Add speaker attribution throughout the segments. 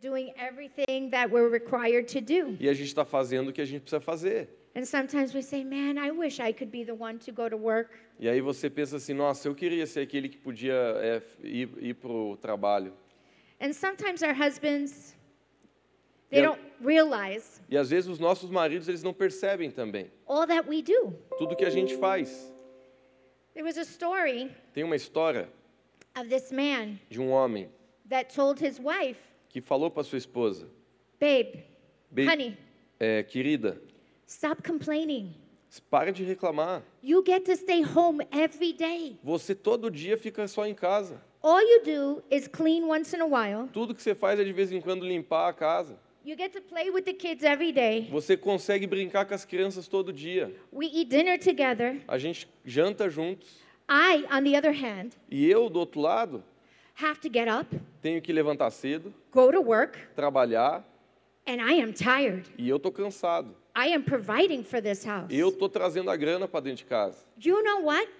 Speaker 1: doing everything that we're required to do.
Speaker 2: E a gente está fazendo o que a gente precisa fazer.
Speaker 1: And sometimes we say, man, I wish I could be the one to go to work.
Speaker 2: E aí você pensa assim, nossa, eu queria ser aquele que podia é, ir, ir para o trabalho.
Speaker 1: And sometimes our husbands, they
Speaker 2: Yeah.
Speaker 1: don't realize
Speaker 2: E às vezes os nossos maridos, eles não percebem também
Speaker 1: all that we do.
Speaker 2: tudo que a gente faz.
Speaker 1: There was a story
Speaker 2: Tem uma história
Speaker 1: of this man
Speaker 2: de um homem
Speaker 1: that told his wife,
Speaker 2: que falou para sua esposa,
Speaker 1: babe,
Speaker 2: "Bem,
Speaker 1: honey,
Speaker 2: é, querida,
Speaker 1: stop complaining.
Speaker 2: para de reclamar.
Speaker 1: You get to stay home every day.
Speaker 2: Você todo dia fica só em casa.
Speaker 1: All you do is clean once in a while.
Speaker 2: Tudo que você faz é de vez em quando limpar a casa.
Speaker 1: You get to play with the kids every day.
Speaker 2: Você consegue brincar com as crianças todo dia.
Speaker 1: We eat dinner together.
Speaker 2: A gente janta juntos.
Speaker 1: I, on the other hand,
Speaker 2: E eu, do outro lado,
Speaker 1: have to get up,
Speaker 2: tenho que levantar cedo,
Speaker 1: go to work,
Speaker 2: trabalhar
Speaker 1: and I am tired.
Speaker 2: e eu tô cansado.
Speaker 1: I am providing for this house.
Speaker 2: Eu tô trazendo a grana para dentro de casa.
Speaker 1: You know what?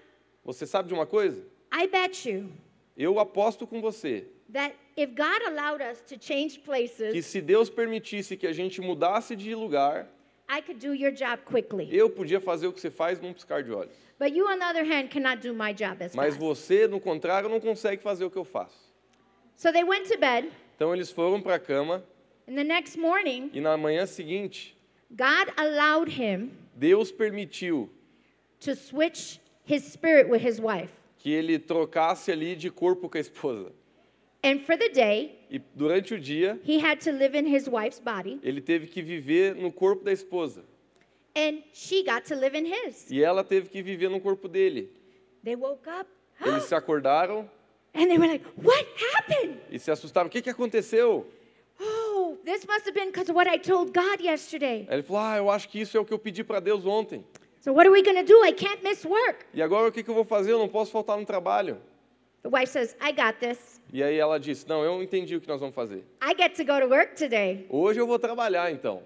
Speaker 2: Você sabe de uma coisa?
Speaker 1: I bet you
Speaker 2: Eu aposto com você
Speaker 1: that if God allowed us to change
Speaker 2: que
Speaker 1: places,
Speaker 2: se Deus permitisse que a gente mudasse de lugar,
Speaker 1: I could do your job quickly.
Speaker 2: eu podia fazer o que você faz num piscar de olhos.
Speaker 1: But you, on the other hand, cannot do my job as
Speaker 2: Mas
Speaker 1: fast.
Speaker 2: você, no contrário, não consegue fazer o que eu faço.
Speaker 1: So they went to bed,
Speaker 2: Então eles foram para a cama
Speaker 1: and the next morning,
Speaker 2: e na manhã seguinte,
Speaker 1: God allowed him
Speaker 2: Deus permitiu
Speaker 1: to switch his spirit with his wife.
Speaker 2: que ele trocasse ali de corpo com a esposa.
Speaker 1: And for the day,
Speaker 2: E durante o dia,
Speaker 1: he had to live in his wife's body,
Speaker 2: ele teve que viver no corpo da esposa.
Speaker 1: and she got to live in his.
Speaker 2: E ela teve que viver no corpo dele.
Speaker 1: They woke up,
Speaker 2: Eles se acordaram
Speaker 1: and they were like, What happened?
Speaker 2: e se assustaram. O que, que aconteceu?
Speaker 1: Oh, this must have been because of what I told God yesterday.
Speaker 2: Aí ele falou: Ah, eu acho que isso é o que eu pedi para Deus ontem.
Speaker 1: So, what are we going to do? I can't miss work.
Speaker 2: E agora o que, que eu vou fazer? Eu não posso faltar no trabalho.
Speaker 1: The wife says, I got this.
Speaker 2: E aí ela disse: Não, eu entendi o que nós vamos fazer.
Speaker 1: I get to go to work today.
Speaker 2: Hoje eu vou trabalhar então.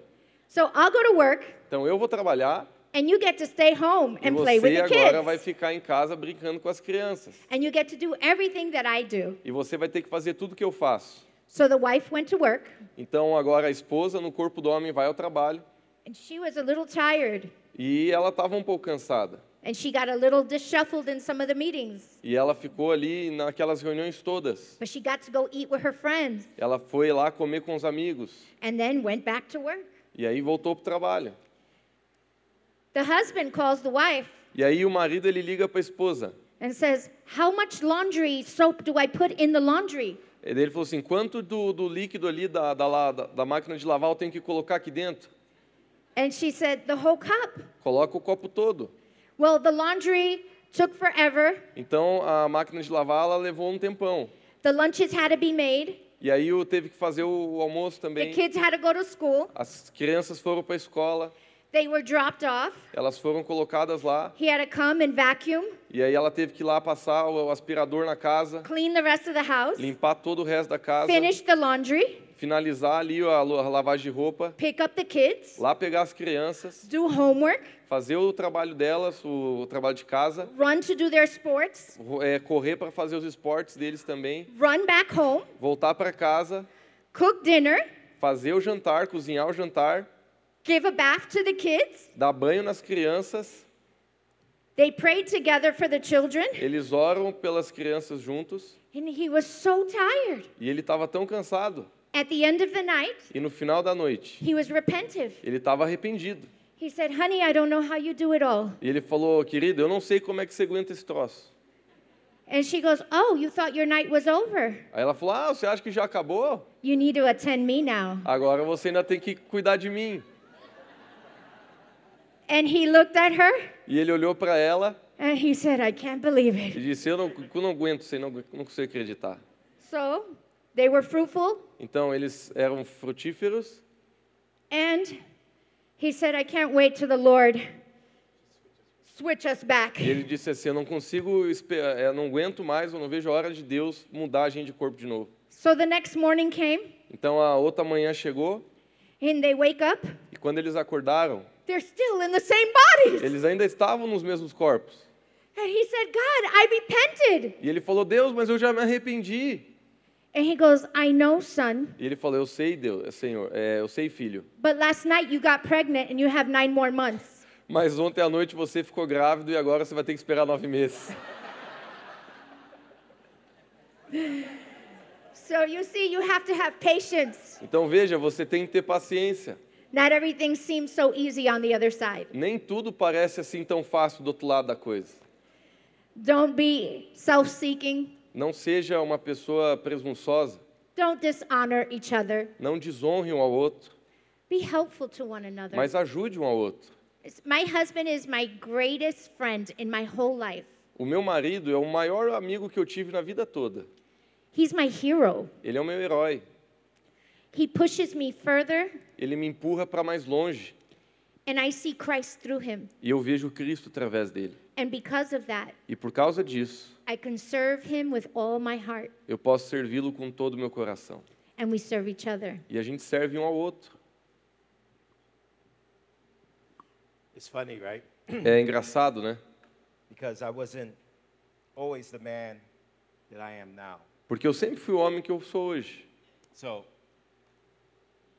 Speaker 1: So, I'll go to work,
Speaker 2: Então eu vou trabalhar
Speaker 1: and you get to stay home
Speaker 2: e
Speaker 1: and play with
Speaker 2: você
Speaker 1: the
Speaker 2: agora vai
Speaker 1: kids.
Speaker 2: ficar em casa brincando com as crianças.
Speaker 1: And you get to do everything that I do.
Speaker 2: E você vai ter que fazer tudo que eu faço.
Speaker 1: So, the wife went to work,
Speaker 2: Então agora a esposa no corpo do homem vai ao trabalho
Speaker 1: and she was a little tired.
Speaker 2: e ela estava um pouco cansada.
Speaker 1: And she got a little disheveled in some of the meetings,
Speaker 2: E ela ficou ali naquelas reuniões todas.
Speaker 1: but she got to go eat with her friends
Speaker 2: Ela foi lá comer com os amigos
Speaker 1: and then went back to work.
Speaker 2: e aí voltou pro trabalho.
Speaker 1: The husband calls the wife
Speaker 2: E aí o marido ele liga para a esposa.
Speaker 1: and says, How much laundry soap do I put in the laundry?
Speaker 2: E daí Ele falou assim: quanto do, do líquido ali da, da, la- da, da máquina de lavar eu tenho que colocar aqui dentro?
Speaker 1: And she said, The whole cup.
Speaker 2: Coloca o copo todo.
Speaker 1: Well, the laundry took forever.
Speaker 2: Então a máquina de lavar ela levou um tempão.
Speaker 1: The lunches had to be made.
Speaker 2: E aí eu teve que fazer o, o almoço
Speaker 1: The
Speaker 2: também.
Speaker 1: kids had to go to school.
Speaker 2: As crianças foram para a escola,
Speaker 1: They were dropped off.
Speaker 2: elas foram colocadas lá.
Speaker 1: He had to come and vacuum,
Speaker 2: E aí ela teve que ir lá passar o, o aspirador na casa,
Speaker 1: clean the rest of the house,
Speaker 2: limpar todo o resto da casa,
Speaker 1: finish the laundry,
Speaker 2: finalizar ali a, lo- a lavagem de roupa,
Speaker 1: pick up the kids,
Speaker 2: lá pegar as crianças.
Speaker 1: do homework,
Speaker 2: fazer o trabalho delas, o, o trabalho de casa,
Speaker 1: run to do their sports,
Speaker 2: ro- é, correr para fazer os esportes deles também,
Speaker 1: run back home,
Speaker 2: voltar para casa,
Speaker 1: cook dinner,
Speaker 2: fazer o jantar, cozinhar o jantar,
Speaker 1: give a bath to the kids.
Speaker 2: dar banho nas crianças,
Speaker 1: They prayed together for the children,
Speaker 2: eles oram pelas crianças juntos
Speaker 1: and he was so tired.
Speaker 2: e ele estava tão cansado
Speaker 1: At the end of the night,
Speaker 2: e no final da noite
Speaker 1: he was repentive.
Speaker 2: ele estava arrependido
Speaker 1: He said, Honey, I don't know how you do it all.
Speaker 2: e ele falou, querido, eu não sei como é que você aguenta esse troço.
Speaker 1: And she goes, Oh, you thought your night was over.
Speaker 2: Aí ela falou, ah, você acha que já acabou?
Speaker 1: You need to attend me now.
Speaker 2: Agora você ainda tem que cuidar de mim.
Speaker 1: And he looked at her
Speaker 2: E ele olhou para ela
Speaker 1: and he said, I can't believe
Speaker 2: e
Speaker 1: it.
Speaker 2: disse, eu não, eu não aguento, você não, não consigo acreditar.
Speaker 1: So they were fruitful.
Speaker 2: Então eles eram frutíferos
Speaker 1: And he said, I can't wait till the Lord switch us back.
Speaker 2: e ele disse assim: "Eu não consigo, espe- eh, eu não aguento mais, eu não vejo a hora de Deus mudar a gente de corpo de novo".
Speaker 1: So the next morning came
Speaker 2: Então a outra manhã chegou
Speaker 1: and they wake up.
Speaker 2: e quando eles acordaram,
Speaker 1: They're still in the same bodies.
Speaker 2: eles ainda estavam nos mesmos corpos.
Speaker 1: And he said, God, I repented.
Speaker 2: E ele falou: "Deus, mas eu já me arrependi".
Speaker 1: And he goes, I know, son,
Speaker 2: E ele falou: Eu sei, Deus, Senhor, é, eu sei, filho.
Speaker 1: but last night you got pregnant and you have nine more months.
Speaker 2: Mas ontem à noite você ficou grávido e agora você vai ter que esperar nove meses.
Speaker 1: So you see, you have to have patience.
Speaker 2: Então veja, você tem que ter paciência.
Speaker 1: Not everything seems so easy on the other side.
Speaker 2: Nem tudo parece assim tão fácil do outro lado da coisa.
Speaker 1: Don't be self seeking.
Speaker 2: Não seja uma pessoa presunçosa.
Speaker 1: Don't dishonor each other.
Speaker 2: Não desonre um ao outro,
Speaker 1: Be helpful to one another.
Speaker 2: mas ajude um ao outro.
Speaker 1: My husband is my greatest friend in my whole life.
Speaker 2: O meu marido é o maior amigo que eu tive na vida toda.
Speaker 1: He's my hero.
Speaker 2: Ele é o meu herói.
Speaker 1: He pushes me further,
Speaker 2: Ele me empurra para mais longe
Speaker 1: and I see Christ through him.
Speaker 2: e eu vejo Cristo através dele.
Speaker 1: And because of that,
Speaker 2: E por causa disso,
Speaker 1: I can serve him with all my heart,
Speaker 2: eu posso servi-lo com todo o meu coração.
Speaker 1: and we serve each other.
Speaker 2: E a gente serve um ao outro.
Speaker 3: It's funny, right?
Speaker 2: É engraçado, né?
Speaker 3: Because I wasn't always the man that I am now.
Speaker 2: Porque eu sempre fui o homem que eu sou hoje.
Speaker 3: So,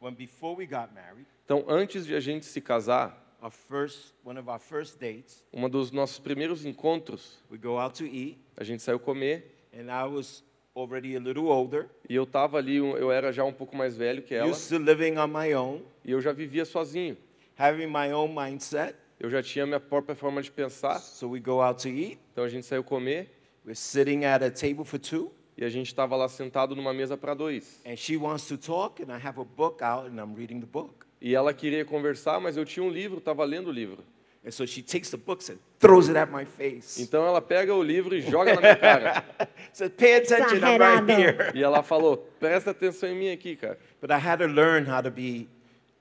Speaker 3: when before we got married,
Speaker 2: Então, antes de a gente se casar,
Speaker 3: our first, one of our first dates,
Speaker 2: um dos nossos primeiros encontros,
Speaker 3: we go out to eat,
Speaker 2: a gente saiu comer
Speaker 3: and I was already a little older,
Speaker 2: e eu tava ali, eu era já um pouco mais velho que ela
Speaker 3: used to living on my own,
Speaker 2: e eu já vivia sozinho.
Speaker 3: having my own mindset.
Speaker 2: Eu já tinha minha própria forma de pensar.
Speaker 3: So we go out to eat.
Speaker 2: Então a gente saiu comer
Speaker 3: We're sitting at a table for two,
Speaker 2: e a gente estava lá sentado numa mesa para dois.
Speaker 3: and she wants to talk, and I have a book out, and I'm reading the book.
Speaker 2: E ela queria conversar, mas eu tinha um livro, estava lendo o livro.
Speaker 3: And so she takes the books and throws it at my face.
Speaker 2: Então ela pega o livro e joga na minha cara.
Speaker 3: Said, "Pay attention, I'm right
Speaker 1: Exagerado.
Speaker 3: here."
Speaker 2: E ela falou: "Presta atenção em mim aqui, cara".
Speaker 3: But I had to learn how to be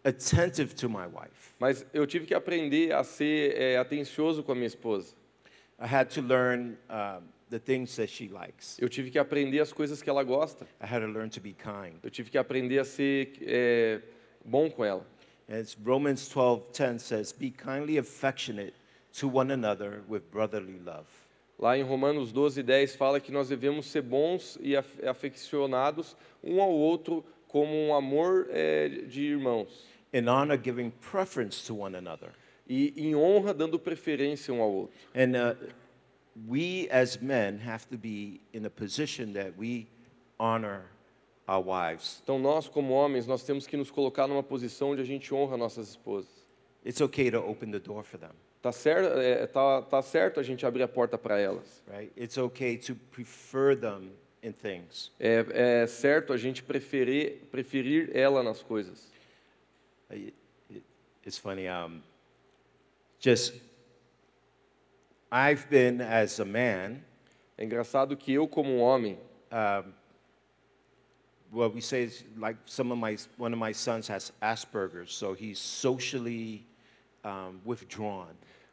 Speaker 3: attentive to my wife.
Speaker 2: Mas eu tive que aprender a ser é, atencioso com a minha esposa.
Speaker 3: I had to learn um, the things that she likes.
Speaker 2: Eu tive que aprender as coisas que ela gosta.
Speaker 3: I had to learn to be kind.
Speaker 2: Eu tive que aprender a ser é, bom com ela.
Speaker 3: As Romans 12:10 says, "Be kindly affectionate to one another with brotherly love."
Speaker 2: Lá em Romanos 12, 10 fala que nós devemos ser bons e af- afeccionados um ao outro como um amor é, de irmãos.
Speaker 3: In honor, giving preference to one another.
Speaker 2: E em honra, dando preferência um ao outro.
Speaker 3: And uh, we as men have to be in a position that we honor our wives.
Speaker 2: Então nós, como homens, nós temos que nos colocar numa posição onde a gente honra nossas esposas.
Speaker 3: It's okay to open the door for them,
Speaker 2: Tá certo, é, tá, tá certo a gente abrir a porta para elas.
Speaker 3: right? It's okay to prefer them in things.
Speaker 2: É, é certo a gente preferir, preferir ela nas coisas.
Speaker 3: Uh, it- it- It's funny. Um, just, I've been as a man,
Speaker 2: É engraçado que eu, como um homem,
Speaker 3: um, what we say is like some of my one of my sons has Asperger's, so he's socially um, withdrawn.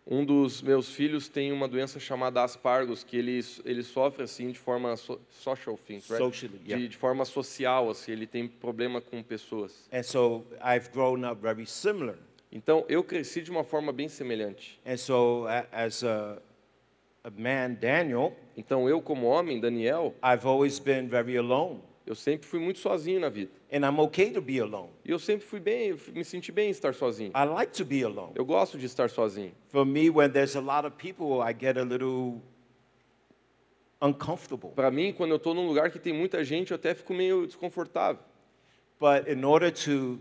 Speaker 2: um dos meus filhos tem uma doença chamada Aspargos, que ele, ele sofre assim de forma so, social things, right?
Speaker 3: Socially,
Speaker 2: de,
Speaker 3: yeah.
Speaker 2: de forma social, assim, ele tem problema com pessoas.
Speaker 3: And so I've grown up very similar.
Speaker 2: Então eu cresci de uma forma bem semelhante.
Speaker 3: And so a- as a, a man, Daniel,
Speaker 2: Então eu, como homem, Daniel,
Speaker 3: I've always been very alone.
Speaker 2: eu sempre fui muito sozinho na vida.
Speaker 3: And I'm okay to be alone.
Speaker 2: E eu sempre fui bem, eu me senti bem em estar sozinho.
Speaker 3: I like to be alone.
Speaker 2: Eu gosto de estar sozinho.
Speaker 3: For me, when there's a lot of people, I get a little uncomfortable.
Speaker 2: Para mim, quando eu estou num lugar que tem muita gente, eu até fico meio desconfortável.
Speaker 3: But in order to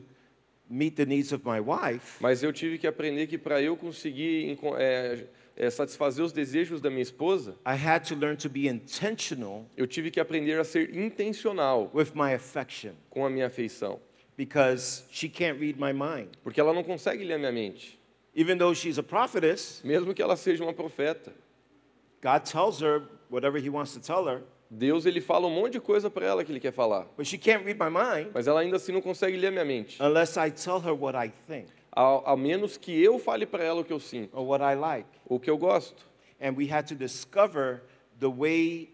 Speaker 3: meet the needs of my wife,
Speaker 2: Mas eu tive que aprender que para eu conseguir enco- é, é, satisfazer os desejos da minha esposa,
Speaker 3: I had to learn to be intentional
Speaker 2: eu tive que aprender a ser intencional
Speaker 3: with my affection
Speaker 2: com a minha afeição,
Speaker 3: because she can't read my mind.
Speaker 2: porque ela não consegue ler a minha mente,
Speaker 3: Even though she's a prophetess,
Speaker 2: mesmo que ela seja uma profeta.
Speaker 3: God tells her whatever He wants to tell her,
Speaker 2: Deus ele fala um monte de coisa para ela que ele quer falar,
Speaker 3: but she can't read my mind
Speaker 2: mas ela ainda assim não consegue ler a minha mente,
Speaker 3: unless I tell her what I think
Speaker 2: a, a menos que eu fale para ela o que eu sinto,
Speaker 3: or what I like.
Speaker 2: o que eu gosto.
Speaker 3: And we had to discover the way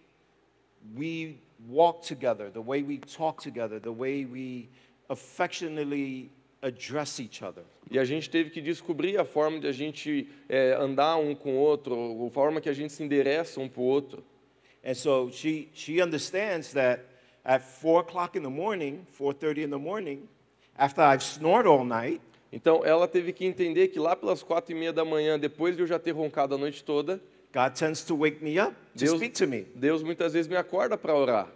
Speaker 3: we walk together, the way we talk together, the way we affectionately address each other.
Speaker 2: E a gente teve que descobrir a forma de a gente é, andar um com o outro, a forma que a gente se endereça um para o outro.
Speaker 3: And so she, she understands that at 4 o'clock in the morning, 4.30 in the morning, after I've snored all night,
Speaker 2: Então ela teve que entender que lá pelas quatro e meia da manhã, depois de eu já ter roncado a noite toda,
Speaker 3: God tends to wake me up to
Speaker 2: Deus,
Speaker 3: speak to me.
Speaker 2: Deus muitas vezes me acorda para orar.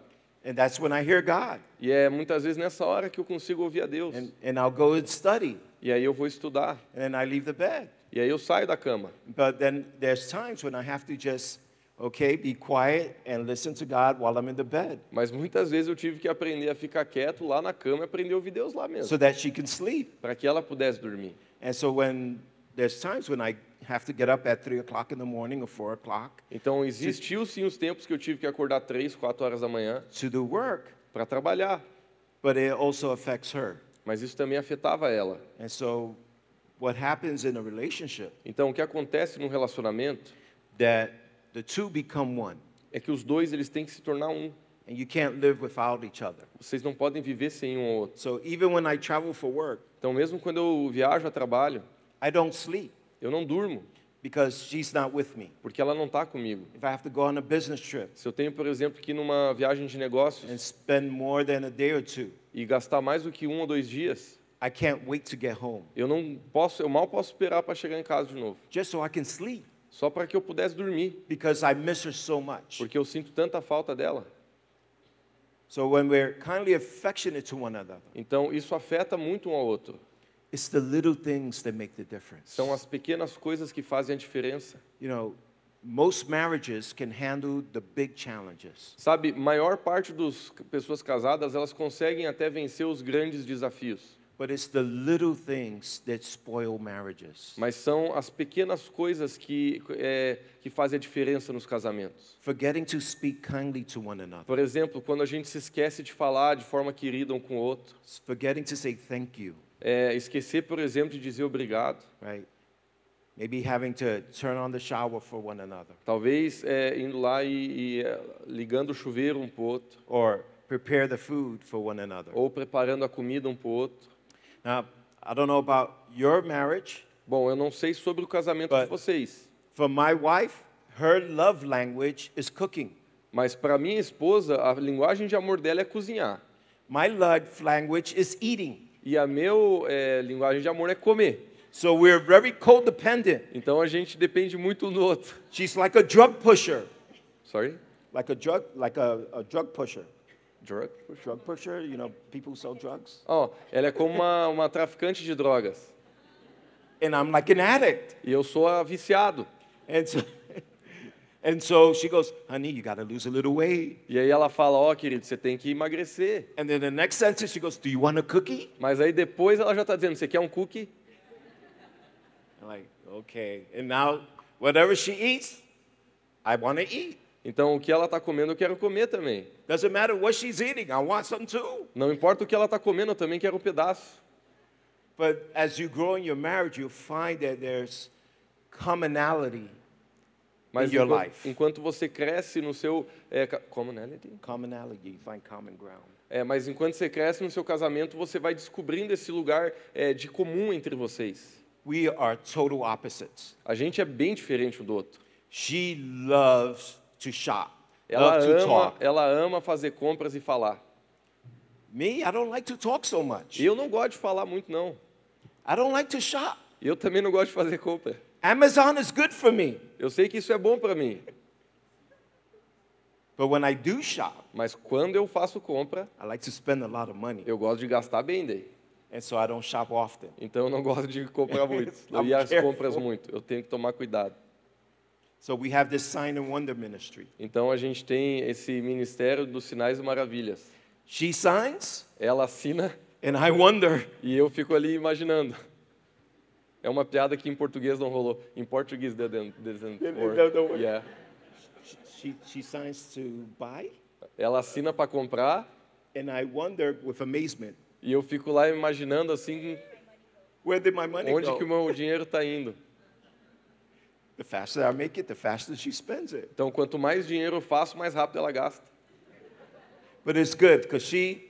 Speaker 3: And that's when I hear God.
Speaker 2: E é muitas vezes nessa hora que eu consigo ouvir a Deus.
Speaker 3: And, and I'll go and study.
Speaker 2: E aí eu vou estudar.
Speaker 3: And then I leave the bed.
Speaker 2: E aí eu saio da cama.
Speaker 3: But then there's times when I have to just, okay, be quiet and listen to God while I'm in the bed
Speaker 2: Mas muitas vezes eu tive que aprender a ficar quieto lá na cama e aprender a ouvir Deus lá mesmo.
Speaker 3: so that she can sleep.
Speaker 2: Para que ela pudesse dormir.
Speaker 3: And so when there's times when I have to get up at 3 o'clock in the morning or 4 o'clock
Speaker 2: Então existiu sim os tempos que eu tive que acordar três, quatro horas da manhã
Speaker 3: to do work,
Speaker 2: para trabalhar.
Speaker 3: but it also affects her.
Speaker 2: Mas isso também afetava ela.
Speaker 3: And so what happens in a relationship
Speaker 2: Então o que acontece num relacionamento
Speaker 3: that the two become one
Speaker 2: é que os dois eles têm que se tornar um.
Speaker 3: and you can't live without each other.
Speaker 2: Vocês não podem viver sem um ao outro.
Speaker 3: So even when I travel for work,
Speaker 2: Então mesmo quando eu viajo a trabalho,
Speaker 3: I don't sleep
Speaker 2: eu não durmo,
Speaker 3: because she's not with me.
Speaker 2: porque ela não está comigo.
Speaker 3: If I have to go on a business trip,
Speaker 2: Se eu tenho, por exemplo, que ir numa viagem de negócios
Speaker 3: and spend more than a day or two.
Speaker 2: e gastar mais do que um ou dois dias,
Speaker 3: I can't wait to get home
Speaker 2: eu não posso, eu mal posso esperar para chegar em casa de novo,
Speaker 3: just so I can sleep
Speaker 2: só para que eu pudesse dormir,
Speaker 3: because I miss her so much.
Speaker 2: porque eu sinto tanta falta dela.
Speaker 3: So when we're kindly affectionate to one another,
Speaker 2: Então isso afeta muito um ao outro.
Speaker 3: it's the little things that make the difference.
Speaker 2: São as pequenas coisas que fazem a diferença.
Speaker 3: You know, most marriages can handle the big challenges,
Speaker 2: Sabe, maior parte das pessoas casadas, elas conseguem até vencer os grandes desafios,
Speaker 3: but it's the little things that spoil marriages.
Speaker 2: mas são as pequenas coisas que, é, que fazem a diferença nos casamentos.
Speaker 3: Forgetting to speak kindly to one another,
Speaker 2: Por exemplo, quando a gente se esquece de falar de forma querida um com o outro,
Speaker 3: forgetting to say thank you,
Speaker 2: é, esquecer, por exemplo, de dizer obrigado,
Speaker 3: right? Maybe having to turn on the shower for one another.
Speaker 2: talvez é, indo lá e, e é, ligando o chuveiro um para o outro,
Speaker 3: or prepare the food for one another.
Speaker 2: ou preparando a comida um para o outro.
Speaker 3: Now, I don't know about your marriage.
Speaker 2: Bom, eu não sei sobre o casamento de
Speaker 3: But-
Speaker 2: vocês,
Speaker 3: For my wife, her love language is cooking.
Speaker 2: mas para minha esposa, a linguagem de amor dela é cozinhar.
Speaker 3: My love language is eating.
Speaker 2: E a meu é, linguagem de amor é comer.
Speaker 3: So we're very codependent.
Speaker 2: Então a gente depende muito um do outro.
Speaker 3: She's like a drug pusher,
Speaker 2: Sorry?
Speaker 3: like a drug, like a, a drug pusher.
Speaker 2: Drug?
Speaker 3: Drug pusher, you know, people who sell drugs.
Speaker 2: Ó, ela é como uma, uma traficante de drogas.
Speaker 3: And I'm like an addict.
Speaker 2: E eu sou a viciado.
Speaker 3: And so, and so she goes, honey, you got to lose a little weight.
Speaker 2: E aí ela fala, ó, querido, você tem que emagrecer.
Speaker 3: And then the next sentence, she goes, do you want a cookie?
Speaker 2: Mas aí depois ela já tá dizendo, você quer um cookie?
Speaker 3: I'm like, okay. And now, whatever she eats, I want to eat.
Speaker 2: Então o que ela tá comendo eu quero comer também.
Speaker 3: Doesn't matter what she's eating, I want some too.
Speaker 2: Não importa o que ela tá comendo, eu também quero um pedaço.
Speaker 3: But as you grow in your marriage, you'll find that there's commonality.
Speaker 2: Mas
Speaker 3: In your
Speaker 2: enquanto,
Speaker 3: life.
Speaker 2: enquanto você cresce no seu é, ca- commonality,
Speaker 3: Commonality, you find common ground.
Speaker 2: é, mas enquanto você cresce no seu casamento, você vai descobrindo esse lugar é, de comum entre vocês.
Speaker 3: We are total opposites.
Speaker 2: A gente é bem diferente um do outro.
Speaker 3: She loves to shop,
Speaker 2: Ela
Speaker 3: love to
Speaker 2: ama,
Speaker 3: talk.
Speaker 2: ela ama fazer compras e falar.
Speaker 3: Me, I don't like to talk so much.
Speaker 2: Eu não gosto de falar muito não.
Speaker 3: I don't like to shop.
Speaker 2: Eu também não gosto de fazer compra.
Speaker 3: Amazon is good for me.
Speaker 2: Eu sei que isso é bom para mim,
Speaker 3: But when I do shop,
Speaker 2: mas quando eu faço compra,
Speaker 3: I like to spend a lot of money.
Speaker 2: eu gosto de gastar bem daí.
Speaker 3: And so I don't shop often.
Speaker 2: Então eu não gosto de comprar muito. Eu
Speaker 3: I'm
Speaker 2: ia às
Speaker 3: careful.
Speaker 2: compras muito. Eu tenho que tomar cuidado.
Speaker 3: So we have this sign and wonder ministry.
Speaker 2: Então a gente tem esse ministério dos sinais e maravilhas.
Speaker 3: She signs,
Speaker 2: Ela assina
Speaker 3: and I wonder.
Speaker 2: e eu fico ali imaginando. É uma piada que em português não rolou. Em português didn't, didn't
Speaker 3: It- it
Speaker 2: work.
Speaker 3: doesn't work.
Speaker 2: Yeah.
Speaker 3: She, she signs to buy,
Speaker 2: Ela assina para comprar
Speaker 3: and I wonder with amazement,
Speaker 2: E eu fico lá imaginando assim
Speaker 3: where did my money
Speaker 2: onde
Speaker 3: go?
Speaker 2: que o meu dinheiro está indo.
Speaker 3: The faster I make it, the faster she spends it.
Speaker 2: Então, quanto mais dinheiro eu faço, mais rápido ela gasta.
Speaker 3: But it's good because she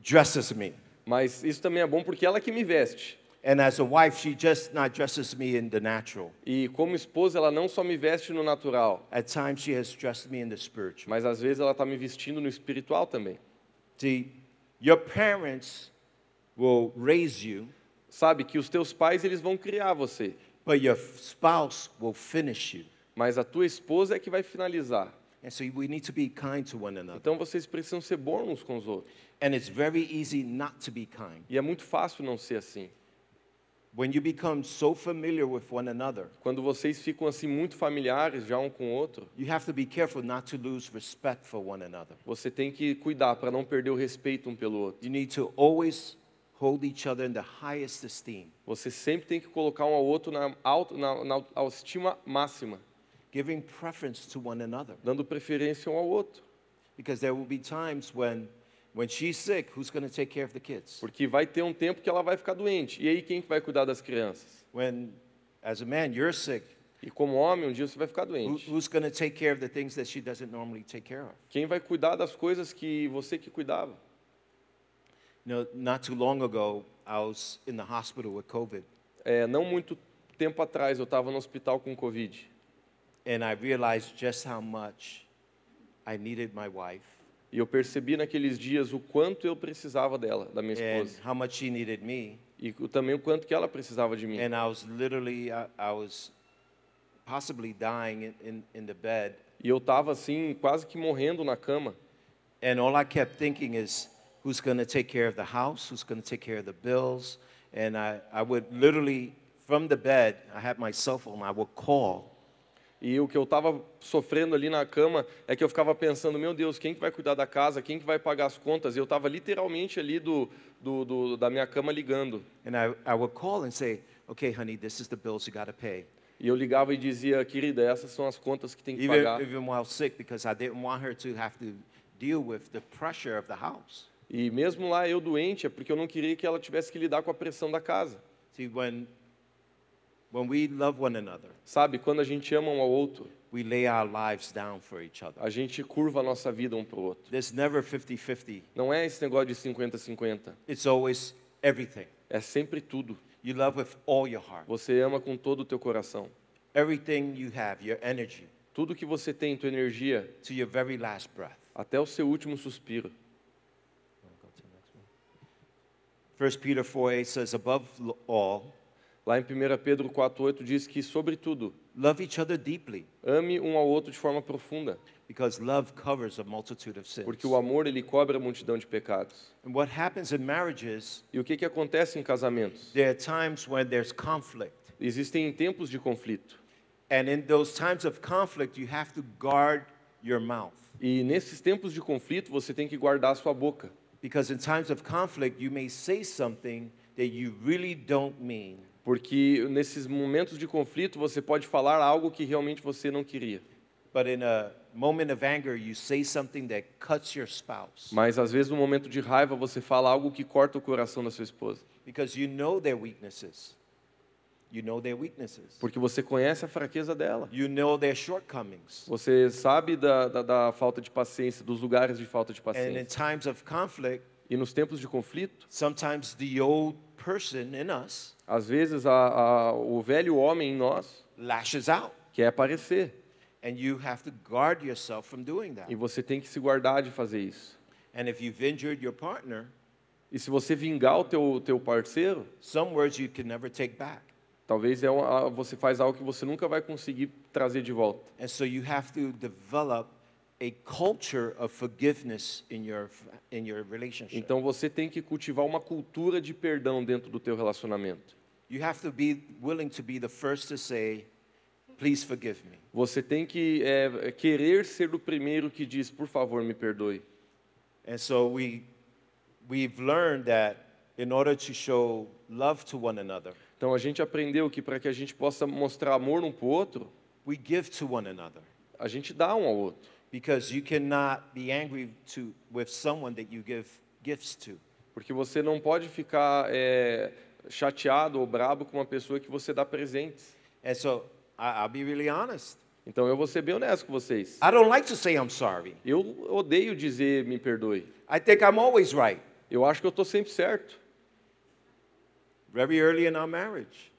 Speaker 3: dresses me.
Speaker 2: Mas isso também é bom porque ela que me veste.
Speaker 3: And as a wife, she just not dresses me in the natural.
Speaker 2: E como esposa, ela não só me veste no natural,
Speaker 3: At times, she has dressed me in the spiritual.
Speaker 2: tá mas às vezes ela está me vestindo no espiritual também.
Speaker 3: See, your parents will raise you,
Speaker 2: Sabe que os teus pais eles vão criar você,
Speaker 3: but your spouse will finish you.
Speaker 2: mas a tua esposa é que vai finalizar.
Speaker 3: And so we need to be kind to one another.
Speaker 2: Então vocês precisam ser bons uns com os outros.
Speaker 3: And it's very easy not to be kind.
Speaker 2: E é muito fácil não ser assim.
Speaker 3: When you become so familiar with one another,
Speaker 2: Quando vocês ficam assim muito familiares já um com o outro,
Speaker 3: you have to be careful not to lose respect for one another.
Speaker 2: você tem que cuidar para não perder o respeito um pelo outro.
Speaker 3: You need to always hold each other in the highest esteem,
Speaker 2: Você sempre tem que colocar um ao outro na, auto, na, na autoestima máxima,
Speaker 3: giving preference to one another.
Speaker 2: dando preferência um ao outro.
Speaker 3: Because there will be times when, when she's sick, who's going to take care of the kids?
Speaker 2: Porque vai ter um tempo que ela vai ficar doente. E aí quem que vai cuidar das crianças?
Speaker 3: When, as a man, you're sick,
Speaker 2: E como homem, um dia você vai ficar
Speaker 3: who,
Speaker 2: doente.
Speaker 3: who's going to take care of the things that she doesn't normally take care of?
Speaker 2: Quem vai cuidar das coisas que você que cuidava?
Speaker 3: You know, not too long ago, I was in the hospital with COVID,
Speaker 2: É, não muito tempo atrás eu estava no hospital com Covid
Speaker 3: and I realized just how much I needed my wife
Speaker 2: e eu percebi naqueles dias o quanto eu precisava dela, da minha
Speaker 3: and
Speaker 2: esposa,
Speaker 3: how much she needed me.
Speaker 2: e o- também o quanto que ela precisava de mim.
Speaker 3: And I was literally, I, I was possibly dying in, in, in the bed.
Speaker 2: E eu estava assim, quase que morrendo na cama.
Speaker 3: And all I kept thinking is, who's going to take care of the house? Who's going to take care of the bills? And I, I would literally, from the bed, I had my cell phone, I would call.
Speaker 2: E o que eu estava sofrendo ali na cama é que eu ficava pensando, meu Deus, quem que vai cuidar da casa? Quem que vai pagar as contas? E eu estava literalmente ali do, do, do- da minha cama ligando.
Speaker 3: And I, I would call and say, okay, honey, this is the bills you got to pay.
Speaker 2: E eu ligava e dizia, querida, essas são as contas que tem que
Speaker 3: Even,
Speaker 2: pagar.
Speaker 3: even while sick, because I didn't want her to have to deal with the pressure of the house.
Speaker 2: E mesmo lá eu doente, é porque eu não queria que ela tivesse que lidar com a pressão da casa.
Speaker 3: See, when, when we love one another,
Speaker 2: Sabe, quando a gente ama um ao outro,
Speaker 3: we lay our lives down for each other.
Speaker 2: a gente curva a nossa vida um para o outro.
Speaker 3: There's never 50 50,
Speaker 2: Não é esse negócio de 50-50.
Speaker 3: it's always everything.
Speaker 2: É sempre tudo.
Speaker 3: You love with all your heart,
Speaker 2: Você ama com todo o teu coração.
Speaker 3: everything you have, your energy,
Speaker 2: Tudo que você tem, tua energia,
Speaker 3: to your very last breath.
Speaker 2: até o seu último suspiro.
Speaker 3: 1 Peter 4 8 says, Above lo- all,
Speaker 2: Lá em 1 Pedro 4,8 diz que, sobretudo,
Speaker 3: love each other deeply,
Speaker 2: ame um ao outro de forma profunda,
Speaker 3: because love covers a multitude of sins.
Speaker 2: porque o amor ele cobre a multidão de pecados.
Speaker 3: And what happens in marriages,
Speaker 2: E o que, que acontece em casamentos?
Speaker 3: there are times when there's conflict.
Speaker 2: Existem tempos de conflito.
Speaker 3: And in those times of conflict, you have to guard your mouth.
Speaker 2: E nesses tempos de conflito, você tem que guardar a sua boca.
Speaker 3: Because in times of conflict, you may say something that you really don't mean,
Speaker 2: Porque nesses momentos de conflito, você pode falar algo que realmente você não queria.
Speaker 3: but in a moment of anger, you say something that cuts your spouse.
Speaker 2: Mas às vezes, no momento de raiva, você fala algo que corta o coração da sua esposa.
Speaker 3: Because you know their weaknesses. You know their weaknesses.
Speaker 2: Porque você conhece a fraqueza dela.
Speaker 3: You know their shortcomings.
Speaker 2: Você sabe da, da, da falta de paciência, dos lugares de falta de
Speaker 3: And in
Speaker 2: paciência.
Speaker 3: times of conflict,
Speaker 2: E nos tempos de conflito,
Speaker 3: sometimes the old person in us
Speaker 2: às vezes a, a, o velho homem em nós
Speaker 3: lashes out.
Speaker 2: quer aparecer.
Speaker 3: And you have to guard yourself from doing that.
Speaker 2: E você tem que se guardar de fazer isso.
Speaker 3: And if you've injured your partner,
Speaker 2: E se você vingar o teu, teu parceiro,
Speaker 3: some words you can never take back.
Speaker 2: Talvez é uma, você faz algo que você nunca vai conseguir trazer de volta.
Speaker 3: And so you have to develop a culture of forgiveness in your, in your relationship.
Speaker 2: Então você tem que cultivar uma cultura de perdão dentro do teu relacionamento.
Speaker 3: You have to be willing to be the first to say, please forgive me.
Speaker 2: Você tem que é, querer ser o primeiro que diz, por favor, me perdoe.
Speaker 3: And so we, we've learned that in order to show love to one another,
Speaker 2: Então a gente aprendeu que para que a gente possa mostrar amor um para o outro,
Speaker 3: we give to one another
Speaker 2: a gente dá um ao outro.
Speaker 3: because you cannot be angry to, with someone that you give gifts to.
Speaker 2: Porque você não pode ficar é, chateado ou brabo com uma pessoa que você dá presentes.
Speaker 3: And so I, I'll be really honest.
Speaker 2: Então eu vou ser bem honesto com vocês.
Speaker 3: I don't like to say I'm sorry.
Speaker 2: Eu odeio dizer me perdoe.
Speaker 3: I think I'm always right.
Speaker 2: Eu acho que eu estou sempre certo.
Speaker 3: Very early in our marriage,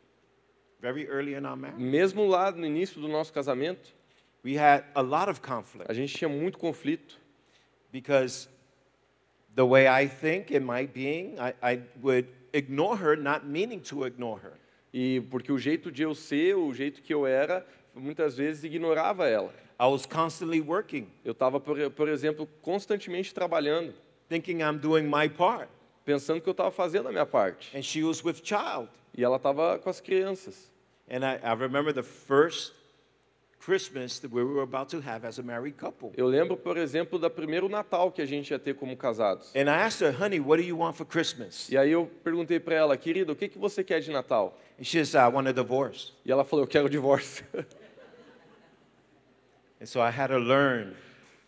Speaker 3: very early in our marriage,
Speaker 2: Mesmo lá no início do nosso casamento,
Speaker 3: we had a lot of
Speaker 2: a
Speaker 3: conflict
Speaker 2: gente tinha muito conflito,
Speaker 3: because the way I think in my being, I, I would ignore her, not meaning to ignore her.
Speaker 2: E porque o jeito de eu ser, o jeito que eu era, muitas vezes ignorava ela.
Speaker 3: I was constantly working,
Speaker 2: Eu estava, por, por exemplo, constantemente trabalhando,
Speaker 3: thinking I'm doing my part.
Speaker 2: pensando que eu estava fazendo a minha parte.
Speaker 3: And she was with child.
Speaker 2: E ela estava com as crianças.
Speaker 3: And I, I remember the first Christmas that we were about to have as a married couple.
Speaker 2: Eu lembro, por exemplo, da primeiro Natal que a gente ia ter como casados.
Speaker 3: And I asked her, honey, what do you want for Christmas?
Speaker 2: E aí eu perguntei para ela, querida, o que, que você quer de Natal?
Speaker 3: And she said, I want a divorce.
Speaker 2: E ela falou, eu quero o divórcio.
Speaker 3: And so I had to learn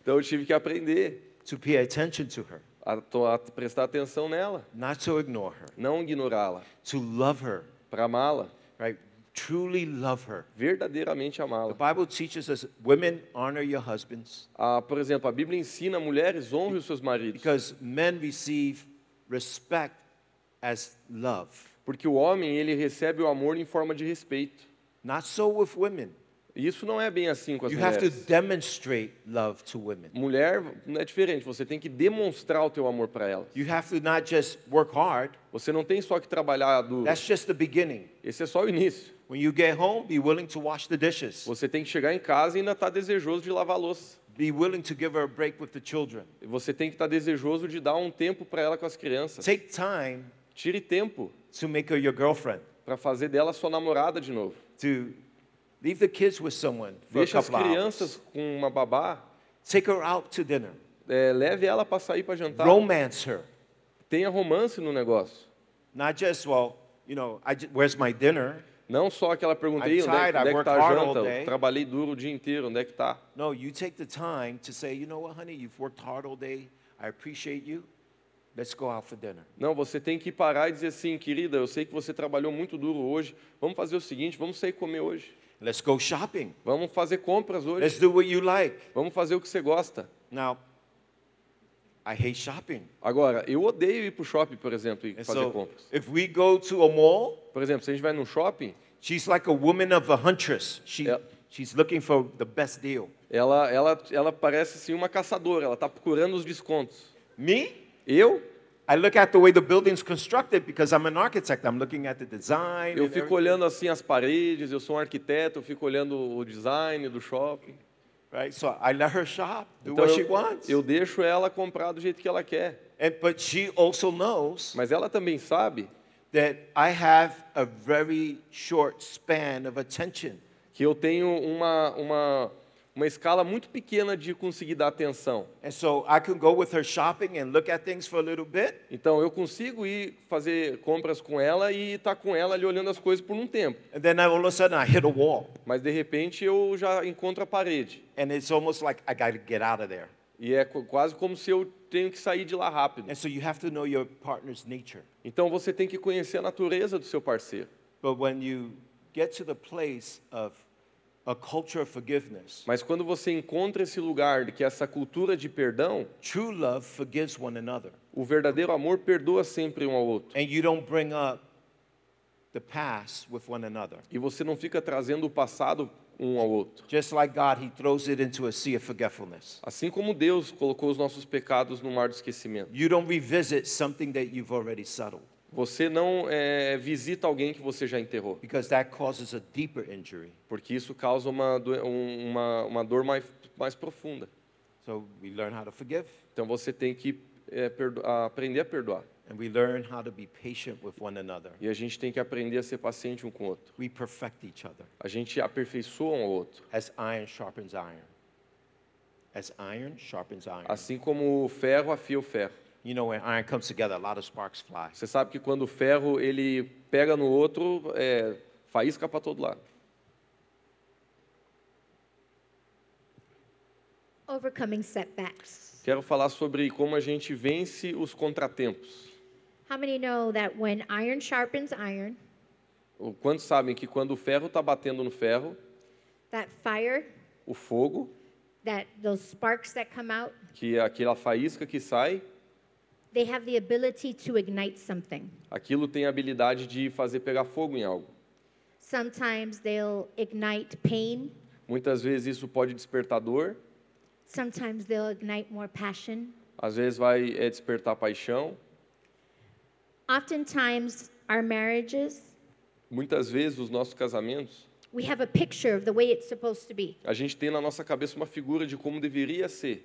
Speaker 2: Então eu tive que aprender
Speaker 3: to pay attention to her,
Speaker 2: a, to- a prestar atenção nela,
Speaker 3: not to ignore her,
Speaker 2: não ignorá-la,
Speaker 3: to love her,
Speaker 2: para amá-la,
Speaker 3: right? Truly love her.
Speaker 2: verdadeiramente
Speaker 3: The
Speaker 2: amá-la.
Speaker 3: Bible teaches us women honor your husbands
Speaker 2: Ah, por exemplo, a Bíblia ensina mulheres honre os seus maridos,
Speaker 3: because men receive respect as love.
Speaker 2: porque o homem ele recebe o amor em forma de respeito.
Speaker 3: Not so with women.
Speaker 2: E isso não é bem assim com as
Speaker 3: You have to
Speaker 2: mulheres.
Speaker 3: demonstrate love to women.
Speaker 2: Mulher não é diferente, você tem que demonstrar o teu amor para ela.
Speaker 3: You have to not just work hard.
Speaker 2: Você não tem só que trabalhar duro.
Speaker 3: That's just the beginning.
Speaker 2: Esse é só o início.
Speaker 3: When you get home, be willing to wash the dishes.
Speaker 2: Você tem que chegar em casa e ainda estar desejoso de lavar a louça.
Speaker 3: Be willing to give her a break with the children.
Speaker 2: E Você tem que estar desejoso de dar um tempo para ela com as crianças.
Speaker 3: Take time
Speaker 2: Tire tempo
Speaker 3: to make her your girlfriend.
Speaker 2: para fazer dela sua namorada de novo.
Speaker 3: To leave the kids with someone for
Speaker 2: Deixa
Speaker 3: a
Speaker 2: as
Speaker 3: couple of
Speaker 2: crianças
Speaker 3: hours.
Speaker 2: com uma babá,
Speaker 3: Take her out to dinner.
Speaker 2: é, leve ela para sair para jantar.
Speaker 3: Romance her.
Speaker 2: Tenha romance no negócio.
Speaker 3: Not just, well, you know, I ju- where's my dinner?
Speaker 2: Não só aquela pergunta aí, onde é,
Speaker 3: tired,
Speaker 2: que- onde é
Speaker 3: I
Speaker 2: que
Speaker 3: worked
Speaker 2: tá a
Speaker 3: hard all
Speaker 2: janta?
Speaker 3: day.
Speaker 2: Eu Trabalhei duro o dia inteiro, onde é que tá?
Speaker 3: No, you take the time to say, you know what, honey, you've worked hard all day. I appreciate you. Let's go out for dinner.
Speaker 2: Não, você tem que parar e dizer assim, querida, eu sei que você trabalhou muito duro hoje. Vamos fazer o seguinte, vamos sair comer hoje.
Speaker 3: Let's go shopping.
Speaker 2: Vamos fazer compras hoje.
Speaker 3: Let's do what you like.
Speaker 2: Vamos fazer o que você gosta.
Speaker 3: Now, I hate shopping.
Speaker 2: Agora, eu odeio ir pro shopping, por exemplo, e
Speaker 3: And
Speaker 2: fazer
Speaker 3: so
Speaker 2: compras.
Speaker 3: if we go to a mall,
Speaker 2: Por exemplo, se a gente vai num shopping,
Speaker 3: she's like a woman of a huntress. She,
Speaker 2: Yeah.
Speaker 3: She's looking for the best deal.
Speaker 2: ela, ela, ela parece assim uma caçadora, ela tá procurando os descontos.
Speaker 3: Me?
Speaker 2: Eu,
Speaker 3: I look at the way the building's constructed because I'm an architect. I'm looking at the design.
Speaker 2: eu
Speaker 3: and
Speaker 2: fico
Speaker 3: everything,
Speaker 2: olhando assim as paredes, eu sou um arquiteto, eu fico olhando o design do shopping.
Speaker 3: right? So I let her shop, do
Speaker 2: Então
Speaker 3: what she
Speaker 2: eu,
Speaker 3: wants.
Speaker 2: eu deixo ela comprar do jeito que ela quer.
Speaker 3: and, but she also knows
Speaker 2: Mas ela também sabe
Speaker 3: that I have a very short span of attention.
Speaker 2: que eu tenho uma, uma, uma escala muito pequena de conseguir dar atenção.
Speaker 3: And so I can go with her shopping and look at things for a little bit,
Speaker 2: Então eu consigo ir fazer compras com ela e estar com ela ali olhando as coisas por um tempo.
Speaker 3: and then I, all of a sudden I hit a wall.
Speaker 2: Mas de repente eu já encontro a parede.
Speaker 3: And it's almost like I got to get out of there.
Speaker 2: E é qu- quase como se eu tenho que sair de lá rápido.
Speaker 3: And so you have to know your partner's nature.
Speaker 2: Então você tem que conhecer a natureza do seu parceiro.
Speaker 3: But when you get to the place of a culture of forgiveness,
Speaker 2: Mas quando você encontra esse lugar de que é essa cultura de perdão,
Speaker 3: true love forgives one another.
Speaker 2: o verdadeiro amor perdoa sempre um ao outro.
Speaker 3: And you don't bring up the past with one another.
Speaker 2: E você não fica trazendo o passado um ao outro.
Speaker 3: Just like God, He throws it into a sea of forgetfulness.
Speaker 2: Assim como Deus colocou os nossos pecados no mar do esquecimento.
Speaker 3: You don't revisit something that you've already settled
Speaker 2: Você não eh, visita alguém que você já enterrou,
Speaker 3: because that causes a deeper injury.
Speaker 2: porque isso causa uma, doen- um- uma, uma dor mais, mais profunda.
Speaker 3: So we learn how to forgive
Speaker 2: Então você tem que eh, perdo- a- aprender a perdoar.
Speaker 3: and we learn how to be patient with one another.
Speaker 2: E a gente tem que aprender a ser paciente um com o outro.
Speaker 3: We perfect each other.
Speaker 2: A gente aperfeiçoa um ao outro.
Speaker 3: as iron sharpens iron. As iron sharpens iron.
Speaker 2: Assim como o ferro afia o ferro.
Speaker 3: you know, when iron comes together, a lot of sparks fly.
Speaker 2: Você sabe que quando o ferro ele pega no outro, é, faísca para todo lado.
Speaker 1: Overcoming setbacks.
Speaker 2: Quero falar sobre como a gente vence os contratempos.
Speaker 1: How many know that when iron sharpens iron,
Speaker 2: O- Quantos sabem que quando o ferro está batendo no ferro,
Speaker 1: that fire,
Speaker 2: o fogo,
Speaker 1: that those sparks that come out,
Speaker 2: que é aquela faísca que sai,
Speaker 1: they have the ability to ignite something.
Speaker 2: aquilo tem a habilidade de fazer pegar fogo em algo.
Speaker 1: Sometimes they'll ignite pain,
Speaker 2: Muitas vezes isso pode despertar dor,
Speaker 1: sometimes they'll ignite more passion,
Speaker 2: Às vezes vai é, despertar paixão.
Speaker 1: Oftentimes, our marriages,
Speaker 2: Muitas vezes os nossos casamentos,
Speaker 1: we have a picture of the way it's supposed to be.
Speaker 2: a gente tem na nossa cabeça uma figura de como deveria ser.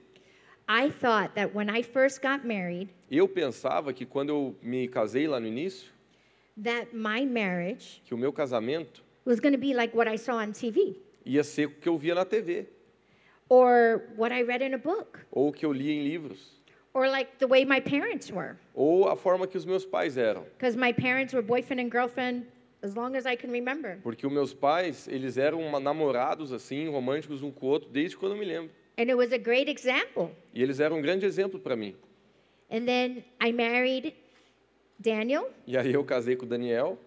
Speaker 1: I thought that when I first got married,
Speaker 2: Eu pensava que quando eu me casei lá no início,
Speaker 1: that my marriage
Speaker 2: que o meu casamento
Speaker 1: was going to be like what I saw on TV
Speaker 2: ia ser o que eu via na TV
Speaker 1: or what I read in a book
Speaker 2: ou o que eu lia em livros.
Speaker 1: or like the way my parents were.
Speaker 2: ou a forma que os meus pais eram.
Speaker 1: Because my parents were boyfriend and girlfriend as long as I can remember.
Speaker 2: Porque os meus pais, eles eram uma- namorados, assim, românticos um com o outro, desde quando eu me lembro.
Speaker 1: And it was a great example.
Speaker 2: E eles eram um grande exemplo para mim.
Speaker 1: And then I married Daniel
Speaker 2: E aí eu casei com o Daniel,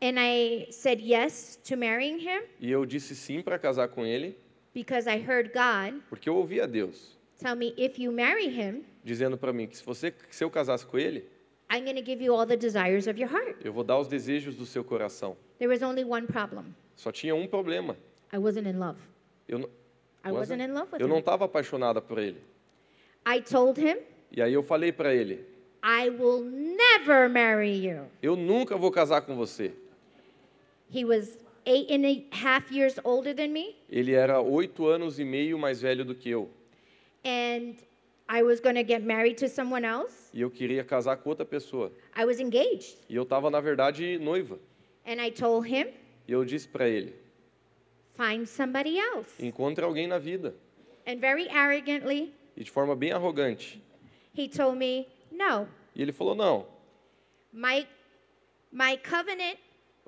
Speaker 1: and I said yes to marrying him
Speaker 2: e eu disse sim para casar com ele,
Speaker 1: because I heard God
Speaker 2: porque eu ouvia Deus
Speaker 1: tell me if you marry him,
Speaker 2: dizendo para mim que se, você, que se eu casasse com ele,
Speaker 1: I'm going to give you all the desires of your heart.
Speaker 2: eu vou dar os desejos do seu coração.
Speaker 1: There was only one problem
Speaker 2: Só tinha um problema.
Speaker 1: I wasn't in love.
Speaker 2: Eu não,
Speaker 1: I wasn't in love with
Speaker 2: eu não
Speaker 1: him.
Speaker 2: estava apaixonada por ele.
Speaker 1: I told him,
Speaker 2: E aí eu falei para ele,
Speaker 1: I will never marry you.
Speaker 2: eu nunca vou casar com você.
Speaker 1: He was eight and a half years older than me,
Speaker 2: Ele era oito anos e meio mais velho do que eu.
Speaker 1: and I was going to get married to someone else.
Speaker 2: e eu queria casar com outra pessoa.
Speaker 1: I was engaged.
Speaker 2: E eu estava, na verdade, noiva.
Speaker 1: And I told him,
Speaker 2: E eu disse para ele:
Speaker 1: find somebody else.
Speaker 2: encontre alguém na vida.
Speaker 1: And very arrogantly,
Speaker 2: E de forma bem arrogante.
Speaker 1: he told me, no,
Speaker 2: E ele falou: não,
Speaker 1: my, my covenant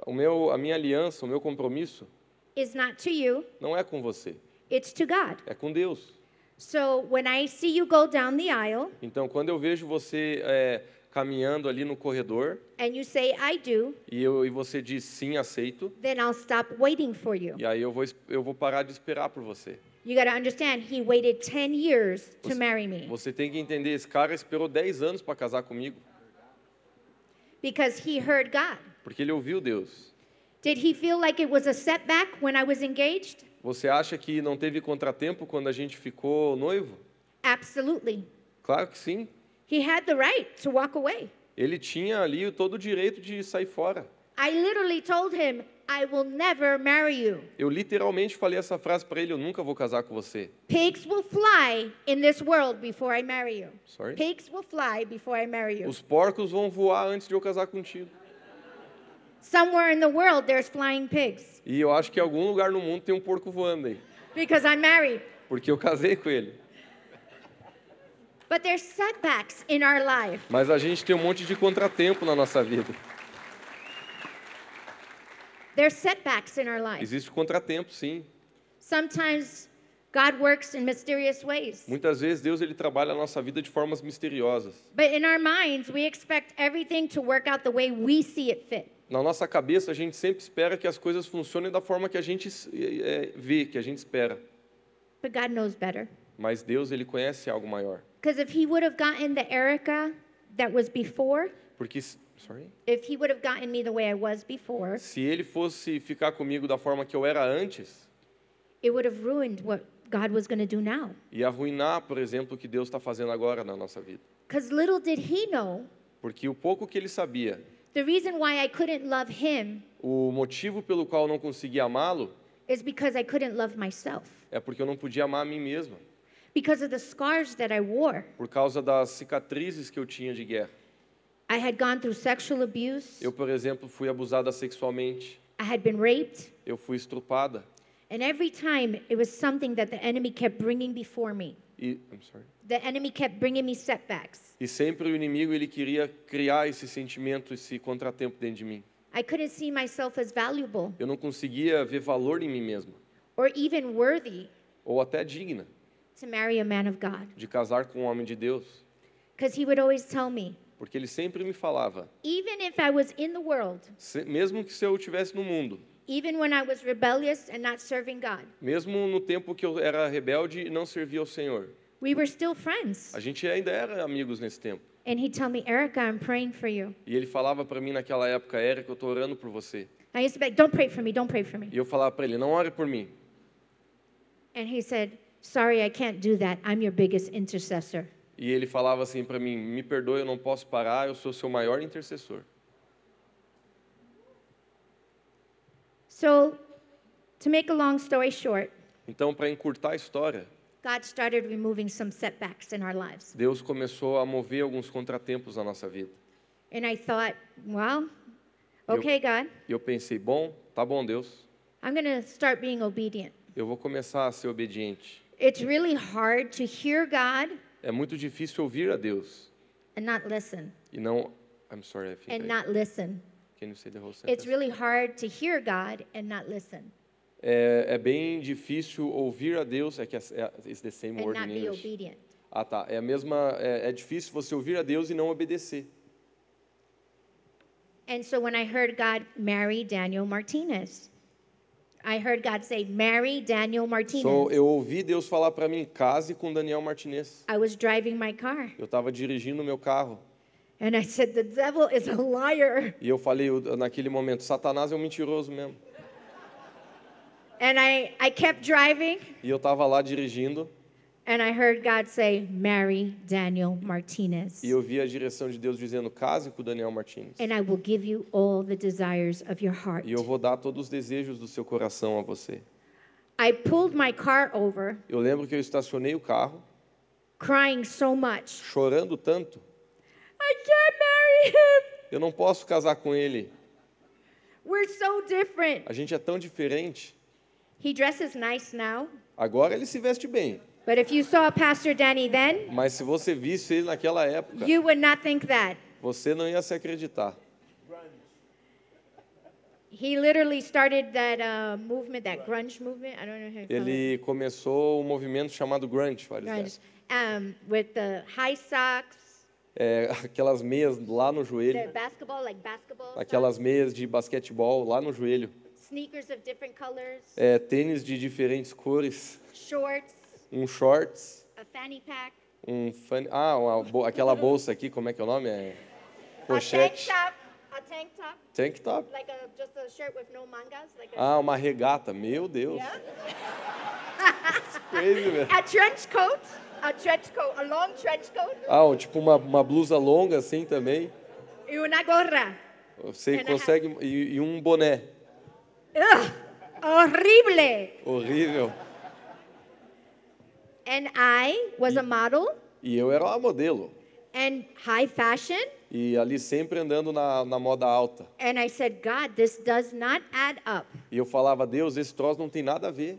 Speaker 2: o meu, a minha aliança, o meu compromisso
Speaker 1: is not to you,
Speaker 2: não é com você,
Speaker 1: it's to God.
Speaker 2: é com Deus.
Speaker 1: So when I see you go down the aisle
Speaker 2: Então, quando eu vejo você é, caminhando ali no corredor
Speaker 1: and you say, I do,
Speaker 2: e, eu, e você diz sim, aceito,
Speaker 1: then I'll stop waiting for you.
Speaker 2: e aí eu vou, es- eu vou parar de esperar por você.
Speaker 1: You got to understand, he waited 10 years to
Speaker 2: Você-
Speaker 1: marry me
Speaker 2: Você tem que entender: esse cara esperou 10 anos para casar comigo,
Speaker 1: because he heard God.
Speaker 2: porque ele ouviu Deus.
Speaker 1: Did he feel like it was a setback when I was engaged?
Speaker 2: Você acha que não teve contratempo quando a gente ficou noivo?
Speaker 1: Absolutely.
Speaker 2: Claro que sim.
Speaker 1: He had the right to walk away.
Speaker 2: Ele tinha ali todo o direito de sair fora.
Speaker 1: I literally told him, I will never marry you.
Speaker 2: Eu literalmente falei essa frase para ele: eu nunca vou casar com você.
Speaker 1: Pigs will fly in this world before I marry you.
Speaker 2: Sorry?
Speaker 1: Pigs will fly before I marry you.
Speaker 2: Os porcos vão voar antes de eu casar contigo.
Speaker 1: Somewhere in the world, there's flying pigs
Speaker 2: E eu acho que em algum lugar no mundo tem um porco voando aí,
Speaker 1: because I'm married.
Speaker 2: porque eu casei com ele.
Speaker 1: But there's setbacks in our life.
Speaker 2: Mas a gente tem um monte de contratempo na nossa vida.
Speaker 1: There's setbacks in our life.
Speaker 2: Existe contratempo, sim.
Speaker 1: Sometimes God works in mysterious ways.
Speaker 2: Muitas vezes Deus ele trabalha a nossa vida de formas misteriosas.
Speaker 1: But in our minds, we expect everything to work out the way we see it fit.
Speaker 2: Na nossa cabeça, a gente sempre espera que as coisas funcionem da forma que a gente eh, eh, vê, que a gente espera.
Speaker 1: But God knows better.
Speaker 2: Mas Deus ele conhece algo maior.
Speaker 1: Because if He would have gotten the Erica that was before,
Speaker 2: Porque se- sorry?
Speaker 1: if He would have gotten me the way I was before,
Speaker 2: se ele fosse ficar comigo da forma que eu era antes,
Speaker 1: it would have ruined what God was going to do now.
Speaker 2: ia arruinar, por exemplo, o que Deus está fazendo agora na nossa vida.
Speaker 1: Because little did He know
Speaker 2: Porque o pouco que ele sabia,
Speaker 1: the reason why I couldn't love Him
Speaker 2: o motivo pelo qual eu não conseguia amá-lo,
Speaker 1: is because I couldn't love myself,
Speaker 2: é porque eu não podia amar a mim mesma,
Speaker 1: because of the scars that I wore.
Speaker 2: por causa das cicatrizes que eu tinha de guerra.
Speaker 1: I had gone through sexual abuse,
Speaker 2: Eu, por exemplo, fui abusada sexualmente,
Speaker 1: I had been raped.
Speaker 2: eu fui estrupada.
Speaker 1: And every time it was something that the enemy kept bringing before me.
Speaker 2: E, I'm sorry.
Speaker 1: The enemy kept bringing me setbacks.
Speaker 2: e sempre o inimigo ele queria criar esse sentimento, esse contratempo dentro de mim.
Speaker 1: I couldn't see myself as valuable
Speaker 2: Eu não conseguia ver valor em mim mesma,
Speaker 1: or even worthy
Speaker 2: ou até digna.
Speaker 1: to marry a man of God.
Speaker 2: de casar com um homem de Deus,
Speaker 1: Because he would always tell me,
Speaker 2: porque ele sempre me falava,
Speaker 1: even if I was in the world,
Speaker 2: se- mesmo que se eu estivesse no mundo,
Speaker 1: even when I was rebellious and not serving God,
Speaker 2: mesmo no tempo que eu era rebelde e não servia ao Senhor,
Speaker 1: we were still friends.
Speaker 2: a gente ainda era amigos nesse tempo.
Speaker 1: And he'd tell me, Erica, I'm praying for you.
Speaker 2: E ele falava para mim naquela época, Eric, eu tô orando por você.
Speaker 1: I used to be like, don't pray for me, don't pray for me.
Speaker 2: E eu falava para ele, não ore por mim.
Speaker 1: And he said, Sorry, I can't do that. I'm your biggest intercessor.
Speaker 2: E ele falava assim para mim: Me perdoe, eu não posso parar, eu sou seu maior intercessor.
Speaker 1: So, to make a long story short,
Speaker 2: Então, para encurtar a história,
Speaker 1: God started removing some setbacks in our lives.
Speaker 2: Deus começou a mover alguns contratempos na nossa vida.
Speaker 1: And I thought, well,
Speaker 2: Yep.
Speaker 1: okay, God,
Speaker 2: E eu pensei: Bom, tá bom, Deus,
Speaker 1: I'm going to start being obedient.
Speaker 2: eu vou começar a ser obediente.
Speaker 1: It's really hard to hear God
Speaker 2: É muito difícil ouvir a Deus
Speaker 1: and not listen,
Speaker 2: e não. I'm sorry, I think
Speaker 1: and
Speaker 2: I-
Speaker 1: not listen.
Speaker 2: can you say the whole sentence?
Speaker 1: It's really hard to hear God and not listen,
Speaker 2: É, é bem difícil ouvir a Deus. É que é, é it's the same
Speaker 1: and
Speaker 2: word
Speaker 1: not
Speaker 2: in
Speaker 1: be
Speaker 2: English.
Speaker 1: obedient.
Speaker 2: Ah, tá. É a mesma. É, é difícil você ouvir a Deus e não obedecer.
Speaker 1: And so when I heard God marry Daniel Martinez, I heard God say, marry Daniel Martinez.
Speaker 2: So, eu ouvi Deus falar para mim: case com Daniel Martinez.
Speaker 1: I was driving my car,
Speaker 2: Eu estava dirigindo o meu carro
Speaker 1: and I said, the devil is a liar.
Speaker 2: e eu falei eu- naquele momento: Satanás é um mentiroso mesmo.
Speaker 1: And I, I kept driving,
Speaker 2: E eu estava lá dirigindo
Speaker 1: and I heard God say, marry Daniel Martinez.
Speaker 2: e eu vi a direção de Deus dizendo: case com Daniel Martinez.
Speaker 1: And I will give you all the desires of your heart.
Speaker 2: E eu vou dar todos os desejos do seu coração a você.
Speaker 1: I pulled my car over,
Speaker 2: Eu lembro que eu estacionei o carro,
Speaker 1: crying so much.
Speaker 2: chorando tanto.
Speaker 1: I can't marry him.
Speaker 2: Eu não posso casar com ele.
Speaker 1: We're so different.
Speaker 2: A gente é tão diferente.
Speaker 1: He dresses nice now,
Speaker 2: Agora ele se veste bem,
Speaker 1: but if you saw Pastor Danny then,
Speaker 2: mas se você visse ele naquela época,
Speaker 1: you would not think that.
Speaker 2: você não ia se acreditar.
Speaker 1: He literally started that uh, movement, that grunge movement. I don't know how you call it.
Speaker 2: Ele começou um movimento chamado grunge, vários
Speaker 1: Ah. Grunge.
Speaker 2: anos.
Speaker 1: Um, with the high socks,
Speaker 2: É, aquelas meias lá no
Speaker 1: the
Speaker 2: joelho,
Speaker 1: basketball, like basketball,
Speaker 2: aquelas
Speaker 1: socks,
Speaker 2: meias de basquetebol lá no joelho,
Speaker 1: sneakers of different colors,
Speaker 2: é, tênis de diferentes cores,
Speaker 1: shorts,
Speaker 2: um shorts,
Speaker 1: a fanny pack,
Speaker 2: um fan... ah, uma bo- aquela bolsa aqui, como é que é o nome? É...
Speaker 1: a Ah, tank
Speaker 2: Pochete,
Speaker 1: top, a tank top,
Speaker 2: tank top.
Speaker 1: like a, just a shirt with no mangas, like a,
Speaker 2: Ah, uma regata, meu Deus.
Speaker 1: Yeah.
Speaker 2: Crazy, velho.
Speaker 1: a trench coat, a trench coat, a long trench coat,
Speaker 2: Ah, um- tipo uma, uma blusa longa assim também.
Speaker 1: y una gorra.
Speaker 2: Você
Speaker 1: And I have-
Speaker 2: consegue. E, e um boné.
Speaker 1: Ugh, horrible.
Speaker 2: Horrível.
Speaker 1: And I was a model
Speaker 2: E eu era uma modelo.
Speaker 1: and high fashion.
Speaker 2: E ali sempre andando na, na moda alta.
Speaker 1: And I said, God, this does not add up.
Speaker 2: E eu falava, Deus, esse troço não tem nada a ver.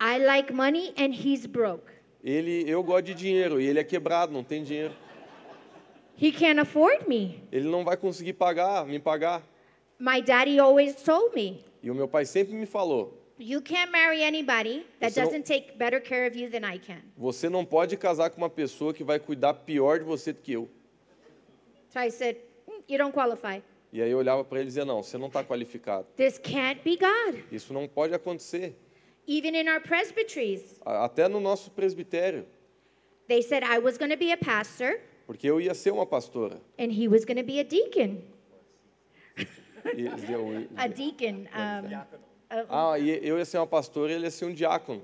Speaker 1: I like money and he's broke.
Speaker 2: Ele, eu gosto de dinheiro e ele é quebrado, não tem dinheiro.
Speaker 1: He can't afford me.
Speaker 2: Ele não vai conseguir pagar, me pagar.
Speaker 1: My daddy always told me,
Speaker 2: E o meu pai sempre me falou:
Speaker 1: you can't marry anybody that
Speaker 2: Você não-
Speaker 1: doesn't take better care of you than I can.
Speaker 2: você não pode casar com uma pessoa que vai cuidar pior de você do que eu.
Speaker 1: So I said, "Mm, you don't qualify.
Speaker 2: E aí eu olhava para ele e dizia: não, você não está qualificado.
Speaker 1: This can't be God.
Speaker 2: Isso não pode acontecer.
Speaker 1: Even in our presbyteries,
Speaker 2: A- Até no nosso presbitério,
Speaker 1: they said I was going to be a pastor
Speaker 2: porque eu ia ser uma pastora.
Speaker 1: and he was going to be a deacon.
Speaker 2: E eles iam-
Speaker 1: A deacon um, uh,
Speaker 2: Ah, e eu ia ser uma pastora e ele ia ser um diácono,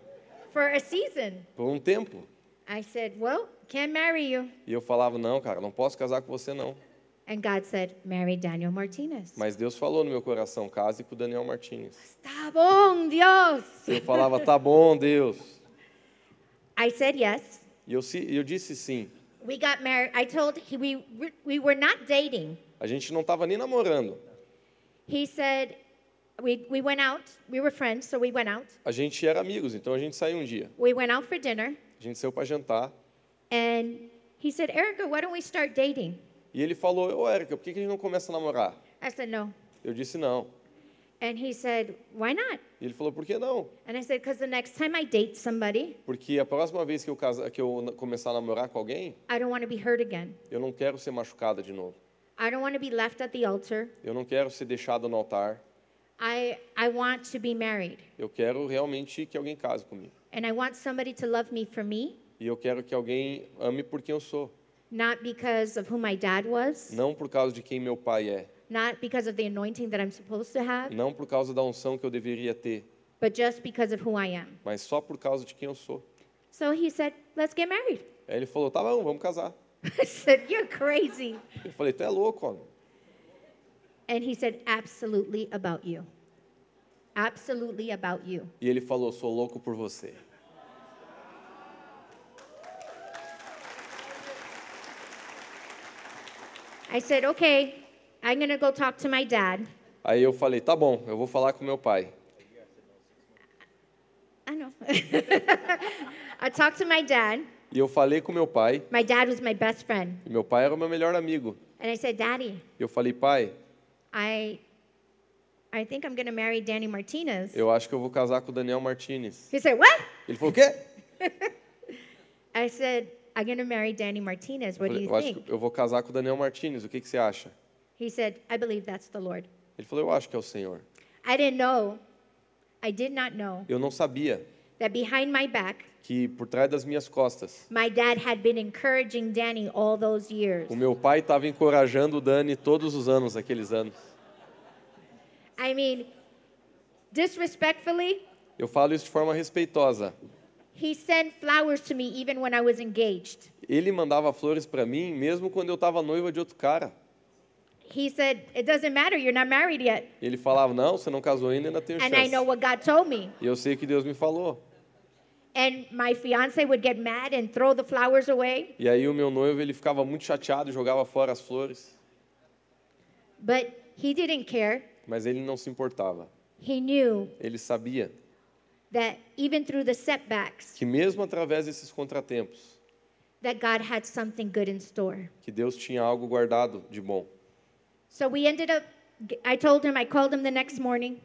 Speaker 1: for a season.
Speaker 2: por um tempo.
Speaker 1: I said, Well, can't marry you.
Speaker 2: E eu falava, não, cara, não posso casar com você, não.
Speaker 1: And God said, Marry Daniel Martinez.
Speaker 2: Mas Deus falou no meu coração, case com o Daniel Martins.
Speaker 1: Está bom, Dios.
Speaker 2: Eu falava, tá bom, Deus.
Speaker 1: I said yes.
Speaker 2: E eu, se- eu disse sim.
Speaker 1: We got married. I told he, we we were not dating.
Speaker 2: A gente não estava nem namorando.
Speaker 1: He said, we, we went out. We were friends, so we went out.
Speaker 2: A gente era amigos, então a gente saiu um dia.
Speaker 1: We went out for dinner.
Speaker 2: A gente saiu para jantar.
Speaker 1: And he said, Erica, why don't we start dating?
Speaker 2: E ele falou, ô, Érica, por que que a gente não começa a namorar?
Speaker 1: I said, No.
Speaker 2: Eu disse não.
Speaker 1: And he said, Why not?
Speaker 2: E ele falou, por que não?
Speaker 1: And I said, Because the next time I date somebody,
Speaker 2: Porque a próxima vez que eu, casa, que eu na- começar a namorar com alguém,
Speaker 1: I don't want to be hurt again.
Speaker 2: eu não quero ser machucada de novo.
Speaker 1: I don't want to be left at the altar.
Speaker 2: Eu não quero ser deixada no altar.
Speaker 1: I, I want to be married.
Speaker 2: Eu quero realmente que alguém case comigo.
Speaker 1: And I want somebody to love me for me,
Speaker 2: E eu quero que alguém ame por quem eu sou.
Speaker 1: not because of who my dad was,
Speaker 2: Não por causa de quem meu pai é.
Speaker 1: not because of the anointing that I'm supposed to have,
Speaker 2: Não por causa da unção que eu deveria ter.
Speaker 1: but just because of who I am.
Speaker 2: Mas só por causa de quem eu sou.
Speaker 1: So he said, Let's get married.
Speaker 2: Aí ele falou, tá bom, vamos casar.
Speaker 1: I said, You're crazy.
Speaker 2: Eu falei, tu é louco, homem.
Speaker 1: And he said, Absolutely about you. Absolutely about you.
Speaker 2: E ele falou, sou louco por você.
Speaker 1: I said, Okay, I'm going to go talk to my dad.
Speaker 2: Aí eu falei, tá bom, eu vou falar com meu pai.
Speaker 1: I know. I talked to my dad.
Speaker 2: E eu falei com meu pai,
Speaker 1: My dad was my best friend.
Speaker 2: e meu pai era o meu melhor amigo.
Speaker 1: And I said, Daddy,
Speaker 2: E eu falei, pai,
Speaker 1: I, I think I'm going to marry Danny Martinez.
Speaker 2: eu acho que eu vou casar com o Daniel Martinez.
Speaker 1: He said, What?
Speaker 2: Ele falou, o quê?
Speaker 1: I said, I'm going to marry Danny Martinez.
Speaker 2: Eu
Speaker 1: What do
Speaker 2: falei,
Speaker 1: you
Speaker 2: eu acho
Speaker 1: think?
Speaker 2: que eu vou casar com o Daniel Martinez, o que, que você acha?
Speaker 1: He said, I believe that's the Lord.
Speaker 2: Ele falou, eu acho que é o Senhor.
Speaker 1: I didn't know, I did not know
Speaker 2: Eu não sabia
Speaker 1: that behind my back,
Speaker 2: que por trás das minhas costas,
Speaker 1: my dad had been encouraging Danny all those years.
Speaker 2: o meu pai estava encorajando o Dani todos os anos, aqueles anos.
Speaker 1: I mean, disrespectfully,
Speaker 2: Eu falo isso de forma respeitosa.
Speaker 1: he sent flowers to me even when I was engaged.
Speaker 2: Ele mandava flores para mim, mesmo quando eu estava noiva de outro cara.
Speaker 1: He said, It doesn't matter, you're not married yet.
Speaker 2: Ele falava, não, você não casou ainda, ainda tenho
Speaker 1: And I
Speaker 2: chance.
Speaker 1: know what God told me.
Speaker 2: E eu sei que Deus me falou.
Speaker 1: And my fiance would get mad and throw the flowers away.
Speaker 2: E aí o meu noivo, ele ficava muito chateado, jogava fora as flores.
Speaker 1: But he didn't care.
Speaker 2: Mas ele não se importava.
Speaker 1: He knew
Speaker 2: Ele sabia
Speaker 1: that even through the setbacks,
Speaker 2: que mesmo através desses contratempos,
Speaker 1: that God had something good in store.
Speaker 2: que Deus tinha algo guardado de bom.
Speaker 1: So we ended up, I told him, I called him the next morning.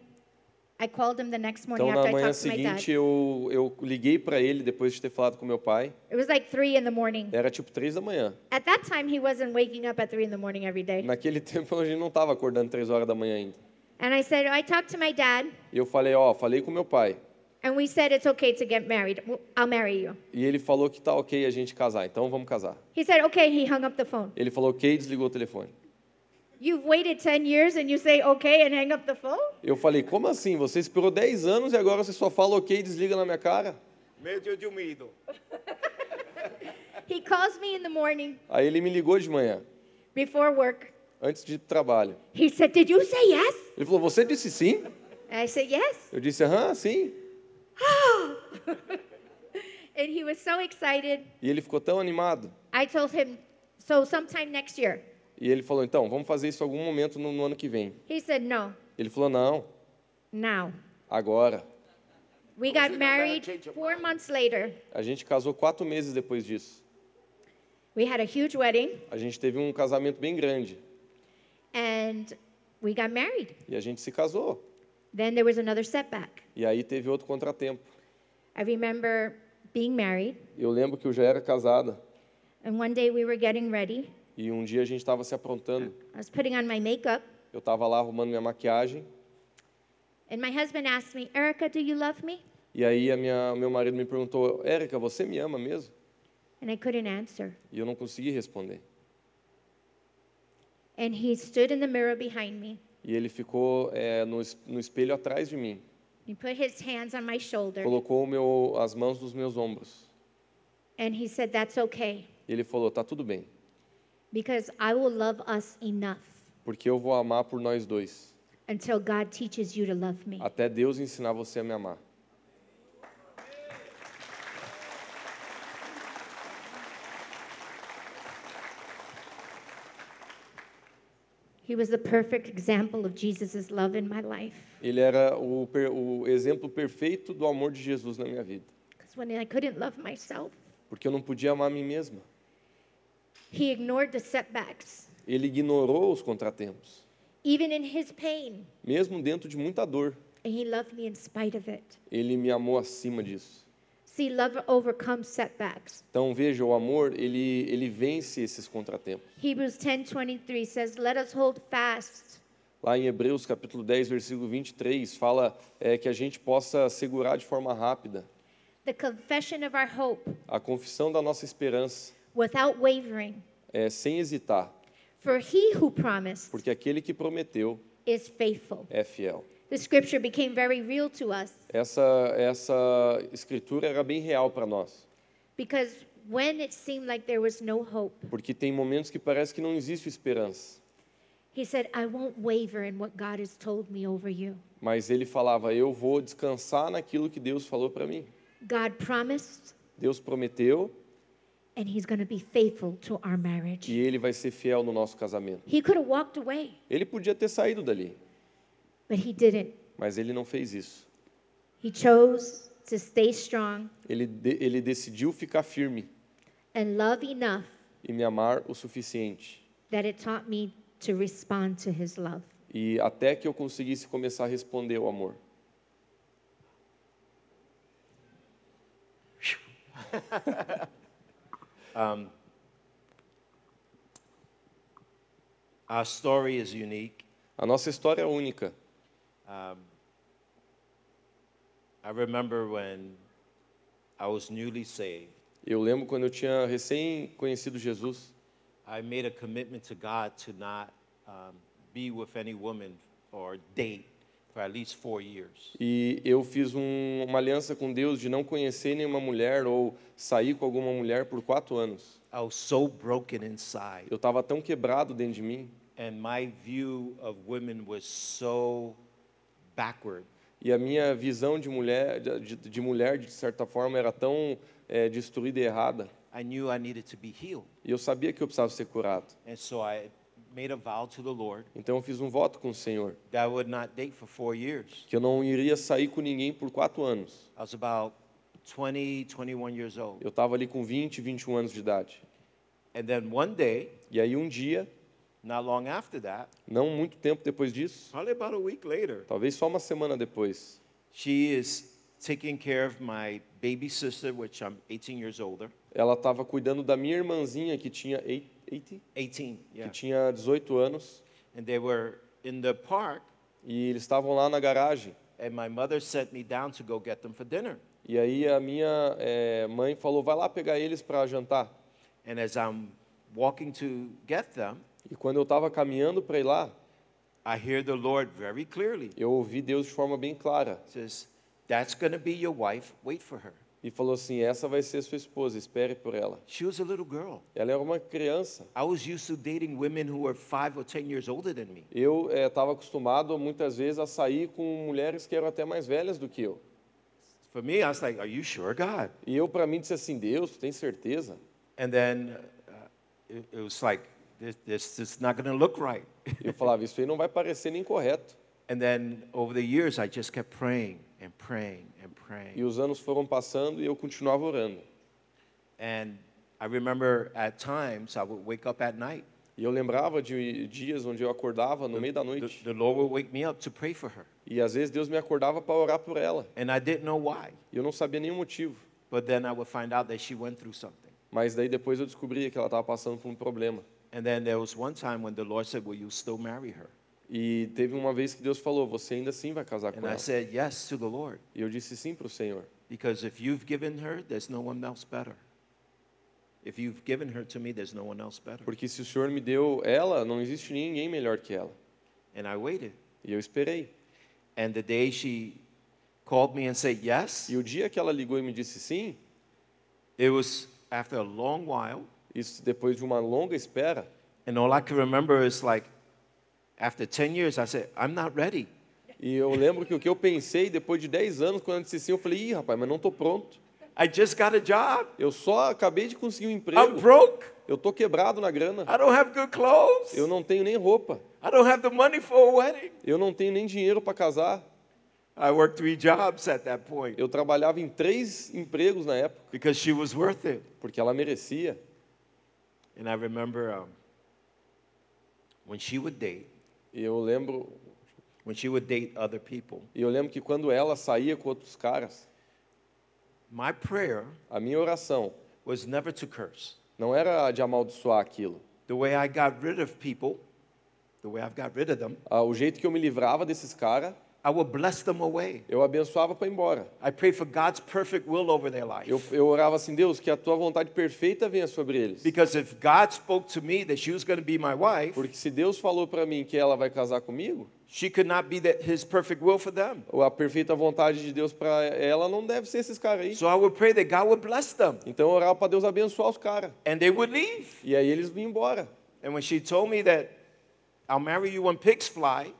Speaker 1: I called him the next morning
Speaker 2: Então
Speaker 1: after
Speaker 2: na
Speaker 1: I
Speaker 2: manhã
Speaker 1: talked to my
Speaker 2: seguinte
Speaker 1: dad.
Speaker 2: eu, eu liguei para ele depois de ter falado com meu pai.
Speaker 1: It was like three in the morning.
Speaker 2: Era tipo três da manhã.
Speaker 1: At that time, he wasn't waking up at three in the morning every day.
Speaker 2: Naquele tempo a gente não estava acordando três horas da manhã ainda.
Speaker 1: And I said, I talked to my dad,
Speaker 2: E eu falei, ó, falei com meu pai.
Speaker 1: and we said, it's okay to get married. W- I'll marry you.
Speaker 2: E ele falou que tá ok a gente casar, então vamos casar.
Speaker 1: He said, okay. He hung up the phone.
Speaker 2: Ele falou ok e desligou o telefone.
Speaker 1: You've waited 10 years and you say okay and hang up the phone?
Speaker 2: Eu falei, como assim? Você esperou 10 anos e agora você só fala ok e desliga na minha cara?
Speaker 3: Medio de um medo.
Speaker 1: He calls me in the morning
Speaker 2: Aí ele me ligou de manhã,
Speaker 1: before work.
Speaker 2: antes de ir pro trabalho.
Speaker 1: He said, Did you say yes?
Speaker 2: Ele falou, você disse sim?
Speaker 1: And I said, Yes.
Speaker 2: Eu disse, aham, sim.
Speaker 1: And he was so excited.
Speaker 2: E ele ficou tão animado.
Speaker 1: I told him, So sometime next year.
Speaker 2: E ele falou, então, vamos fazer isso em algum momento no, no ano que vem.
Speaker 1: He said, No,
Speaker 2: Ele falou, não,
Speaker 1: now.
Speaker 2: agora.
Speaker 1: We got
Speaker 3: it,
Speaker 1: married
Speaker 3: change your
Speaker 1: four months later.
Speaker 2: A gente casou quatro meses depois disso.
Speaker 1: We had a huge wedding
Speaker 2: A gente teve um casamento bem grande.
Speaker 1: and we got married.
Speaker 2: E a gente se casou.
Speaker 1: Then there was another setback.
Speaker 2: E aí teve outro contratempo.
Speaker 1: I remember being married,
Speaker 2: Eu lembro que eu já era casada.
Speaker 1: and one day we were getting ready.
Speaker 2: E um dia a gente estava se aprontando.
Speaker 1: I was putting on my makeup,
Speaker 2: Eu estava lá arrumando minha maquiagem.
Speaker 1: and my husband asked me, Erica, do you love me?
Speaker 2: E aí a minha, meu marido me perguntou, Érica, você me ama mesmo?
Speaker 1: And I couldn't answer.
Speaker 2: E eu não consegui responder.
Speaker 1: And he stood in the mirror behind me.
Speaker 2: E ele ficou eh, no, es- no espelho atrás de mim.
Speaker 1: He put his hands on my shoulder
Speaker 2: Colocou o meu, as mãos nos meus ombros.
Speaker 1: and he said, That's okay,
Speaker 2: E ele falou, tá tudo bem.
Speaker 1: because I will love us enough
Speaker 2: Porque eu vou amar por nós dois.
Speaker 1: until God teaches you to love me.
Speaker 2: Até Deus ensinar você a me amar.
Speaker 1: He was the perfect example of Jesus' love in my life.
Speaker 2: Ele era o, per- o exemplo perfeito do amor de Jesus na minha vida.
Speaker 1: Because when I couldn't love myself,
Speaker 2: Porque eu não podia amar a mim mesma.
Speaker 1: he ignored the setbacks.
Speaker 2: Ele ignorou os contratempos.
Speaker 1: Even in his pain,
Speaker 2: Mesmo dentro de muita dor,
Speaker 1: and he loved me in spite of it.
Speaker 2: ele me amou acima disso.
Speaker 1: See, love overcomes setbacks.
Speaker 2: Então veja, o amor, ele, ele vence esses contratempos.
Speaker 1: Hebrews 10:23 says, "Let us hold fast
Speaker 2: Lá em Hebreus capítulo 10, versículo 23, fala é, que a gente possa segurar de forma rápida
Speaker 1: the confession of our hope
Speaker 2: a confissão da nossa esperança,
Speaker 1: without wavering,
Speaker 2: é, sem hesitar,
Speaker 1: for he who promised
Speaker 2: porque aquele que prometeu
Speaker 1: is faithful."
Speaker 2: é fiel.
Speaker 1: The scripture became very real to us
Speaker 2: Essa, essa escritura era bem real para nós.
Speaker 1: because when it seemed like there was no hope,
Speaker 2: Porque tem momentos que parece que não existe esperança.
Speaker 1: he said, I won't waver in what God has told me over you.
Speaker 2: Mas ele falava: Eu vou descansar naquilo que Deus falou para mim.
Speaker 1: God promised,
Speaker 2: Deus prometeu
Speaker 1: and He's going to be faithful to our marriage.
Speaker 2: e ele vai ser fiel no nosso casamento.
Speaker 1: He could have walked away,
Speaker 2: Ele podia ter saído dali,
Speaker 1: but He didn't.
Speaker 2: mas ele não fez isso.
Speaker 1: He chose to stay strong
Speaker 2: Ele, de- ele decidiu ficar firme
Speaker 1: and love enough
Speaker 2: e me amar o suficiente.
Speaker 1: that it taught me to respond to His love.
Speaker 2: E até que eu conseguisse começar a responder o amor.
Speaker 3: Our story is unique.
Speaker 2: A nossa história é única.
Speaker 3: Um, I remember when I was newly saved,
Speaker 2: Eu lembro quando eu tinha recém conhecido Jesus,
Speaker 3: I made a commitment to God to not um, be with any woman or date for at least four years.
Speaker 2: E eu fiz um, uma aliança com Deus de não conhecer nenhuma mulher ou sair com alguma mulher por quatro anos.
Speaker 3: I was so broken inside,
Speaker 2: Eu estava tão quebrado dentro de mim
Speaker 3: and my view of women was so backward.
Speaker 2: e a minha visão de mulher, de, de mulher de certa forma, era tão eh, destruída e errada.
Speaker 3: I knew I needed to be healed.
Speaker 2: E eu sabia que eu precisava ser curado.
Speaker 3: And so I made a vow to the Lord
Speaker 2: Então eu fiz um voto com o Senhor
Speaker 3: that I would not date for four years.
Speaker 2: que eu não iria sair com ninguém por quatro anos.
Speaker 3: I was about 20, 21 years old.
Speaker 2: Eu estava ali com 20, 21 anos de idade.
Speaker 3: And then one day,
Speaker 2: E aí um dia,
Speaker 3: not long after that,
Speaker 2: não muito tempo depois disso,
Speaker 3: probably about a week later,
Speaker 2: talvez só uma semana depois,
Speaker 3: she is taking care of my baby sister, which I'm 18 years older.
Speaker 2: ela estava cuidando da minha irmãzinha que tinha eight- 80,
Speaker 3: 18, yeah.
Speaker 2: que tinha 18 anos,
Speaker 3: And they were in the park,
Speaker 2: e eles estavam lá na garagem.
Speaker 3: and my mother sent me down to go get them for dinner.
Speaker 2: E aí a minha eh, mãe falou, vai lá pegar eles para jantar.
Speaker 3: And as I'm walking to get them,
Speaker 2: E quando eu estava caminhando para ir lá,
Speaker 3: I hear the Lord very clearly.
Speaker 2: eu ouvi Deus de forma bem clara
Speaker 3: says, That's going to be your wife. Wait for her.
Speaker 2: e falou assim, essa vai ser sua esposa, espere por ela.
Speaker 3: She was a little girl.
Speaker 2: Ela era uma criança.
Speaker 3: I was used to dating women who were five or 10 years older than me.
Speaker 2: Eu estava acostumado muitas vezes a sair com mulheres que eram até mais velhas do que eu.
Speaker 3: For me, I was like, Are you sure, God?
Speaker 2: E eu para mim disse assim, Deus, tu tem certeza?
Speaker 3: And then uh, it, it was like, this, this, this is not going to look right.
Speaker 2: Eu falava, isso aí não vai parecer nem correto.
Speaker 3: And then over the years, I just kept praying and praying and
Speaker 2: E
Speaker 3: praying.
Speaker 2: os anos foram passando e eu continuava orando.
Speaker 3: And I remember at times I would wake up at night.
Speaker 2: E eu lembrava de dias onde eu acordava no meio da
Speaker 3: The,
Speaker 2: noite
Speaker 3: the Lord would wake me up to pray for her.
Speaker 2: e às vezes Deus me acordava para orar por ela.
Speaker 3: And I didn't know why.
Speaker 2: E eu não sabia nenhum motivo.
Speaker 3: But then I would find out that she went through something.
Speaker 2: Mas daí depois eu descobria que ela estava passando por um problema.
Speaker 3: And then there was one time when the Lord said, Will you still marry her?
Speaker 2: E teve uma vez que Deus falou: "Você ainda assim vai casar com
Speaker 3: And I
Speaker 2: ela?"
Speaker 3: said, Yes to the Lord.
Speaker 2: E eu disse sim para o Senhor,
Speaker 3: Because if you've given her, there's no one else better. If you've given her to me, there's no one else better.
Speaker 2: porque se o Senhor me deu ela, não existe ninguém melhor que ela.
Speaker 3: And I waited.
Speaker 2: E eu esperei.
Speaker 3: And the day she called me and said yes,
Speaker 2: E o dia que ela ligou e me disse sim,
Speaker 3: it was after a long while.
Speaker 2: isso depois de uma longa espera,
Speaker 3: And all I can remember is like, after 10 years, I said, I'm not ready.
Speaker 2: e eu lembro que o que eu pensei depois de 10 anos quando ela disse sim, eu falei: "Ih, rapaz, mas não tô pronto.
Speaker 3: I just got a job.
Speaker 2: Eu só acabei de conseguir um
Speaker 3: I'm
Speaker 2: emprego.
Speaker 3: broke.
Speaker 2: Eu tô quebrado na grana.
Speaker 3: I don't have good clothes.
Speaker 2: Eu não tenho nem roupa.
Speaker 3: I don't have the money for a wedding.
Speaker 2: Eu não tenho nem dinheiro para casar.
Speaker 3: I worked three jobs at that point
Speaker 2: Eu trabalhava em três empregos na época,
Speaker 3: because she was worth it.
Speaker 2: porque ela merecia.
Speaker 3: And I remember um, when she would date,
Speaker 2: E eu lembro,
Speaker 3: when she would date other people,
Speaker 2: e eu lembro que quando ela saía com outros caras,
Speaker 3: my prayer
Speaker 2: a minha oração
Speaker 3: was never to curse.
Speaker 2: não era a de amaldiçoar aquilo.
Speaker 3: The way I got rid of people, the way I've got rid of them,
Speaker 2: Ah, O jeito que eu me livrava desses caras
Speaker 3: I will bless them away.
Speaker 2: Eu abençoava para ir embora.
Speaker 3: I pray for God's perfect will over their life.
Speaker 2: Eu, eu orava assim, Deus, que a tua vontade perfeita venha sobre eles.
Speaker 3: Because if God spoke to me that she was going to be my wife,
Speaker 2: Porque se Deus falou para mim que ela vai casar comigo,
Speaker 3: she could not be that His perfect will for them.
Speaker 2: a perfeita vontade de Deus para ela não deve ser esses caras aí.
Speaker 3: So I would pray that God would bless them
Speaker 2: Então eu orava para Deus abençoar os caras.
Speaker 3: and they would leave.
Speaker 2: E aí eles vinham embora.
Speaker 3: And when she told me that I'll marry you when pigs fly,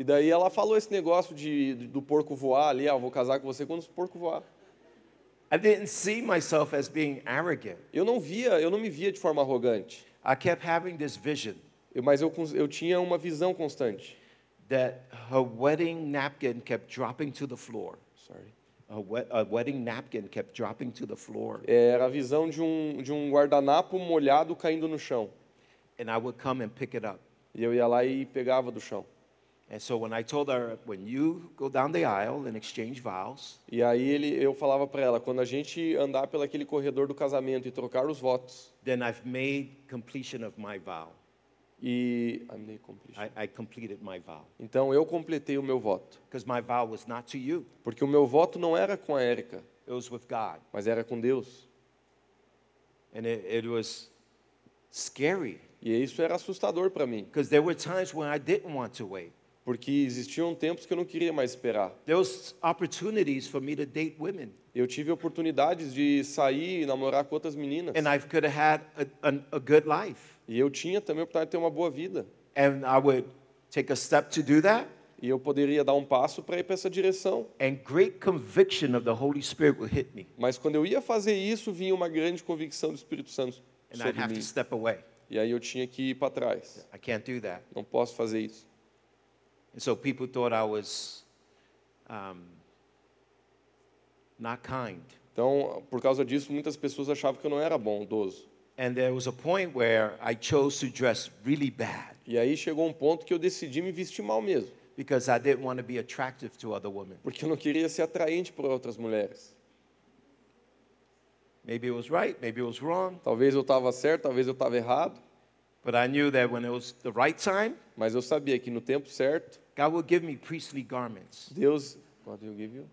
Speaker 2: E daí ela falou esse negócio de, do porco voar ali, ah, eu vou casar com você quando o porco voar.
Speaker 3: I didn't see myself as being arrogant.
Speaker 2: Eu não via, eu não me via de forma arrogante.
Speaker 3: I kept having this vision
Speaker 2: Eu- Mas eu, cons- eu tinha uma visão constante.
Speaker 3: that her wedding napkin kept dropping to the floor.
Speaker 2: Sorry.
Speaker 3: A, wed- a wedding napkin kept dropping to the floor.
Speaker 2: É, Era a visão de um, de um guardanapo molhado caindo no chão.
Speaker 3: And I would come and pick it up.
Speaker 2: E eu ia lá e pegava do chão.
Speaker 3: And so when I told her, when you go down the aisle and exchange vows,
Speaker 2: E aí ele, eu falava para ela, quando a gente andar pelo aquele corredor do casamento e trocar os votos,
Speaker 3: then I've made completion of my vow.
Speaker 2: e I'm the completion.
Speaker 3: I, I completed my vow.
Speaker 2: então eu completei o meu voto,
Speaker 3: Because my vow was not to you,
Speaker 2: porque o meu voto não era com a Érica,
Speaker 3: it was with God.
Speaker 2: mas era com Deus.
Speaker 3: And it, it was scary.
Speaker 2: E isso era assustador para mim,
Speaker 3: Because there were times when I didn't want to wait.
Speaker 2: porque existiam tempos que eu não queria mais esperar.
Speaker 3: There was opportunities for me to date women.
Speaker 2: Eu tive oportunidades de sair e namorar com outras meninas.
Speaker 3: And I could have had a, a, a good life.
Speaker 2: E eu tinha também a oportunidade de ter uma boa vida.
Speaker 3: And I would take a step to do that.
Speaker 2: E eu poderia dar um passo para ir para essa direção.
Speaker 3: And great conviction of the Holy Spirit would hit me.
Speaker 2: Mas quando eu ia fazer isso, vinha uma grande convicção do Espírito Santo
Speaker 3: And I'd
Speaker 2: sobre
Speaker 3: have
Speaker 2: mim.
Speaker 3: to step away.
Speaker 2: E aí eu tinha que ir para trás.
Speaker 3: I can't do that.
Speaker 2: Não posso fazer isso.
Speaker 3: And so people thought I was um, not kind.
Speaker 2: Então, por causa disso, muitas pessoas achavam que eu não era bondoso.
Speaker 3: And there was a point where I chose to dress really bad
Speaker 2: E aí chegou um ponto que eu decidi me vestir mal mesmo,
Speaker 3: because I didn't want to be attractive to other women.
Speaker 2: porque eu não queria ser atraente para outras mulheres.
Speaker 3: Maybe it was right, maybe it was wrong,
Speaker 2: Talvez eu estava certo, talvez eu estava errado,
Speaker 3: but I knew that when it was the right time,
Speaker 2: mas eu sabia que no tempo certo,
Speaker 3: God would give me priestly garments,
Speaker 2: Deus, God will give you.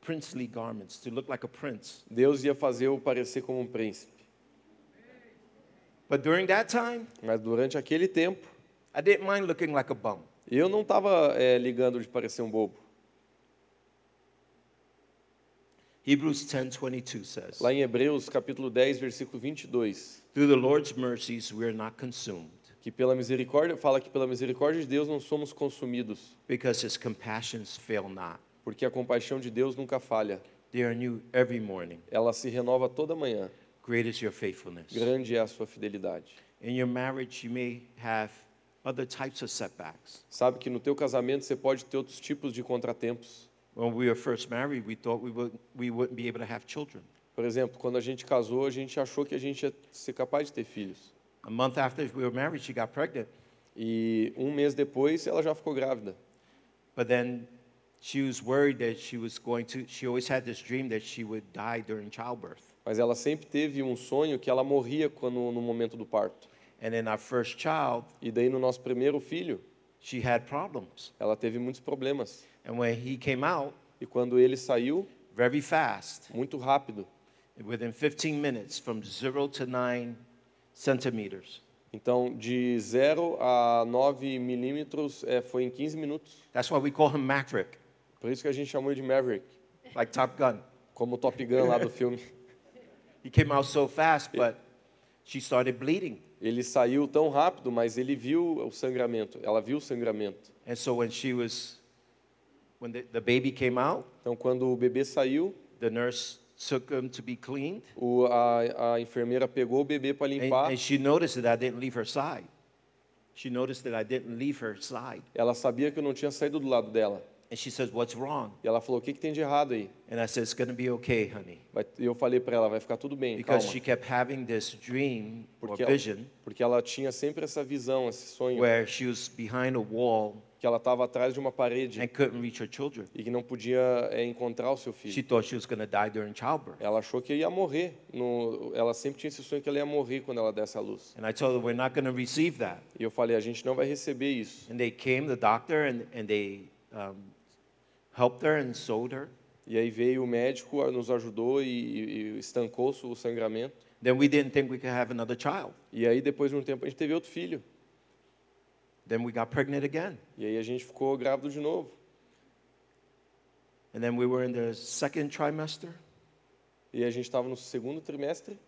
Speaker 3: princely garments to look like a prince.
Speaker 2: Deus ia fazer eu parecer como um príncipe.
Speaker 3: But during that time,
Speaker 2: Mas durante aquele tempo,
Speaker 3: I didn't mind looking like a bum.
Speaker 2: eu não estava ligando de parecer um bobo.
Speaker 3: Hebrews 10:22 says,
Speaker 2: Lá em Hebreus, capítulo 10, versículo 22,
Speaker 3: "Through the Lord's mercies we are not consumed,
Speaker 2: que pela misericórdia, fala que pela misericórdia de Deus não somos consumidos,
Speaker 3: because his compassions fail not."
Speaker 2: porque a compaixão de Deus nunca falha.
Speaker 3: They are new every morning.
Speaker 2: Ela se renova toda manhã.
Speaker 3: Great is your faithfulness.
Speaker 2: Grande é a sua fidelidade.
Speaker 3: In your marriage, you may have other types of setbacks.
Speaker 2: Sabe que no teu casamento você pode ter outros tipos de contratempos.
Speaker 3: When we were first married, we thought we, would, we wouldn't be able to have children.
Speaker 2: Por exemplo, quando a gente casou, a gente achou que a gente ia ser capaz de ter filhos.
Speaker 3: A month after we were married, she got pregnant.
Speaker 2: E um mês depois, ela já ficou grávida.
Speaker 3: But then she was worried that she was going to, she always had this dream that she would die during childbirth.
Speaker 2: Mas ela sempre teve um sonho que ela morria quando no momento do parto.
Speaker 3: And in our first child,
Speaker 2: E daí no nosso primeiro filho,
Speaker 3: she had problems.
Speaker 2: ela teve muitos problemas.
Speaker 3: And when he came out,
Speaker 2: E quando ele saiu,
Speaker 3: very fast,
Speaker 2: muito rápido.
Speaker 3: within 15 minutes, from zero to nine centimeters.
Speaker 2: Então, de 0 a 9 milímetros é, foi em 15 minutos.
Speaker 3: That's why we call him Maverick,
Speaker 2: Por isso que a gente chamou ele de Maverick,
Speaker 3: like Top Gun.
Speaker 2: como o Top Gun lá do filme.
Speaker 3: He came out so fast, but she started bleeding.
Speaker 2: Ele saiu tão rápido, mas ele viu o sangramento. Ela viu o sangramento.
Speaker 3: And so when she was, when the, the baby came out,
Speaker 2: Então, quando o bebê saiu,
Speaker 3: the nurse took him to be cleaned.
Speaker 2: o, a, a enfermeira pegou o bebê para
Speaker 3: And,
Speaker 2: limpar.
Speaker 3: and she noticed that I didn't leave her side. She noticed that I didn't leave her side.
Speaker 2: Ela sabia que eu não tinha saído do lado dela.
Speaker 3: And she says, What's wrong?
Speaker 2: E ela falou: "O que, que tem de errado aí?"
Speaker 3: And I said, It's going to be okay, honey.
Speaker 2: Vai- E eu falei para ela: "Vai ficar tudo bem,
Speaker 3: Because
Speaker 2: calma."
Speaker 3: she kept having this dream or
Speaker 2: Porque ela,
Speaker 3: vision
Speaker 2: porque ela tinha sempre essa visão, esse sonho,
Speaker 3: where she was behind a wall
Speaker 2: que ela estava atrás de uma parede
Speaker 3: and couldn't reach her children.
Speaker 2: e que não podia é, encontrar o seu filho.
Speaker 3: She thought she was going to die during childbirth.
Speaker 2: Ela achou que ia morrer. No, ela sempre tinha esse sonho que ela ia morrer quando ela desse a luz.
Speaker 3: And I told her, We're not going to receive that.
Speaker 2: E eu falei: "A gente não vai receber isso."
Speaker 3: And they came, the doctor, and, and they um, helped her and sold her.
Speaker 2: E aí veio o médico, a- nos ajudou e, e- e estancou o sangramento.
Speaker 3: Then we didn't think we could have another child.
Speaker 2: E aí, depois de um tempo, a gente teve outro filho.
Speaker 3: Then we got pregnant again.
Speaker 2: E aí a gente ficou grávido de novo.
Speaker 3: And then we were in the second trimester.
Speaker 2: E a gente estava no segundo trimestre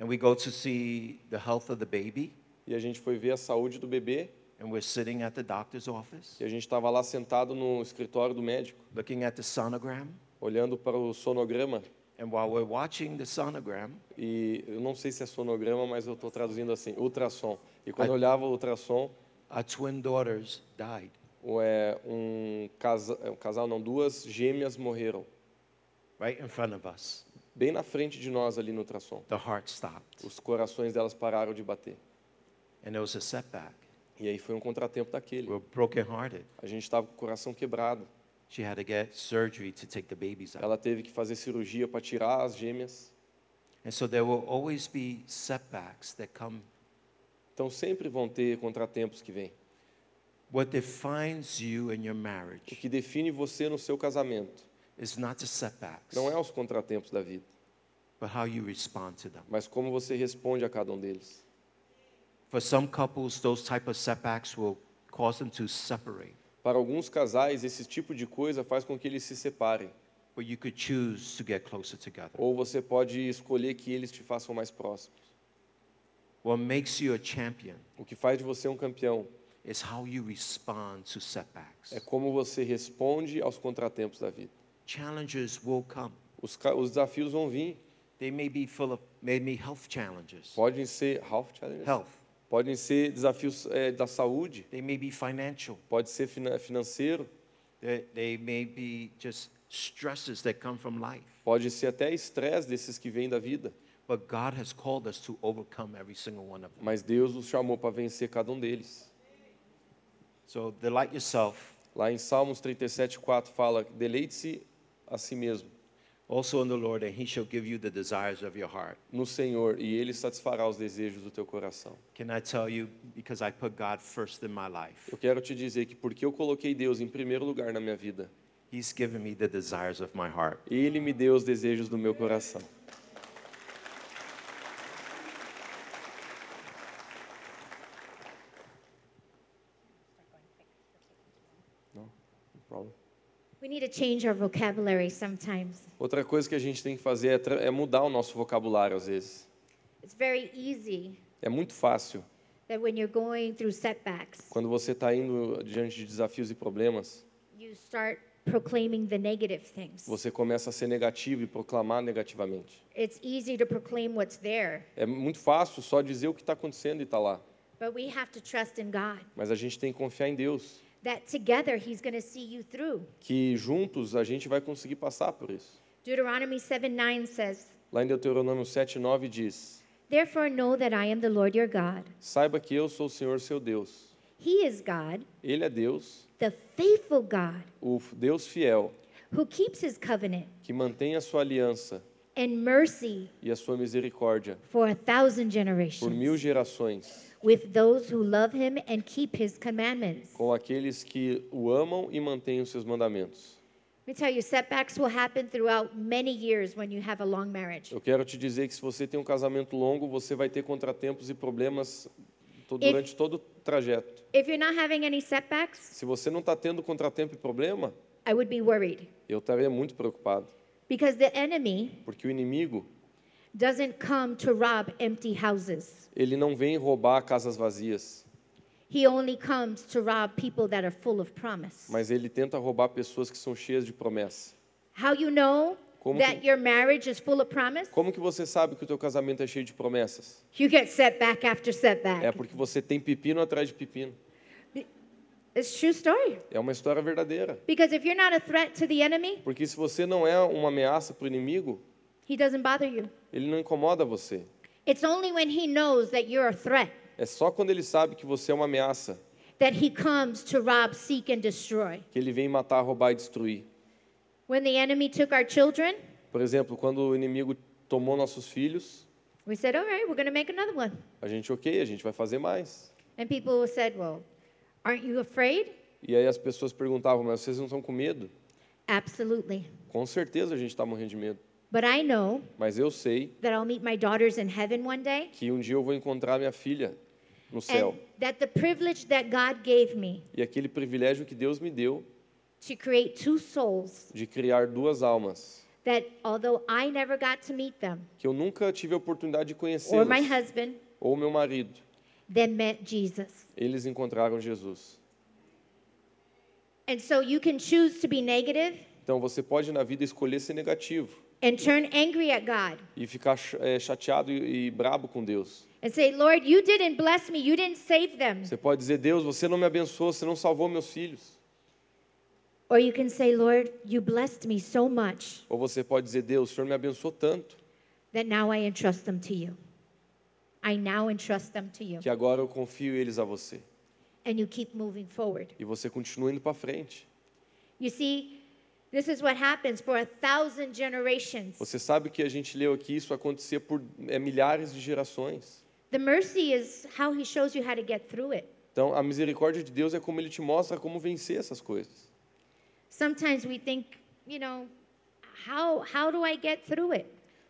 Speaker 3: And we go to see the health of the baby.
Speaker 2: e a gente foi ver a saúde do bebê.
Speaker 3: And we're sitting at the doctor's office
Speaker 2: E a gente estava lá sentado no escritório do médico,
Speaker 3: looking at the sonogram.
Speaker 2: olhando para o sonograma.
Speaker 3: And while we're watching the sonogram,
Speaker 2: E eu não sei se é sonograma, mas eu estou traduzindo assim, ultrassom. E quando eu olhava o ultrassom,
Speaker 3: our twin daughters died.
Speaker 2: o- é, um, casa, é, um casal, não, duas gêmeas morreram.
Speaker 3: right in front of us.
Speaker 2: Bem na frente de nós ali no ultrassom.
Speaker 3: The heart stopped,
Speaker 2: Os corações delas pararam de bater.
Speaker 3: and it was a setback.
Speaker 2: E aí foi um contratempo
Speaker 3: We
Speaker 2: daquele.
Speaker 3: were brokenhearted.
Speaker 2: A gente estava com o coração quebrado.
Speaker 3: She had to get surgery to take the babies out.
Speaker 2: Ela teve que fazer cirurgia para tirar as gêmeas.
Speaker 3: And so there will always be setbacks that come.
Speaker 2: Então sempre vão ter contratempos que vêm.
Speaker 3: What defines you in your
Speaker 2: O
Speaker 3: marriage
Speaker 2: que define você no seu casamento
Speaker 3: is not the setbacks,
Speaker 2: não é os contratempos da vida,
Speaker 3: but how you respond to them.
Speaker 2: mas como você responde a cada um deles.
Speaker 3: For some couples, those type of setbacks will cause them to separate.
Speaker 2: Para alguns casais, esse tipo de coisa faz com que eles se separem,
Speaker 3: But you could choose to get closer together.
Speaker 2: ou você pode escolher que eles te façam mais próximos.
Speaker 3: What makes you a champion
Speaker 2: O que faz de você um campeão
Speaker 3: is how you respond to setbacks.
Speaker 2: é como você responde aos contratempos da vida.
Speaker 3: Challenges will come.
Speaker 2: Os, ca- os desafios vão vir,
Speaker 3: They may be full of maybe health challenges.
Speaker 2: podem ser health challenges,
Speaker 3: Health.
Speaker 2: podem ser desafios eh, da saúde,
Speaker 3: They may be financial.
Speaker 2: pode ser fina- financeiro,
Speaker 3: They, they may be just stresses that come from life.
Speaker 2: pode ser até estresse desses que vêm da vida.
Speaker 3: But God has called us to overcome every single one of them.
Speaker 2: Mas Deus os chamou para vencer cada um deles.
Speaker 3: So delight yourself.
Speaker 2: Lá em Salmos 37:4 fala: "Deleite-se a si mesmo
Speaker 3: Also in the Lord, and He shall give you the desires of your heart.
Speaker 2: no Senhor, e ele satisfará os desejos do teu coração."
Speaker 3: Can I tell you, because I put God first in my life,
Speaker 2: Eu quero te dizer que porque eu coloquei Deus em primeiro lugar na minha vida,
Speaker 3: He's given me the desires of my heart.
Speaker 2: ele me deu os desejos do meu coração. Não? No problem.
Speaker 1: We need to change our vocabulary sometimes.
Speaker 2: Outra coisa que a gente tem que fazer é tra- é mudar o nosso vocabulário às vezes.
Speaker 1: It's very easy
Speaker 2: É muito fácil
Speaker 1: that when you're going through setbacks,
Speaker 2: Quando você está indo diante de desafios e problemas,
Speaker 1: you start proclaiming the negative things.
Speaker 2: você começa a ser negativo e proclamar negativamente.
Speaker 1: It's easy to proclaim what's there,
Speaker 2: É muito fácil só dizer o que está acontecendo e está lá,
Speaker 1: but we have to trust in God
Speaker 2: mas a gente tem que confiar em Deus,
Speaker 1: that together He's going to see you through.
Speaker 2: que juntos a gente vai conseguir passar por isso.
Speaker 1: Deuteronomy 7 9 says,
Speaker 2: Lá em Deuteronômio 7, 9 diz:
Speaker 1: Therefore know that I am the Lord your God.
Speaker 2: Saiba que eu sou o Senhor seu Deus.
Speaker 1: He is God,
Speaker 2: Ele é Deus,
Speaker 1: the faithful God,
Speaker 2: o f- Deus fiel,
Speaker 1: who keeps His covenant
Speaker 2: que mantém a sua aliança
Speaker 1: and mercy
Speaker 2: e a sua misericórdia
Speaker 1: for a thousand
Speaker 2: por
Speaker 1: generations
Speaker 2: mil gerações,
Speaker 1: with those who love Him and keep His commandments.
Speaker 2: com aqueles que o amam e mantêm os seus mandamentos.
Speaker 1: Let me tell you, setbacks will happen throughout many years when you have a long marriage.
Speaker 2: Eu quero te dizer que se você tem um casamento longo, você vai ter contratempos e problemas to-
Speaker 1: Ele-
Speaker 2: durante todo o trajeto.
Speaker 1: If you're not having any setbacks,
Speaker 2: Se você não está tendo contratempo e problema,
Speaker 1: I would be worried
Speaker 2: eu estaria muito preocupado,
Speaker 1: because the enemy
Speaker 2: porque o inimigo
Speaker 1: doesn't come to rob empty houses.
Speaker 2: ele não vem roubar casas vazias,
Speaker 1: He only comes to rob people that are full of promise.
Speaker 2: mas ele tenta roubar pessoas que são cheias de promessa.
Speaker 1: How you know
Speaker 2: Como
Speaker 1: that
Speaker 2: que-
Speaker 1: your marriage is full of promise?
Speaker 2: Como que você sabe que o teu casamento é cheio de promessas?
Speaker 1: You get setback after setback.
Speaker 2: É porque você tem pepino atrás de pepino.
Speaker 1: It's a true story.
Speaker 2: É uma história verdadeira.
Speaker 1: Because if you're not a threat to the enemy,
Speaker 2: Porque se você não é uma ameaça para o inimigo,
Speaker 1: he doesn't bother you.
Speaker 2: ele não incomoda você.
Speaker 1: It's only when he knows that you're a threat
Speaker 2: É só quando ele sabe que você é uma ameaça
Speaker 1: that he comes to rob, seek, and destroy.
Speaker 2: que ele vem matar, roubar e destruir.
Speaker 1: When the enemy took our children,
Speaker 2: Por exemplo, quando o inimigo tomou nossos filhos,
Speaker 1: we said, all right, we're going to make another one.
Speaker 2: a gente, ok, a gente vai fazer mais.
Speaker 1: And people said, well, aren't you afraid?
Speaker 2: E aí as pessoas perguntavam, mas vocês não estão com medo?
Speaker 1: Absolutely.
Speaker 2: Com certeza a gente está morrendo de medo.
Speaker 1: But I know
Speaker 2: Mas eu sei
Speaker 1: that I'll meet my daughters in heaven one day
Speaker 2: que um dia eu vou encontrar minha filha no céu.
Speaker 1: and that the privilege that God gave me
Speaker 2: E aquele privilégio que Deus me deu
Speaker 1: to create two souls
Speaker 2: de criar duas almas,
Speaker 1: that although I never got to meet them
Speaker 2: que eu nunca tive a oportunidade de
Speaker 1: or my
Speaker 2: conhecê-las,
Speaker 1: husband,
Speaker 2: ou meu marido,
Speaker 1: that met Jesus.
Speaker 2: eles encontraram Jesus.
Speaker 1: And so you can choose to be negative
Speaker 2: Então você pode na vida escolher ser negativo
Speaker 1: and turn angry at God
Speaker 2: e ficar ch- eh, chateado e, e brabo com Deus.
Speaker 1: and say, Lord, you didn't bless me, you didn't save them.
Speaker 2: Você pode dizer, Deus, você não me abençoou, você não salvou meus filhos.
Speaker 1: Or you can say, Lord, you blessed me so much
Speaker 2: Ou você pode dizer, Deus, o Senhor me abençoou tanto
Speaker 1: that now I entrust them to you. I now entrust them to you.
Speaker 2: que agora eu confio eles a você.
Speaker 1: And you keep moving forward.
Speaker 2: E você continua indo para frente.
Speaker 1: You see, this is what happens for a thousand generations.
Speaker 2: Você sabe que a gente leu aqui, isso acontecia por eh, milhares de gerações.
Speaker 1: The mercy is how he shows you how to get through it.
Speaker 2: Então, a misericórdia de Deus é como ele te mostra como vencer essas coisas.
Speaker 1: Sometimes we think, you know, how, how do I get through it?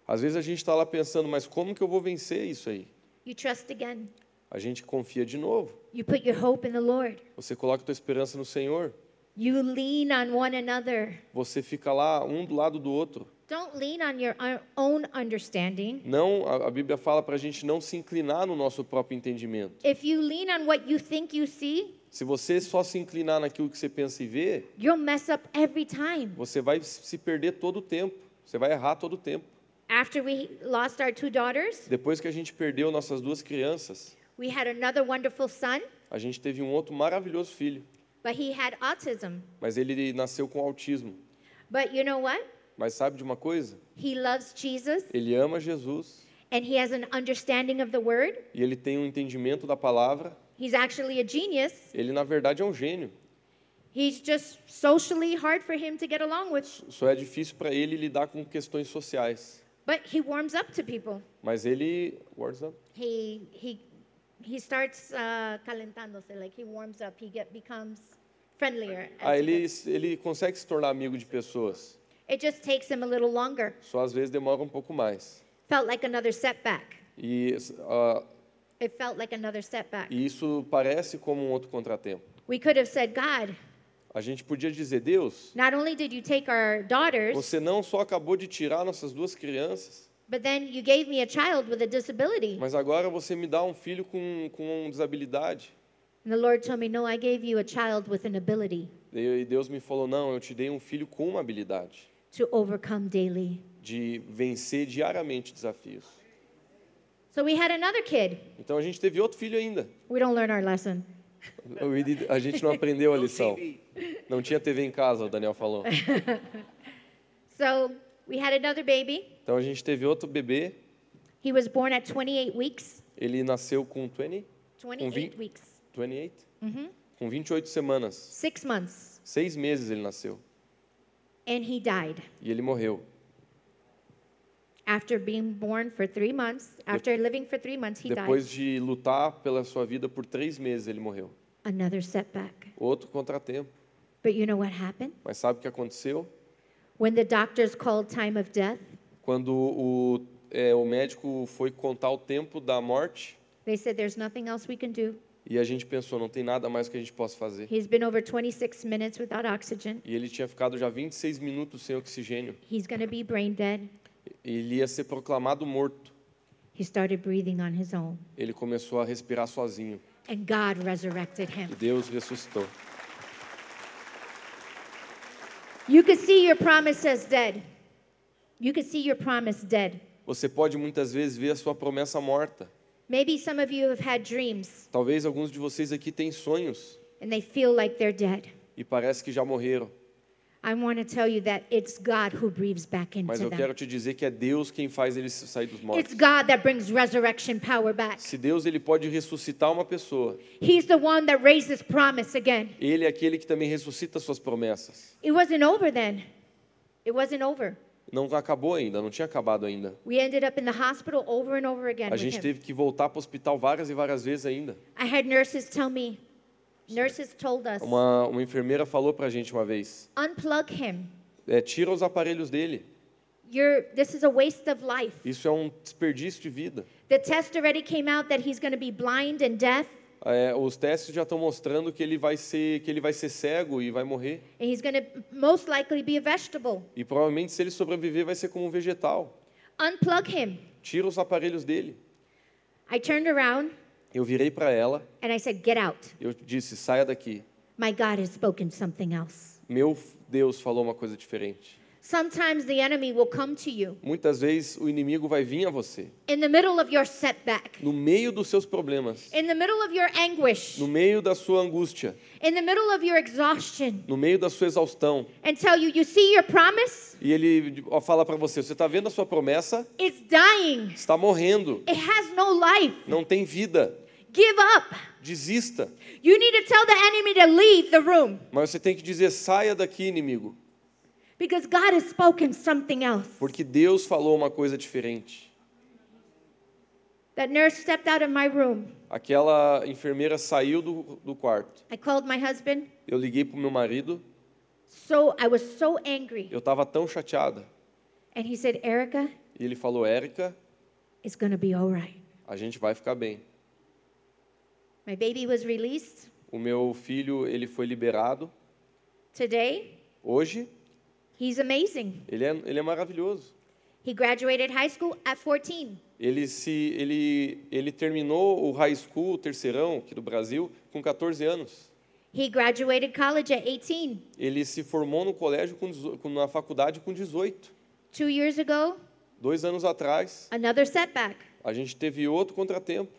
Speaker 2: Às vezes a gente está lá pensando, mas como que eu vou vencer isso aí?
Speaker 1: You trust again.
Speaker 2: A gente confia de novo.
Speaker 1: You put your hope in the Lord.
Speaker 2: Você coloca tua esperança no Senhor.
Speaker 1: You lean on one another.
Speaker 2: Você fica lá um do lado do outro.
Speaker 1: Don't lean on your un- own understanding.
Speaker 2: Não, a, a Bíblia fala para a gente não se inclinar no nosso próprio entendimento.
Speaker 1: If you lean on what you think you see,
Speaker 2: Se você só se inclinar naquilo que você pensa e vê,
Speaker 1: you'll mess up every time.
Speaker 2: você vai se perder todo o tempo. Você vai errar todo o tempo.
Speaker 1: After we lost our two daughters,
Speaker 2: Depois que a gente perdeu nossas duas crianças,
Speaker 1: we had another wonderful son,
Speaker 2: a gente teve um outro maravilhoso filho,
Speaker 1: but he had autism.
Speaker 2: mas ele nasceu com autismo.
Speaker 1: But you know what?
Speaker 2: Mas sabe de uma coisa?
Speaker 1: He loves Jesus
Speaker 2: Ele ama Jesus
Speaker 1: and he has an understanding of the word.
Speaker 2: e ele tem um entendimento da palavra.
Speaker 1: He's actually a genius.
Speaker 2: Ele, na verdade, é um gênio.
Speaker 1: He's just socially hard for him to get along with,
Speaker 2: Só é difícil para ele lidar com questões sociais.
Speaker 1: but he warms up to people.
Speaker 2: Mas ele. What's up?
Speaker 1: He he he starts uh, calentándose, like he warms up. He get becomes friendlier. as
Speaker 2: Ah,
Speaker 1: he
Speaker 2: ele,
Speaker 1: gets-
Speaker 2: ele consegue se tornar amigo de pessoas.
Speaker 1: It just takes him a little longer.
Speaker 2: Só às vezes demora um pouco mais.
Speaker 1: Felt like another setback.
Speaker 2: E ah,
Speaker 1: It felt like another setback.
Speaker 2: e isso parece como um outro contratempo.
Speaker 1: We could have said, God,
Speaker 2: A gente podia dizer: Deus,
Speaker 1: not only did you take our daughters,
Speaker 2: você não só acabou de tirar nossas duas crianças,
Speaker 1: but then you gave me a child with a disability.
Speaker 2: mas agora você me dá um filho com, com desabilidade.
Speaker 1: And the Lord told me, No, I gave you a child with an ability
Speaker 2: E Deus me falou: Não, eu te dei um filho com uma habilidade
Speaker 1: to overcome daily.
Speaker 2: de vencer diariamente desafios.
Speaker 1: So we had another kid.
Speaker 2: Então a gente teve outro filho ainda.
Speaker 1: We don't learn our lesson.
Speaker 2: A gente não aprendeu a lição. Não tinha TV em casa, o Daniel falou.
Speaker 1: So we had another baby.
Speaker 2: Então a gente teve outro bebê.
Speaker 1: He was born at 28 weeks.
Speaker 2: Ele nasceu com 20,
Speaker 1: 28
Speaker 2: vi-
Speaker 1: weeks.
Speaker 2: 28? Com 28 semanas.
Speaker 1: Six months.
Speaker 2: Seis meses ele nasceu.
Speaker 1: And he died
Speaker 2: E ele morreu.
Speaker 1: after being born for three months. After living for three months, he
Speaker 2: Depois
Speaker 1: died.
Speaker 2: de lutar pela sua vida por três meses, ele morreu.
Speaker 1: Another setback.
Speaker 2: Outro contratempo.
Speaker 1: But you know what happened?
Speaker 2: Mas sabe o que aconteceu?
Speaker 1: When the doctors called time of death,
Speaker 2: Quando o, é, o médico foi contar o tempo da morte,
Speaker 1: they said, There's nothing else we can do.
Speaker 2: e a gente pensou, não tem nada mais que a gente possa fazer.
Speaker 1: He's been over 26 minutes without oxygen.
Speaker 2: E ele tinha ficado já 26 minutos sem oxigênio.
Speaker 1: He's going to be brain dead.
Speaker 2: Ele ia ser proclamado morto.
Speaker 1: He started breathing on his own,
Speaker 2: Ele começou a respirar sozinho.
Speaker 1: and God resurrected
Speaker 2: E
Speaker 1: him.
Speaker 2: Deus ressuscitou.
Speaker 1: You could see your promise as dead. You could see your promise dead.
Speaker 2: Você pode muitas vezes ver a sua promessa morta.
Speaker 1: Maybe some of you have had dreams
Speaker 2: Talvez alguns de vocês aqui tenham sonhos
Speaker 1: and they feel like they're dead.
Speaker 2: e parece que já morreram.
Speaker 1: I want to tell you that it's God who breathes back
Speaker 2: Mas
Speaker 1: into
Speaker 2: eu quero
Speaker 1: them.
Speaker 2: te dizer que é Deus quem faz eles sair dos
Speaker 1: It's
Speaker 2: mortos.
Speaker 1: God that brings resurrection power back.
Speaker 2: Se Deus ele pode ressuscitar uma pessoa,
Speaker 1: He's the one that raises promise again.
Speaker 2: ele é aquele que também ressuscita suas promessas.
Speaker 1: It wasn't over then. It wasn't over.
Speaker 2: Não acabou ainda, não tinha acabado ainda.
Speaker 1: We ended up in the hospital over and over again
Speaker 2: A
Speaker 1: with
Speaker 2: gente
Speaker 1: him.
Speaker 2: teve que voltar para o hospital várias e várias vezes ainda.
Speaker 1: I had nurses tell me, nurses told us,
Speaker 2: Uma, uma enfermeira falou para a gente uma vez:
Speaker 1: unplug him
Speaker 2: É, tira os aparelhos dele.
Speaker 1: You're, this is a waste of life.
Speaker 2: Isso é um desperdício de vida.
Speaker 1: The test already came out that he's going to be blind and deaf,
Speaker 2: É, os testes já estão mostrando que ele vai ser que ele vai ser cego e vai morrer.
Speaker 1: and he's going to most likely be a vegetable.
Speaker 2: E provavelmente se ele sobreviver vai ser como um vegetal.
Speaker 1: Unplug him.
Speaker 2: Tira os aparelhos dele.
Speaker 1: I turned around
Speaker 2: Eu virei para ela,
Speaker 1: and I said, Get out.
Speaker 2: eu disse: "Saia daqui".
Speaker 1: My God has spoken something else.
Speaker 2: Meu Deus falou uma coisa diferente.
Speaker 1: Sometimes the enemy will come to you
Speaker 2: Muitas vezes o inimigo vai vir a você
Speaker 1: in the middle of your setback,
Speaker 2: no meio dos seus problemas,
Speaker 1: in the middle of your anguish,
Speaker 2: no meio da sua angústia,
Speaker 1: in the middle of your exhaustion,
Speaker 2: no meio da sua exaustão,
Speaker 1: and tell you, You see your promise?
Speaker 2: e ele ó, fala para você: "Você está vendo a sua promessa?
Speaker 1: It's dying.
Speaker 2: Está morrendo.
Speaker 1: It has no life.
Speaker 2: Não tem vida.
Speaker 1: Give up.
Speaker 2: Desista."
Speaker 1: You need to tell the enemy to leave the room
Speaker 2: Mas você tem que dizer: "Saia daqui, inimigo".
Speaker 1: because God has spoken something else.
Speaker 2: Porque Deus falou uma coisa diferente.
Speaker 1: That nurse stepped out of my room.
Speaker 2: Aquela enfermeira saiu do, do quarto.
Speaker 1: I called my husband.
Speaker 2: Eu liguei pro meu marido,
Speaker 1: So I was so angry.
Speaker 2: eu tava tão chateada.
Speaker 1: And he said, Erica,
Speaker 2: E ele falou: Érica,
Speaker 1: it's going to be all right.
Speaker 2: a gente vai ficar bem.
Speaker 1: My baby was released
Speaker 2: O meu filho, ele foi liberado.
Speaker 1: today.
Speaker 2: Hoje,
Speaker 1: He's amazing.
Speaker 2: ele é, ele é maravilhoso.
Speaker 1: He graduated high school at 14.
Speaker 2: Ele, se, ele, ele terminou o high school, o terceirão aqui do Brasil, com 14 anos.
Speaker 1: He graduated college at 18.
Speaker 2: Ele se formou no colégio, com, dezo- com- na faculdade, com 18.
Speaker 1: Two years ago,
Speaker 2: Dois anos atrás,
Speaker 1: another setback
Speaker 2: a gente teve outro contratempo.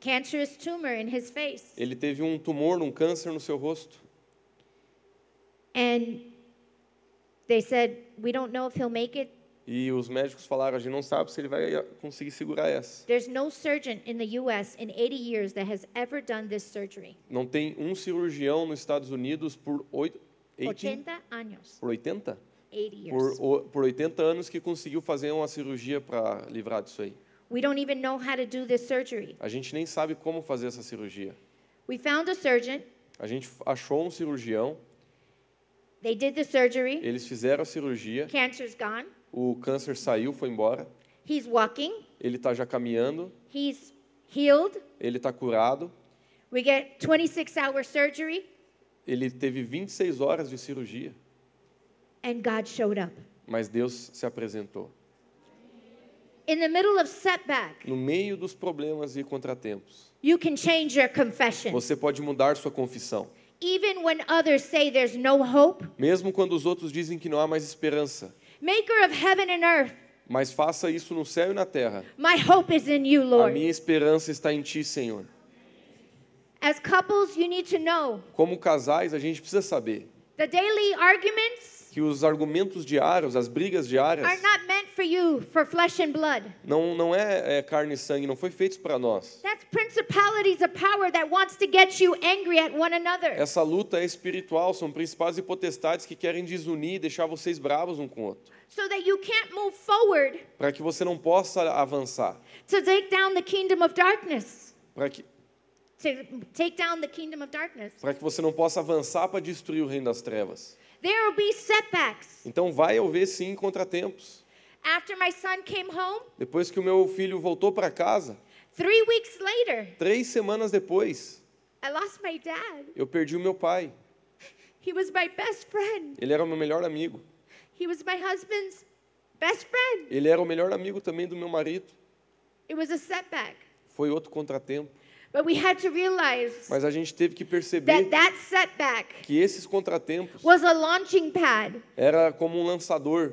Speaker 1: cancerous tumor in his face.
Speaker 2: Ele teve um tumor, um câncer no seu rosto.
Speaker 1: And they said, We don't know if he'll make it.
Speaker 2: E os médicos falaram: a gente não sabe se ele vai ah, conseguir segurar essa.
Speaker 1: There's no surgeon in the US in 80 years that has ever done this surgery.
Speaker 2: Não tem um cirurgião nos Estados Unidos por oito,
Speaker 1: 80
Speaker 2: 80,
Speaker 1: años.
Speaker 2: por 80?
Speaker 1: 80 years.
Speaker 2: Por, o- por 80 anos que conseguiu fazer uma cirurgia para livrar disso aí.
Speaker 1: We don't even know how to do this surgery.
Speaker 2: A gente nem sabe como fazer essa cirurgia.
Speaker 1: We found a surgeon.
Speaker 2: A gente f- achou um cirurgião,
Speaker 1: They did the surgery.
Speaker 2: eles fizeram a cirurgia,
Speaker 1: Cancer's gone.
Speaker 2: o câncer saiu, foi embora,
Speaker 1: He's walking.
Speaker 2: ele está já caminhando,
Speaker 1: He's healed.
Speaker 2: ele está curado,
Speaker 1: We get 26 hour surgery,
Speaker 2: ele teve 26 horas de cirurgia,
Speaker 1: and God showed up.
Speaker 2: mas Deus se apresentou.
Speaker 1: In the middle of setback,
Speaker 2: No meio dos problemas e contratempos,
Speaker 1: you can change your confession.
Speaker 2: Você pode mudar sua confissão.
Speaker 1: Even when others say there's no hope,
Speaker 2: Mesmo quando os outros dizem que não há mais esperança.
Speaker 1: maker of heaven and earth,
Speaker 2: Mas faça isso no céu e na terra.
Speaker 1: my hope is in you,
Speaker 2: A
Speaker 1: Lord.
Speaker 2: minha esperança está em ti, Senhor.
Speaker 1: As couples, you need to know
Speaker 2: Como casais, a gente precisa saber
Speaker 1: the daily arguments
Speaker 2: que os argumentos diários, as brigas
Speaker 1: are
Speaker 2: diárias,
Speaker 1: not meant for you, for flesh and blood.
Speaker 2: não, não é, é carne e sangue, não foi feitos para nós.
Speaker 1: That's principalities of power that wants to get you angry at one another.
Speaker 2: Essa luta é espiritual, são principais e potestades que querem desunir e deixar vocês bravos um com o outro,
Speaker 1: so that you can't move forward
Speaker 2: para que você não possa avançar,
Speaker 1: to take down the kingdom of darkness.
Speaker 2: para que,
Speaker 1: To take down the kingdom of darkness.
Speaker 2: para que você não possa avançar para destruir o reino das trevas.
Speaker 1: There will be setbacks.
Speaker 2: Então vai haver sim contratempos.
Speaker 1: After my son came home,
Speaker 2: Depois que o meu filho voltou para casa,
Speaker 1: three weeks later,
Speaker 2: três semanas depois,
Speaker 1: I lost my dad.
Speaker 2: eu perdi o meu pai.
Speaker 1: He was my best friend.
Speaker 2: Ele era o meu melhor amigo.
Speaker 1: He was my husband's best friend.
Speaker 2: Ele era o melhor amigo também do meu marido.
Speaker 1: It was a setback.
Speaker 2: Foi outro contratempo.
Speaker 1: But we had to realize
Speaker 2: Mas a gente teve que
Speaker 1: that
Speaker 2: perceber
Speaker 1: that setback
Speaker 2: que esses contratempos
Speaker 1: was a launching pad
Speaker 2: era como um lançador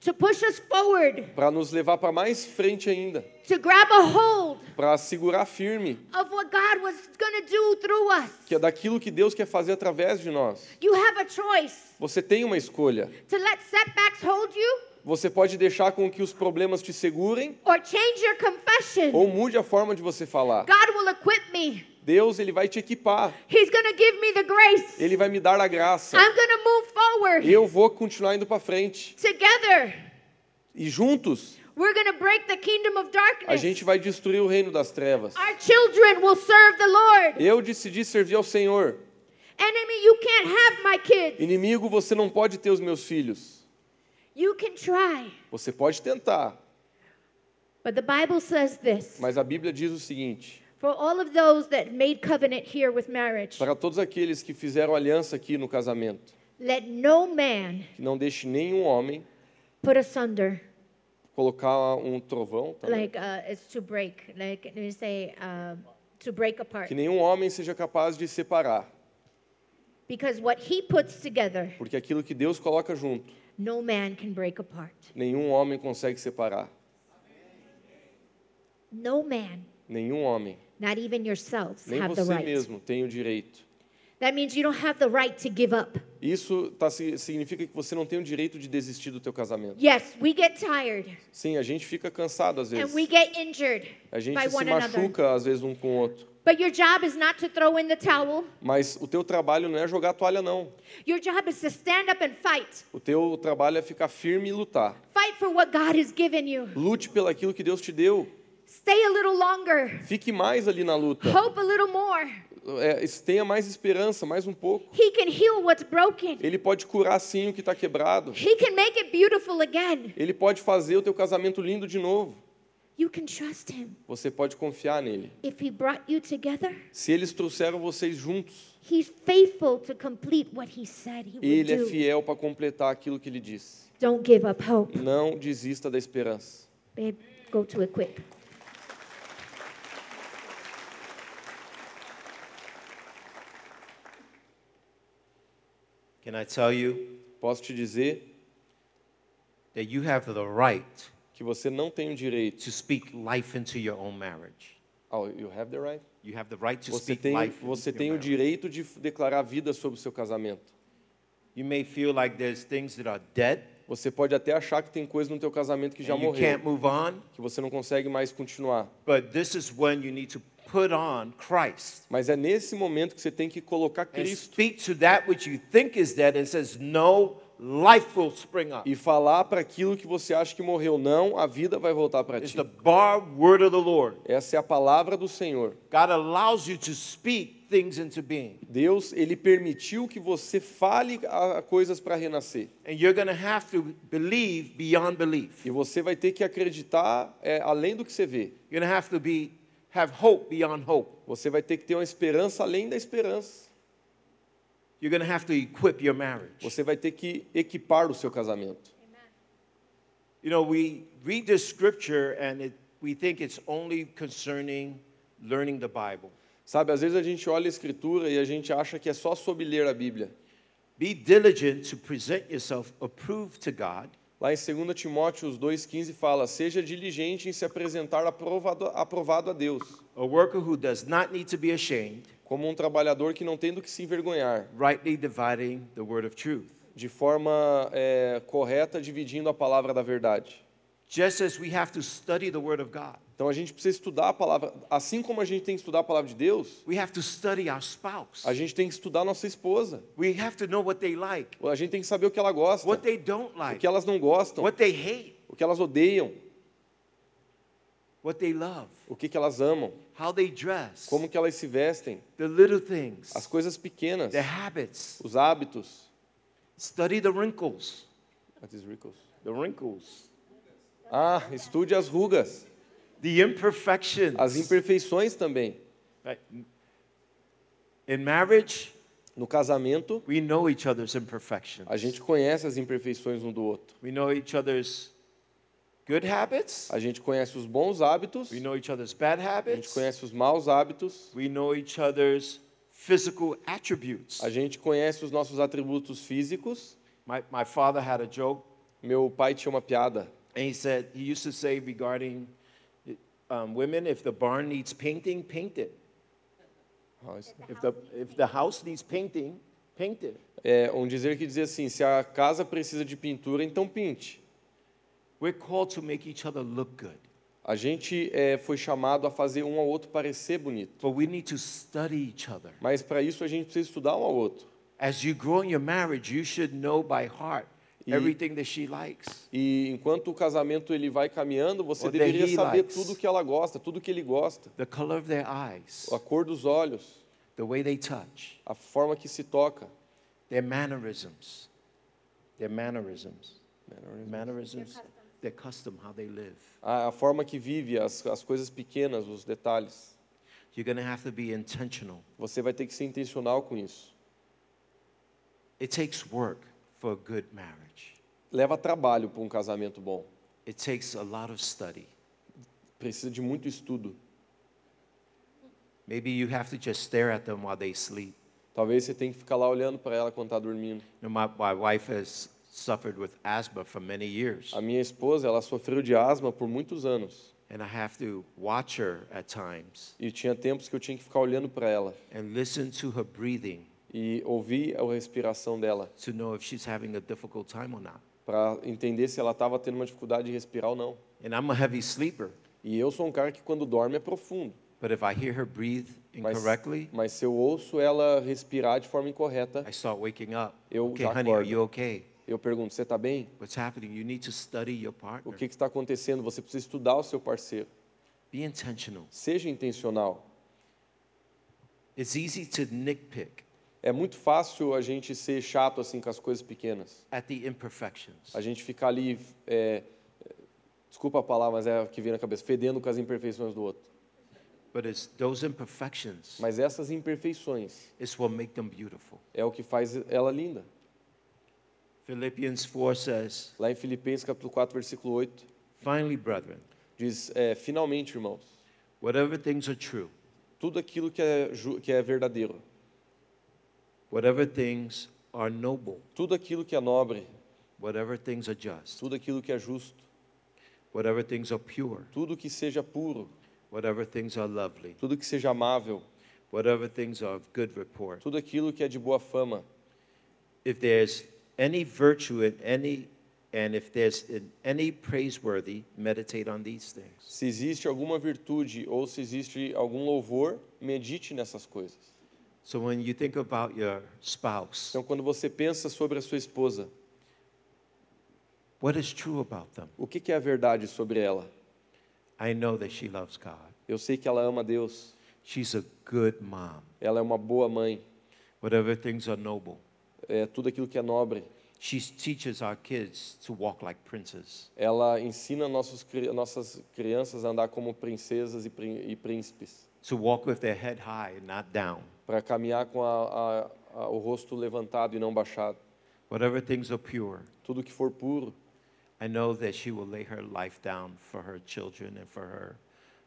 Speaker 1: to push us forward,
Speaker 2: para nos levar para mais frente ainda,
Speaker 1: to grab a hold
Speaker 2: para segurar firme
Speaker 1: of what God was going to do through us.
Speaker 2: que é daquilo que Deus quer fazer através de nós.
Speaker 1: You have a choice
Speaker 2: Você tem uma escolha.
Speaker 1: to let setbacks hold you
Speaker 2: Você pode deixar com que os problemas te segurem
Speaker 1: or change your confession.
Speaker 2: ou mude a forma de você falar.
Speaker 1: God will equip me.
Speaker 2: Deus, ele vai te equipar.
Speaker 1: He's going to give me the grace.
Speaker 2: Ele vai me dar a graça.
Speaker 1: I'm going to move forward.
Speaker 2: Eu vou continuar indo para frente.
Speaker 1: Together,
Speaker 2: E juntos,
Speaker 1: we're going to break the kingdom of
Speaker 2: a
Speaker 1: darkness.
Speaker 2: gente vai destruir o reino das trevas.
Speaker 1: Our children will serve the Lord.
Speaker 2: Eu decidi servir ao Senhor.
Speaker 1: Enemy, you can't have my kids.
Speaker 2: Inimigo, você não pode ter os meus filhos.
Speaker 1: You can try.
Speaker 2: Você pode tentar,
Speaker 1: But the Bible says this
Speaker 2: mas a Bíblia diz o seguinte:
Speaker 1: for all of those that made covenant here with marriage,
Speaker 2: para todos aqueles que fizeram aliança aqui no casamento,
Speaker 1: let no man
Speaker 2: que não deixe nenhum homem
Speaker 1: put asunder,
Speaker 2: colocar um trovão, tá?
Speaker 1: like uh, it's to break, like let me say, um, to break apart.
Speaker 2: que nenhum homem seja capaz de separar,
Speaker 1: Because what he puts together,
Speaker 2: porque aquilo que Deus coloca junto,
Speaker 1: no man can break apart.
Speaker 2: nenhum homem consegue separar,
Speaker 1: No man,
Speaker 2: nenhum homem,
Speaker 1: not even yourselves,
Speaker 2: nem
Speaker 1: have the
Speaker 2: você
Speaker 1: right.
Speaker 2: mesmo tem o direito.
Speaker 1: That means you don't have the right to give up.
Speaker 2: Isso tá, si- significa que você não tem o direito de desistir do teu casamento.
Speaker 1: Yes, we get tired
Speaker 2: Sim, a gente fica cansado às
Speaker 1: and we
Speaker 2: vezes.
Speaker 1: get injured
Speaker 2: A gente
Speaker 1: by
Speaker 2: se
Speaker 1: one another.
Speaker 2: machuca às vezes um com o outro.
Speaker 1: But your job is not to throw in the towel.
Speaker 2: Mas o teu trabalho não é jogar a toalha, não.
Speaker 1: Your job is to stand up and fight.
Speaker 2: O teu trabalho é ficar firme e lutar.
Speaker 1: Fight for what God has given you.
Speaker 2: Lute pelo aquilo que Deus te deu.
Speaker 1: Stay a little longer.
Speaker 2: Fique mais ali na luta.
Speaker 1: Hope a little more.
Speaker 2: É, es- tenha mais esperança, mais um pouco.
Speaker 1: He can heal what's broken.
Speaker 2: Ele pode curar sim o que está quebrado.
Speaker 1: He can make it beautiful again.
Speaker 2: Ele pode fazer o teu casamento lindo de novo.
Speaker 1: You can trust him.
Speaker 2: Você pode confiar nele.
Speaker 1: If he brought you together,
Speaker 2: Se eles trouxeram vocês juntos,
Speaker 1: he's faithful to complete what he said he would
Speaker 2: ele é
Speaker 1: do.
Speaker 2: fiel para completar aquilo que ele disse.
Speaker 1: Don't give up hope.
Speaker 2: Não desista da esperança.
Speaker 1: Babe, go to equip.
Speaker 3: Can I tell you
Speaker 2: Posso te dizer
Speaker 3: that you have the right
Speaker 2: que você não tem o direito.
Speaker 3: to speak life into your own marriage?
Speaker 2: Oh, you have the right?
Speaker 3: You have the right to
Speaker 2: Você
Speaker 3: speak
Speaker 2: tem,
Speaker 3: life.
Speaker 2: você
Speaker 3: into
Speaker 2: tem
Speaker 3: your
Speaker 2: o
Speaker 3: marriage.
Speaker 2: direito de f- declarar vida sobre o seu casamento.
Speaker 3: You may feel like there's things that are dead
Speaker 2: Você pode até achar que tem coisa no teu casamento que já
Speaker 3: and you
Speaker 2: morreu,
Speaker 3: can't move on,
Speaker 2: que você não consegue mais continuar.
Speaker 3: but this is when you need to put on Christ
Speaker 2: Mas é nesse momento que você tem que colocar
Speaker 3: and
Speaker 2: Cristo
Speaker 3: speak to that which you think is dead and says, "No, life will spring up."
Speaker 2: e falar para aquilo que você acha que morreu. Não, a vida vai voltar para
Speaker 3: It's
Speaker 2: ti.
Speaker 3: the bar word of the Lord.
Speaker 2: Essa é a palavra do Senhor.
Speaker 3: God allows you to speak things into being.
Speaker 2: Deus, ele permitiu que você fale a- a coisas para renascer.
Speaker 3: And you're going to have to believe beyond belief.
Speaker 2: E você vai ter que acreditar é, além do que você vê.
Speaker 3: You're going to have to be have hope beyond hope.
Speaker 2: Você vai ter que ter uma esperança além da esperança.
Speaker 3: You're going to have to equip your marriage.
Speaker 2: Você vai ter que equipar o seu casamento.
Speaker 3: You know, we read this scripture and it, we think it's only concerning learning the Bible.
Speaker 2: Sabe, às vezes a gente olha a escritura e a gente acha que é só sobre ler a Bíblia.
Speaker 3: Be diligent to present yourself approved to God,
Speaker 2: Lá em 2 Timóteo 2,15 fala: Seja diligente em se apresentar aprovado, aprovado a Deus,
Speaker 3: a worker who does not need to be ashamed,
Speaker 2: como um trabalhador que não tem do que se envergonhar,
Speaker 3: rightly dividing the word of truth.
Speaker 2: de forma é, correta, dividindo a palavra da verdade.
Speaker 3: Just as we have to study the word of God,
Speaker 2: Então a gente precisa estudar a palavra. Assim como a gente tem que estudar a palavra de Deus,
Speaker 3: we have to study our spouse.
Speaker 2: a gente tem que estudar a nossa esposa.
Speaker 3: We have to know what they like,
Speaker 2: A gente tem que saber o que ela gosta,
Speaker 3: what they don't
Speaker 2: o
Speaker 3: like,
Speaker 2: que elas não gostam,
Speaker 3: what they hate,
Speaker 2: o que elas odeiam,
Speaker 3: what they love,
Speaker 2: o que, que elas amam,
Speaker 3: how they dress,
Speaker 2: como que elas se vestem,
Speaker 3: the little things,
Speaker 2: as coisas pequenas,
Speaker 3: their habits.
Speaker 2: os hábitos.
Speaker 3: Study the wrinkles.
Speaker 2: What is wrinkles?
Speaker 3: the wrinkles,
Speaker 2: Ah, estude as rugas,
Speaker 3: the imperfections.
Speaker 2: as imperfeições também.
Speaker 3: Right. In marriage,
Speaker 2: No casamento,
Speaker 3: we know each other's imperfections.
Speaker 2: a gente conhece as imperfeições um do outro.
Speaker 3: We know each other's good habits.
Speaker 2: A gente conhece os bons hábitos,
Speaker 3: We know each other's bad
Speaker 2: a gente
Speaker 3: habits.
Speaker 2: conhece os maus hábitos,
Speaker 3: We know each other's physical attributes.
Speaker 2: a gente conhece os nossos atributos físicos.
Speaker 3: My, my father had a joke,
Speaker 2: Meu pai tinha uma piada.
Speaker 3: and he said, he used to say regarding um, women, if the barn needs painting, paint it.
Speaker 2: Ah, isso-
Speaker 3: If the, if the house needs painting, paint it.
Speaker 2: É um dizer que dizia assim: se a casa precisa de pintura, então pinte.
Speaker 3: We're called to make each other look good.
Speaker 2: A gente é, foi chamado a fazer um ao outro parecer bonito.
Speaker 3: But we need to study each other.
Speaker 2: Mas para isso a gente precisa estudar um ao outro.
Speaker 3: As you grow in your marriage, you should know by heart
Speaker 2: E-
Speaker 3: everything that she likes.
Speaker 2: E enquanto o casamento ele vai caminhando, você
Speaker 3: What
Speaker 2: deveria
Speaker 3: he
Speaker 2: saber
Speaker 3: likes.
Speaker 2: tudo que ela gosta, tudo que ele gosta,
Speaker 3: The color of their eyes,
Speaker 2: a cor dos olhos,
Speaker 3: the way they touch,
Speaker 2: a forma que se toca.
Speaker 3: their mannerisms, their mannerisms, mannerisms, their custom, how they live.
Speaker 2: A, a forma que vive, as, as coisas pequenas, os detalhes.
Speaker 3: You're going to have to be intentional.
Speaker 2: Você vai ter que ser intencional com isso.
Speaker 3: It takes work for a good marriage,
Speaker 2: Leva trabalho para um casamento bom.
Speaker 3: it takes a lot of study.
Speaker 2: Precisa de muito estudo.
Speaker 3: Maybe you have to just stare at them while they sleep.
Speaker 2: Talvez você tenha que ficar lá olhando para ela quando está dormindo.
Speaker 3: You know, my, my wife has suffered with asthma for many years,
Speaker 2: A minha esposa, ela sofreu de asma por muitos anos.
Speaker 3: and I have to watch her at times
Speaker 2: E tinha tempos que eu tinha que ficar olhando para ela
Speaker 3: and listen to her breathing
Speaker 2: e ouvir a respiração dela
Speaker 3: to know if she's having a difficult time or not.
Speaker 2: para entender se ela estava tendo uma dificuldade de respirar ou não.
Speaker 3: And I'm a heavy sleeper,
Speaker 2: E eu sou um cara que quando dorme é profundo.
Speaker 3: but if I hear her breathe
Speaker 2: Mas,
Speaker 3: incorrectly,
Speaker 2: mas se eu ouço ela respirar de forma incorreta,
Speaker 3: I start waking up.
Speaker 2: Eu
Speaker 3: okay,
Speaker 2: já
Speaker 3: honey, are
Speaker 2: acordo.
Speaker 3: you okay?
Speaker 2: eu pergunto: você está bem?
Speaker 3: What's happening? You need to study your
Speaker 2: O
Speaker 3: partner.
Speaker 2: que que está acontecendo? Você precisa estudar o seu parceiro.
Speaker 3: Be intentional.
Speaker 2: Seja intencional.
Speaker 3: It's easy to nitpick
Speaker 2: É muito fácil a gente ser chato assim com as coisas pequenas.
Speaker 3: at the imperfections,
Speaker 2: A gente ficar ali, é, é, desculpa a palavra, mas é a que vem na cabeça, fedendo com as imperfeições do outro.
Speaker 3: but it's those imperfections.
Speaker 2: Mas essas imperfeições
Speaker 3: It's what make them beautiful.
Speaker 2: é o que faz ela linda.
Speaker 3: Philippians 4 says,
Speaker 2: Lá em Filipenses capítulo 4, versículo 8,
Speaker 3: Finally, brethren,
Speaker 2: diz, é, finalmente, irmãos,
Speaker 3: whatever things are true,
Speaker 2: tudo aquilo que é, ju- que é verdadeiro,
Speaker 3: whatever things are noble,
Speaker 2: tudo aquilo que é nobre,
Speaker 3: whatever things are just,
Speaker 2: tudo aquilo que é justo,
Speaker 3: whatever things are pure,
Speaker 2: tudo que seja puro,
Speaker 3: whatever things are lovely,
Speaker 2: tudo que seja amável,
Speaker 3: whatever things are of good report,
Speaker 2: tudo aquilo que é de boa fama,
Speaker 3: if there's any virtue in any, and if there's in any praiseworthy, meditate on these things.
Speaker 2: Se existe alguma virtude ou se existe algum louvor, medite nessas coisas.
Speaker 3: So when you think about your spouse,
Speaker 2: Então, quando você pensa sobre a sua esposa,
Speaker 3: what is true about them?
Speaker 2: o que que é a verdade sobre ela?
Speaker 3: I know that she loves God.
Speaker 2: Eu sei que ela ama Deus,
Speaker 3: She's a good mom.
Speaker 2: ela é uma boa mãe,
Speaker 3: Whatever things are noble,
Speaker 2: é tudo aquilo que é nobre.
Speaker 3: She teaches our kids to walk like princes.
Speaker 2: Ela ensina nossos, cri- nossas crianças a andar como princesas e, prin- e príncipes,
Speaker 3: To walk with their head high and not down.
Speaker 2: para caminhar com a- a- a- o rosto levantado e não baixado.
Speaker 3: Whatever things are pure,
Speaker 2: Tudo que for puro,
Speaker 3: I know that she will lay her life down for her children and for her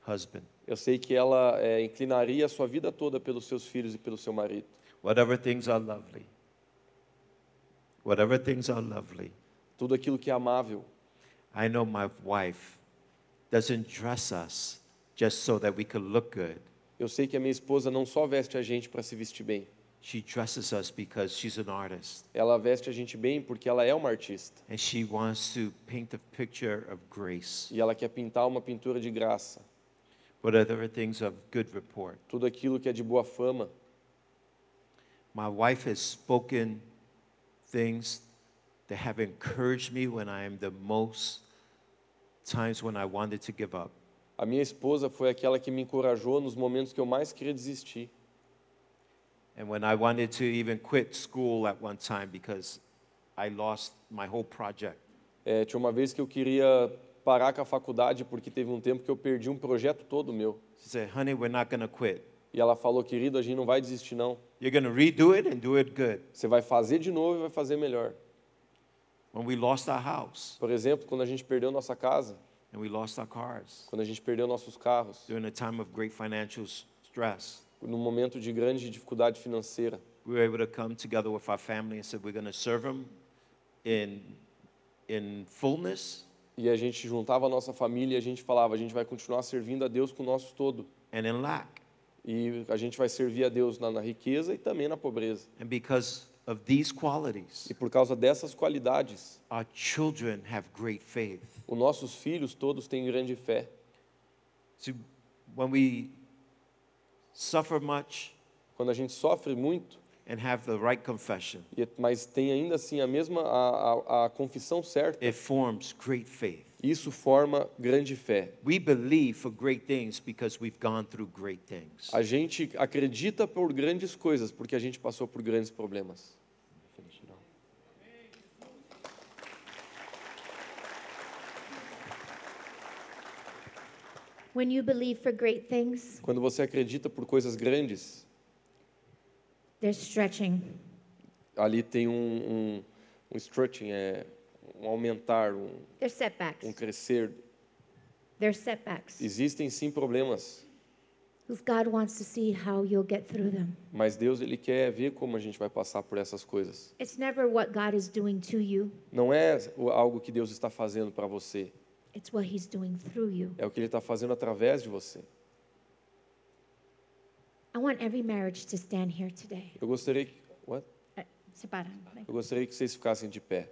Speaker 3: husband.
Speaker 2: eu sei que ela é, inclinaria a sua vida toda pelos seus filhos e pelo seu marido.
Speaker 3: Whatever things are lovely. Whatever things are lovely.
Speaker 2: Tudo aquilo que é amável,
Speaker 3: I know my wife doesn't dress us just so that we could look good.
Speaker 2: Eu sei que a minha esposa não só veste a gente para se vestir bem,
Speaker 3: She dresses us because she's an artist
Speaker 2: ela veste a gente bem porque ela é uma artista
Speaker 3: and she wants to paint a picture of grace.
Speaker 2: e ela quer pintar uma pintura de graça.
Speaker 3: Whatever things of good report.
Speaker 2: Tudo aquilo que é de boa fama,
Speaker 3: My wife has spoken things that have encouraged me when I am the most times when I wanted to give up.
Speaker 2: a minha esposa foi aquela que me encorajou nos momentos que eu mais queria desistir.
Speaker 3: And when I wanted to even quit school at one time because I lost my whole project.
Speaker 2: É, tinha uma vez que eu queria parar com a faculdade porque teve um tempo que eu perdi um projeto todo meu.
Speaker 3: She said, Honey, we're not going to quit.
Speaker 2: E ela falou: "Querido, a gente não vai desistir não.
Speaker 3: You're going to redo it and do it good.
Speaker 2: Você vai fazer de novo e vai fazer melhor."
Speaker 3: When we lost our house
Speaker 2: Por exemplo, quando a gente perdeu nossa casa,
Speaker 3: and we lost our cars
Speaker 2: quando a gente perdeu nossos carros,
Speaker 3: during a time of great financial s- stress,
Speaker 2: num momento de grande dificuldade financeira,
Speaker 3: we were able to come together with our family and said, We're going to serve them in, in fullness
Speaker 2: E a gente juntava a nossa família e a gente falava, a gente vai continuar servindo a Deus com o nosso todo.
Speaker 3: and in lack.
Speaker 2: E a gente vai servir a Deus na, na riqueza e também na pobreza.
Speaker 3: And because of these qualities,
Speaker 2: E por causa dessas qualidades,
Speaker 3: our children have great faith.
Speaker 2: os nossos filhos todos têm grande fé.
Speaker 3: See, when we suffer much
Speaker 2: Quando a gente sofre muito,
Speaker 3: and have the right confession,
Speaker 2: e- mas tem ainda assim a mesma a, a, a confissão certa,
Speaker 3: it forms great faith.
Speaker 2: Isso forma grande fé.
Speaker 4: We believe for great things because we've gone through great things.
Speaker 2: A gente acredita por grandes coisas porque a gente passou por grandes problemas.
Speaker 1: When you believe for great things,
Speaker 2: Quando você acredita por coisas grandes,
Speaker 1: there's stretching.
Speaker 2: ali tem um, um, um stretching, é, um aumentar, um,
Speaker 1: There's setbacks.
Speaker 2: um crescer.
Speaker 1: There's setbacks.
Speaker 2: Existem sim problemas,
Speaker 1: Because God wants to see how you'll get through them.
Speaker 2: mas Deus ele quer ver como a gente vai passar por essas coisas.
Speaker 1: It's never what God is doing to you,
Speaker 2: Não é o- algo que Deus está fazendo para você,
Speaker 1: it's what He's doing through you.
Speaker 2: é o que Ele está fazendo através de você.
Speaker 1: I want every marriage to stand here today.
Speaker 2: Eu gostaria que, what?
Speaker 1: Uh, Separa.
Speaker 2: Eu gostaria que vocês ficassem de pé.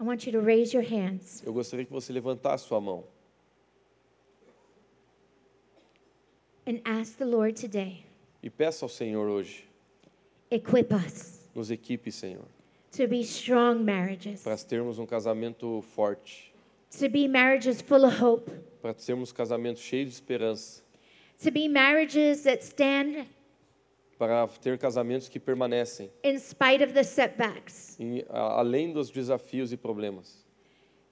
Speaker 1: I want you to raise your hands.
Speaker 2: Eu gostaria que você levantasse sua mão
Speaker 1: And ask the Lord today,
Speaker 2: e peça ao Senhor hoje,
Speaker 1: equip us
Speaker 2: nos equipe, Senhor,
Speaker 1: to be strong marriages,
Speaker 2: para termos um casamento forte,
Speaker 1: to be marriages full of hope,
Speaker 2: para termos um casamento cheio de esperança,
Speaker 1: to be marriages that stand
Speaker 2: para ter casamentos que permanecem,
Speaker 1: in spite of the setbacks,
Speaker 2: em, a, além dos desafios e problemas,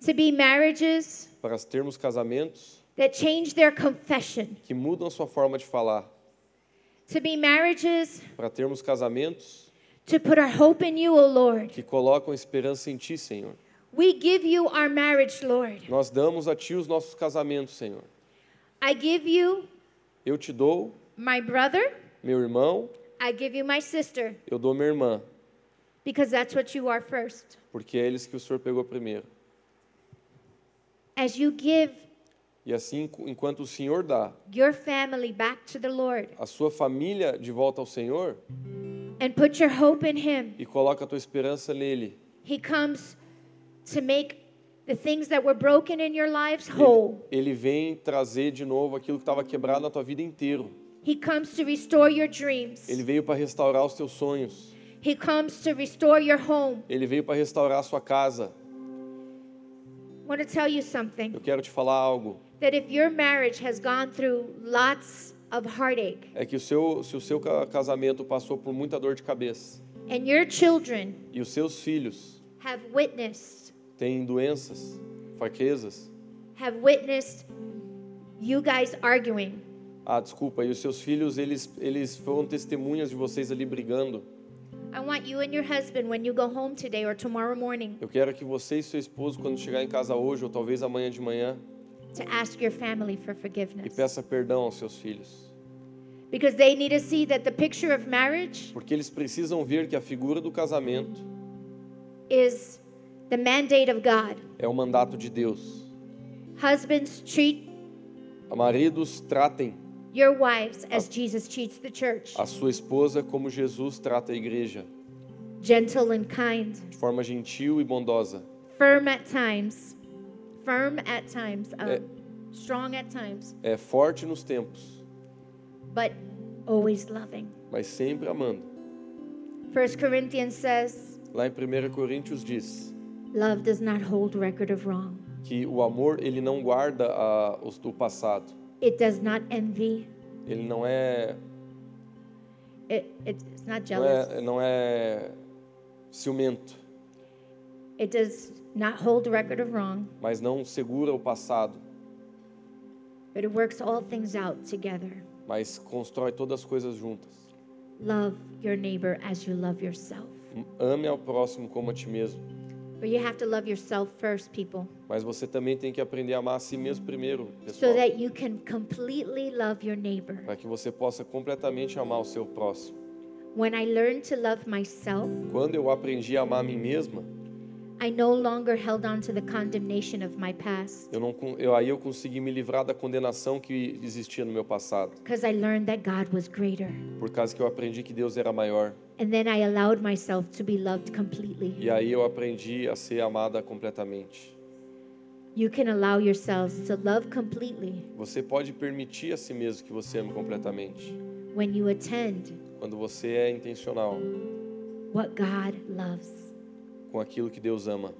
Speaker 1: to be marriages
Speaker 2: para termos casamentos
Speaker 1: that change their confession,
Speaker 2: que mudam sua forma de falar,
Speaker 1: to be marriages
Speaker 2: para termos casamentos
Speaker 1: to put our hope in you, O Lord.
Speaker 2: que colocam esperança em Ti, Senhor.
Speaker 1: We give you our marriage, Lord.
Speaker 2: Nós damos a Ti os nossos casamentos, Senhor.
Speaker 1: I give you
Speaker 2: Eu te dou
Speaker 1: my brother,
Speaker 2: meu irmão,
Speaker 1: I give you my sister,
Speaker 2: eu dou minha irmã,
Speaker 1: because that's what you are first.
Speaker 2: porque é eles que o Senhor pegou primeiro.
Speaker 1: As you give
Speaker 2: E assim, enqu- enquanto o Senhor dá
Speaker 1: your family back to the Lord
Speaker 2: a sua família de volta ao Senhor
Speaker 1: and put your hope in Him,
Speaker 2: e coloca a tua esperança nele,
Speaker 1: He comes to make the things that were broken in your lives
Speaker 2: ele,
Speaker 1: whole.
Speaker 2: ele vem trazer de novo aquilo que estava quebrado na tua vida inteiro.
Speaker 1: He comes to restore your dreams.
Speaker 2: Ele veio para restaurar os teus sonhos.
Speaker 1: He comes to restore your home.
Speaker 2: Ele veio para restaurar a sua casa.
Speaker 1: I want to tell you something
Speaker 2: Eu quero te falar algo.
Speaker 1: that if your marriage has gone through lots of heartache
Speaker 2: É que o seu, se o seu ca- casamento passou por muita dor de cabeça
Speaker 1: and your children
Speaker 2: e os seus filhos
Speaker 1: have witnessed,
Speaker 2: têm doenças, fraquezas,
Speaker 1: have witnessed you guys arguing,
Speaker 2: ah, desculpa, e os seus filhos eles eles foram testemunhas de vocês ali brigando.
Speaker 1: I want you and your husband when you go home today or tomorrow morning
Speaker 2: Eu quero que você e seu esposo, quando chegar em casa hoje ou talvez amanhã de manhã,
Speaker 1: to ask your family for
Speaker 2: e
Speaker 1: forgiveness
Speaker 2: peça perdão aos seus filhos,
Speaker 1: because they need to see that the picture of marriage
Speaker 2: porque eles precisam ver que a figura do casamento
Speaker 1: is the mandate of God.
Speaker 2: é o mandato de Deus.
Speaker 1: Husbands, treat
Speaker 2: Maridos, tratem
Speaker 1: your wives as Jesus treats the church
Speaker 2: a sua esposa como Jesus trata a igreja,
Speaker 1: gentle and kind,
Speaker 2: de forma gentil e bondosa.
Speaker 1: firm at times, firm at times, um,
Speaker 2: Eh.
Speaker 1: strong at times,
Speaker 2: É forte nos tempos,
Speaker 1: but always loving.
Speaker 2: mas sempre amando.
Speaker 1: First Corinthians says,
Speaker 2: Lá em 1 Coríntios diz
Speaker 1: Love does not hold record of wrong.
Speaker 2: que o amor ele não guarda a, os, o passado,
Speaker 1: It does not envy.
Speaker 2: ele não é
Speaker 1: It, it's not
Speaker 2: não
Speaker 1: jealous.
Speaker 2: é, não é ciumento,
Speaker 1: It does not hold record of wrong,
Speaker 2: mas não segura o passado,
Speaker 1: but it works all things out together.
Speaker 2: mas constrói todas as coisas juntas.
Speaker 1: Love your neighbor as you love yourself.
Speaker 2: Ame ao próximo como a ti mesmo.
Speaker 1: But you have to love yourself first, people,
Speaker 2: Mas você também tem que aprender a amar a si mesmo primeiro,
Speaker 1: so
Speaker 2: pessoal.
Speaker 1: that you can completely love your neighbor.
Speaker 2: Para que você possa completamente amar o seu próximo.
Speaker 1: When I learned to love myself,
Speaker 2: Quando eu aprendi a amar a mim mesma,
Speaker 1: I no longer held on to the condemnation of my past
Speaker 2: eu não, con- eu, aí eu consegui me livrar da condenação que existia no meu passado.
Speaker 1: because I learned that God was greater.
Speaker 2: Por causa que eu aprendi que Deus era maior.
Speaker 1: And then I allowed myself to be loved completely.
Speaker 2: E aí eu aprendi a ser amada completamente.
Speaker 1: You can allow yourselves to love completely
Speaker 2: Você pode permitir a si mesmo que você ame completamente.
Speaker 1: when you attend
Speaker 2: Quando você é intencional.
Speaker 1: what God loves.
Speaker 2: com aquilo que Deus ama.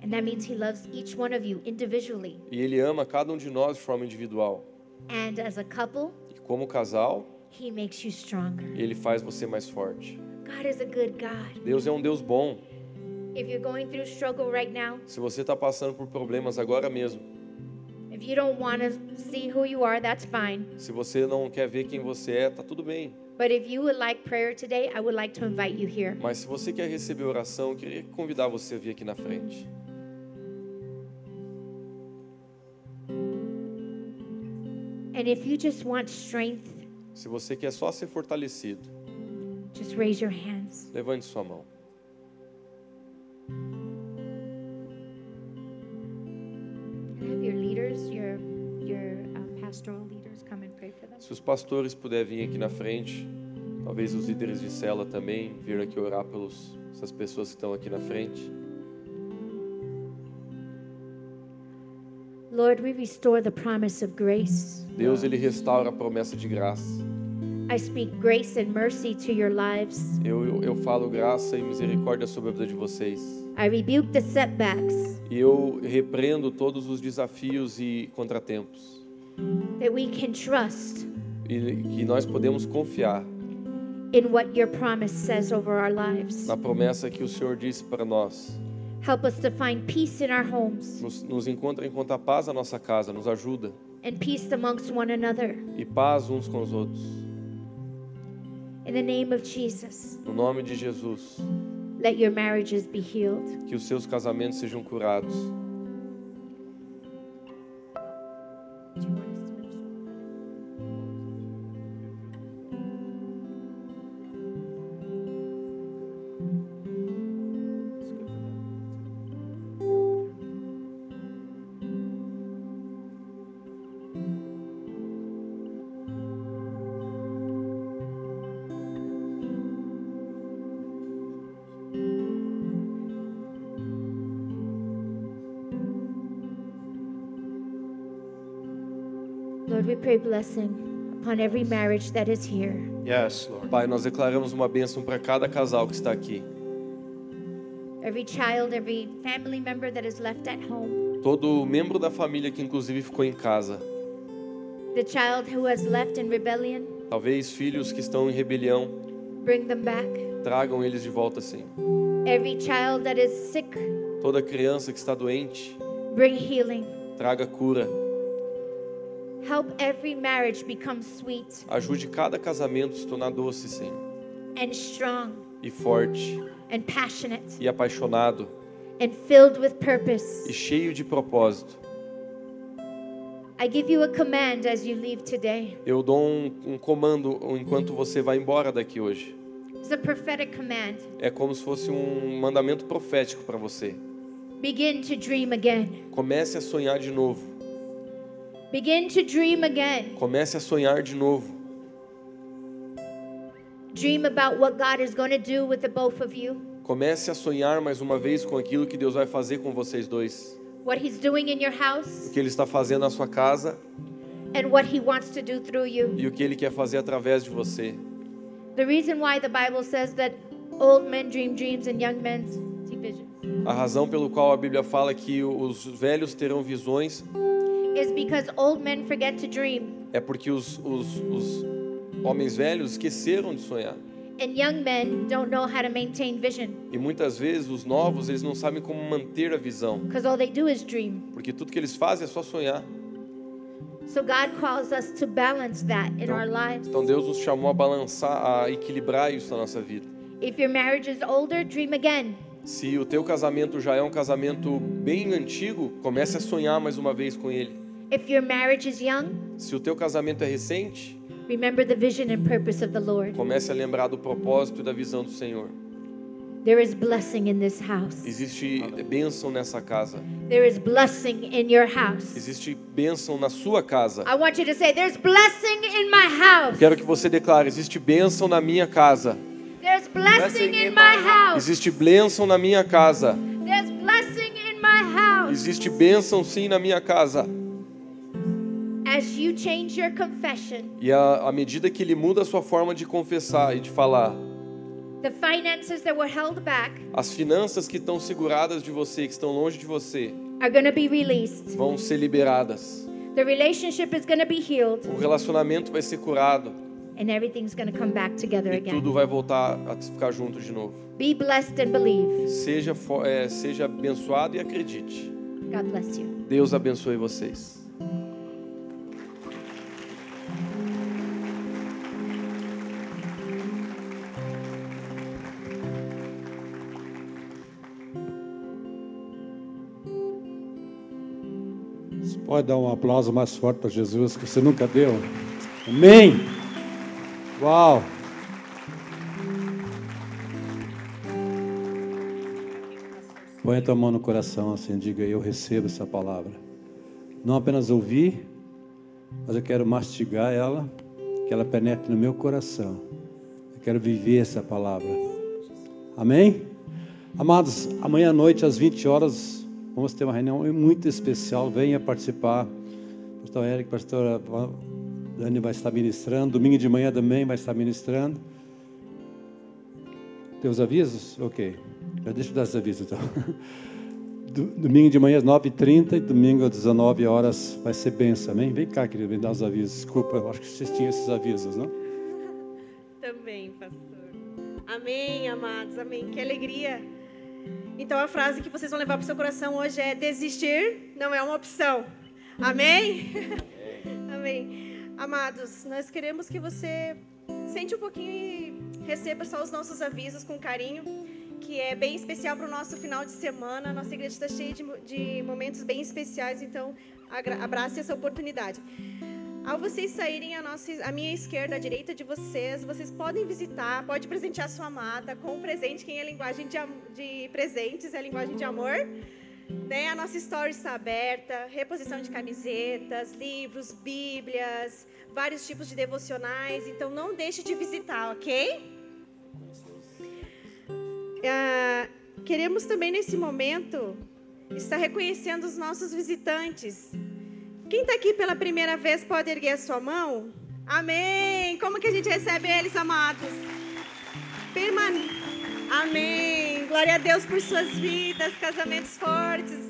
Speaker 1: And that means He loves each one of you individually
Speaker 2: E Ele ama cada um de nós de forma individual.
Speaker 1: and as a couple.
Speaker 2: E como casal,
Speaker 1: He makes you stronger.
Speaker 2: Ele faz você mais forte.
Speaker 1: God is a good God.
Speaker 2: Deus é um Deus bom.
Speaker 1: If you're going through struggle right now,
Speaker 2: Se você está passando por problemas agora mesmo,
Speaker 1: if you don't want to see who you are, that's fine.
Speaker 2: se você não quer ver quem você é, tá tudo bem.
Speaker 1: But if you would like prayer today, I would like to invite you here.
Speaker 2: Mas se você quer receber oração, eu queria convidar você a vir aqui na frente.
Speaker 1: And if you just want strength,
Speaker 2: Se você quer só ser fortalecido,
Speaker 1: just raise your hands.
Speaker 2: levante sua mão.
Speaker 5: Have your leaders, your, your um, pastoral leaders come and pray for them.
Speaker 2: Se os pastores puderem vir aqui na frente, talvez os líderes de cela também vir aqui orar pelos essas pessoas que estão aqui na frente.
Speaker 1: Lord, we restore the promise of grace.
Speaker 2: Deus ele restaura a promessa de graça.
Speaker 1: I speak grace and mercy to your lives.
Speaker 2: Eu, eu, eu falo graça e misericórdia sobre a vida de vocês.
Speaker 1: I rebuke the setbacks
Speaker 2: E eu repreendo todos os desafios e contratempos.
Speaker 1: that we can trust
Speaker 2: E que nós podemos confiar
Speaker 1: in what your promise says over our lives.
Speaker 2: na promessa que o Senhor disse para nós.
Speaker 1: Help us to find peace in our homes
Speaker 2: Nos, nos encontra enquanto a paz na nossa casa, nos ajuda.
Speaker 1: and peace amongst one another.
Speaker 2: E paz uns com os outros.
Speaker 1: In the name of Jesus,
Speaker 2: No nome de Jesus,
Speaker 1: let your marriages be healed.
Speaker 2: que os seus casamentos sejam curados.
Speaker 5: Do you want us to minister?
Speaker 1: Lord, we pray blessing upon every marriage that is here.
Speaker 3: Yes, Lord.
Speaker 2: Pai, nós declaramos uma bênção para cada casal que está aqui.
Speaker 1: Every child, every family member that is left at home,
Speaker 2: Todo membro da família que inclusive ficou em casa.
Speaker 1: the child who has left in rebellion,
Speaker 2: Talvez filhos que estão em rebelião,
Speaker 1: bring them back.
Speaker 2: tragam eles de volta, Senhor.
Speaker 1: Every child that is sick,
Speaker 2: Toda criança que está doente,
Speaker 1: bring healing.
Speaker 2: traga cura.
Speaker 1: Help every marriage become sweet
Speaker 2: Ajude cada casamento a se tornar doce, Senhor.
Speaker 1: and strong
Speaker 2: E forte,
Speaker 1: and passionate
Speaker 2: e apaixonado,
Speaker 1: and filled with purpose.
Speaker 2: e cheio de propósito.
Speaker 1: I give you a command as you leave today.
Speaker 2: Eu dou um, um comando enquanto você vai embora daqui hoje.
Speaker 1: It's a prophetic command.
Speaker 2: É como se fosse um mandamento profético para você.
Speaker 1: Begin to dream again.
Speaker 2: Comece a sonhar de novo.
Speaker 1: Begin to dream again.
Speaker 2: Comece a sonhar de novo.
Speaker 1: Dream about what God is going to do with the both of you,
Speaker 2: Comece a sonhar mais uma vez com aquilo que Deus vai fazer com vocês dois.
Speaker 1: what He's doing in your house,
Speaker 2: O que Ele está fazendo na sua casa
Speaker 1: and what He wants to do through you.
Speaker 2: e o que Ele quer fazer através de você.
Speaker 1: The reason why the Bible says that old men dream dreams and young men see visions
Speaker 2: A razão pelo qual a Bíblia fala que os velhos terão visões
Speaker 1: is because old men forget to dream
Speaker 2: é porque os, os, os homens velhos esqueceram de sonhar.
Speaker 1: and young men don't know how to maintain vision
Speaker 2: E muitas vezes os novos eles não sabem como manter a visão.
Speaker 1: because all they do is dream.
Speaker 2: Porque tudo que eles fazem é só sonhar.
Speaker 1: So God calls us to balance that in our lives.
Speaker 2: Então Deus nos chamou a balançar, a equilibrar isso na nossa vida.
Speaker 1: If your marriage is older, dream again.
Speaker 2: Se o teu casamento já é um casamento bem antigo, comece a sonhar mais uma vez com ele.
Speaker 1: If your marriage is young,
Speaker 2: Se o teu casamento é recente,
Speaker 1: remember the vision and purpose of the Lord.
Speaker 2: comece a lembrar do propósito e da visão do Senhor.
Speaker 1: There is blessing in this house.
Speaker 2: Existe bênção nessa casa.
Speaker 1: There is blessing in your house.
Speaker 2: Existe bênção na sua casa.
Speaker 1: I want you to say, There's blessing in my house.
Speaker 2: Quero que você declare: existe bênção na minha casa.
Speaker 1: There's blessing in my house.
Speaker 2: Existe bênção na minha casa.
Speaker 1: There's blessing in my house.
Speaker 2: Existe bênção sim na minha casa.
Speaker 1: As you change your confession,
Speaker 2: E a- à medida que ele muda a sua forma de confessar e de falar,
Speaker 1: The finances that were held back
Speaker 2: As finanças que estão seguradas de você, que estão longe de você,
Speaker 1: are going to be released.
Speaker 2: vão ser liberadas.
Speaker 1: The relationship is going to be healed,
Speaker 2: O relacionamento vai ser curado
Speaker 1: and everything's going to come back together
Speaker 2: e
Speaker 1: again.
Speaker 2: tudo vai voltar a ficar junto de novo.
Speaker 1: Be blessed and believe.
Speaker 2: Seja, fo- é, seja abençoado e acredite.
Speaker 1: God bless you.
Speaker 2: Deus abençoe vocês.
Speaker 6: Você pode dar um aplauso mais forte para Jesus que você nunca deu? Amém! Uau! Põe a tua mão no coração assim, diga eu recebo essa palavra. Não apenas ouvir, mas eu quero mastigar ela, que ela penetre no meu coração. Eu quero viver essa palavra. Amém? Amados, amanhã à noite, às 20 horas, vamos ter uma reunião muito especial. Venha participar. Pastor Eric, pastora Dani vai estar ministrando. Domingo de manhã também vai estar ministrando. Tem os avisos? Ok. Já deixa eu dar os avisos então. Do- Domingo de manhã às 9h30 e domingo às 19 horas vai ser benção, amém? Vem cá, querido, vem dar os avisos. Desculpa, eu acho que vocês tinham esses avisos, não?
Speaker 7: Também, pastor. Amém, amados. Amém. Que alegria. Então a frase que vocês vão levar para o seu coração hoje é desistir não é uma opção. Amém? Amém. Amados, nós queremos que você sente um pouquinho e receba só os nossos avisos com carinho, que é bem especial para o nosso final de semana. Nossa igreja está cheia de, mo- de momentos bem especiais, então agra- abrace essa oportunidade. Ao vocês saírem à, nossa, à minha esquerda, à direita de vocês, vocês podem visitar, pode presentear sua amada com um presente. Quem é linguagem de, am- de presentes é linguagem de amor. Né? A nossa história está aberta, reposição de camisetas, livros, bíblias, vários tipos de devocionais. Então não deixe de visitar, ok? Ah, queremos também nesse momento estar reconhecendo os nossos visitantes. Quem está aqui pela primeira vez pode erguer a sua mão? Amém! Como que a gente recebe eles, amados? Permane... Amém! Glória a Deus por suas vidas, casamentos fortes.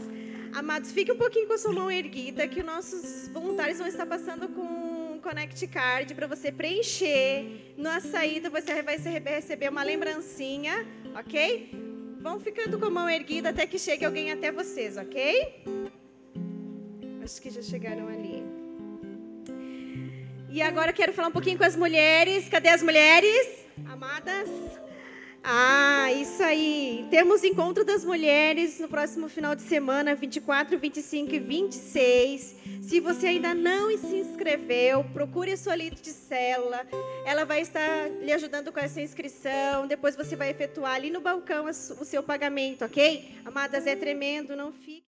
Speaker 7: Amados, fique um pouquinho com a sua mão erguida, que os nossos voluntários vão estar passando com um Connect Card para você preencher. Na saída você vai se- receber uma lembrancinha, ok? Vão ficando com a mão erguida até que chegue alguém até vocês, ok? Acho que já chegaram ali. E agora eu quero falar um pouquinho com as mulheres. Cadê as mulheres? Amadas? Ah, isso aí. Temos encontro das mulheres no próximo final de semana, 24, 25 e 26. Se você ainda não se inscreveu, procure a sua líder de célula. Ela vai estar lhe ajudando com essa inscrição. Depois você vai efetuar ali no balcão a su- o seu pagamento, ok? Amadas, é tremendo, não fique.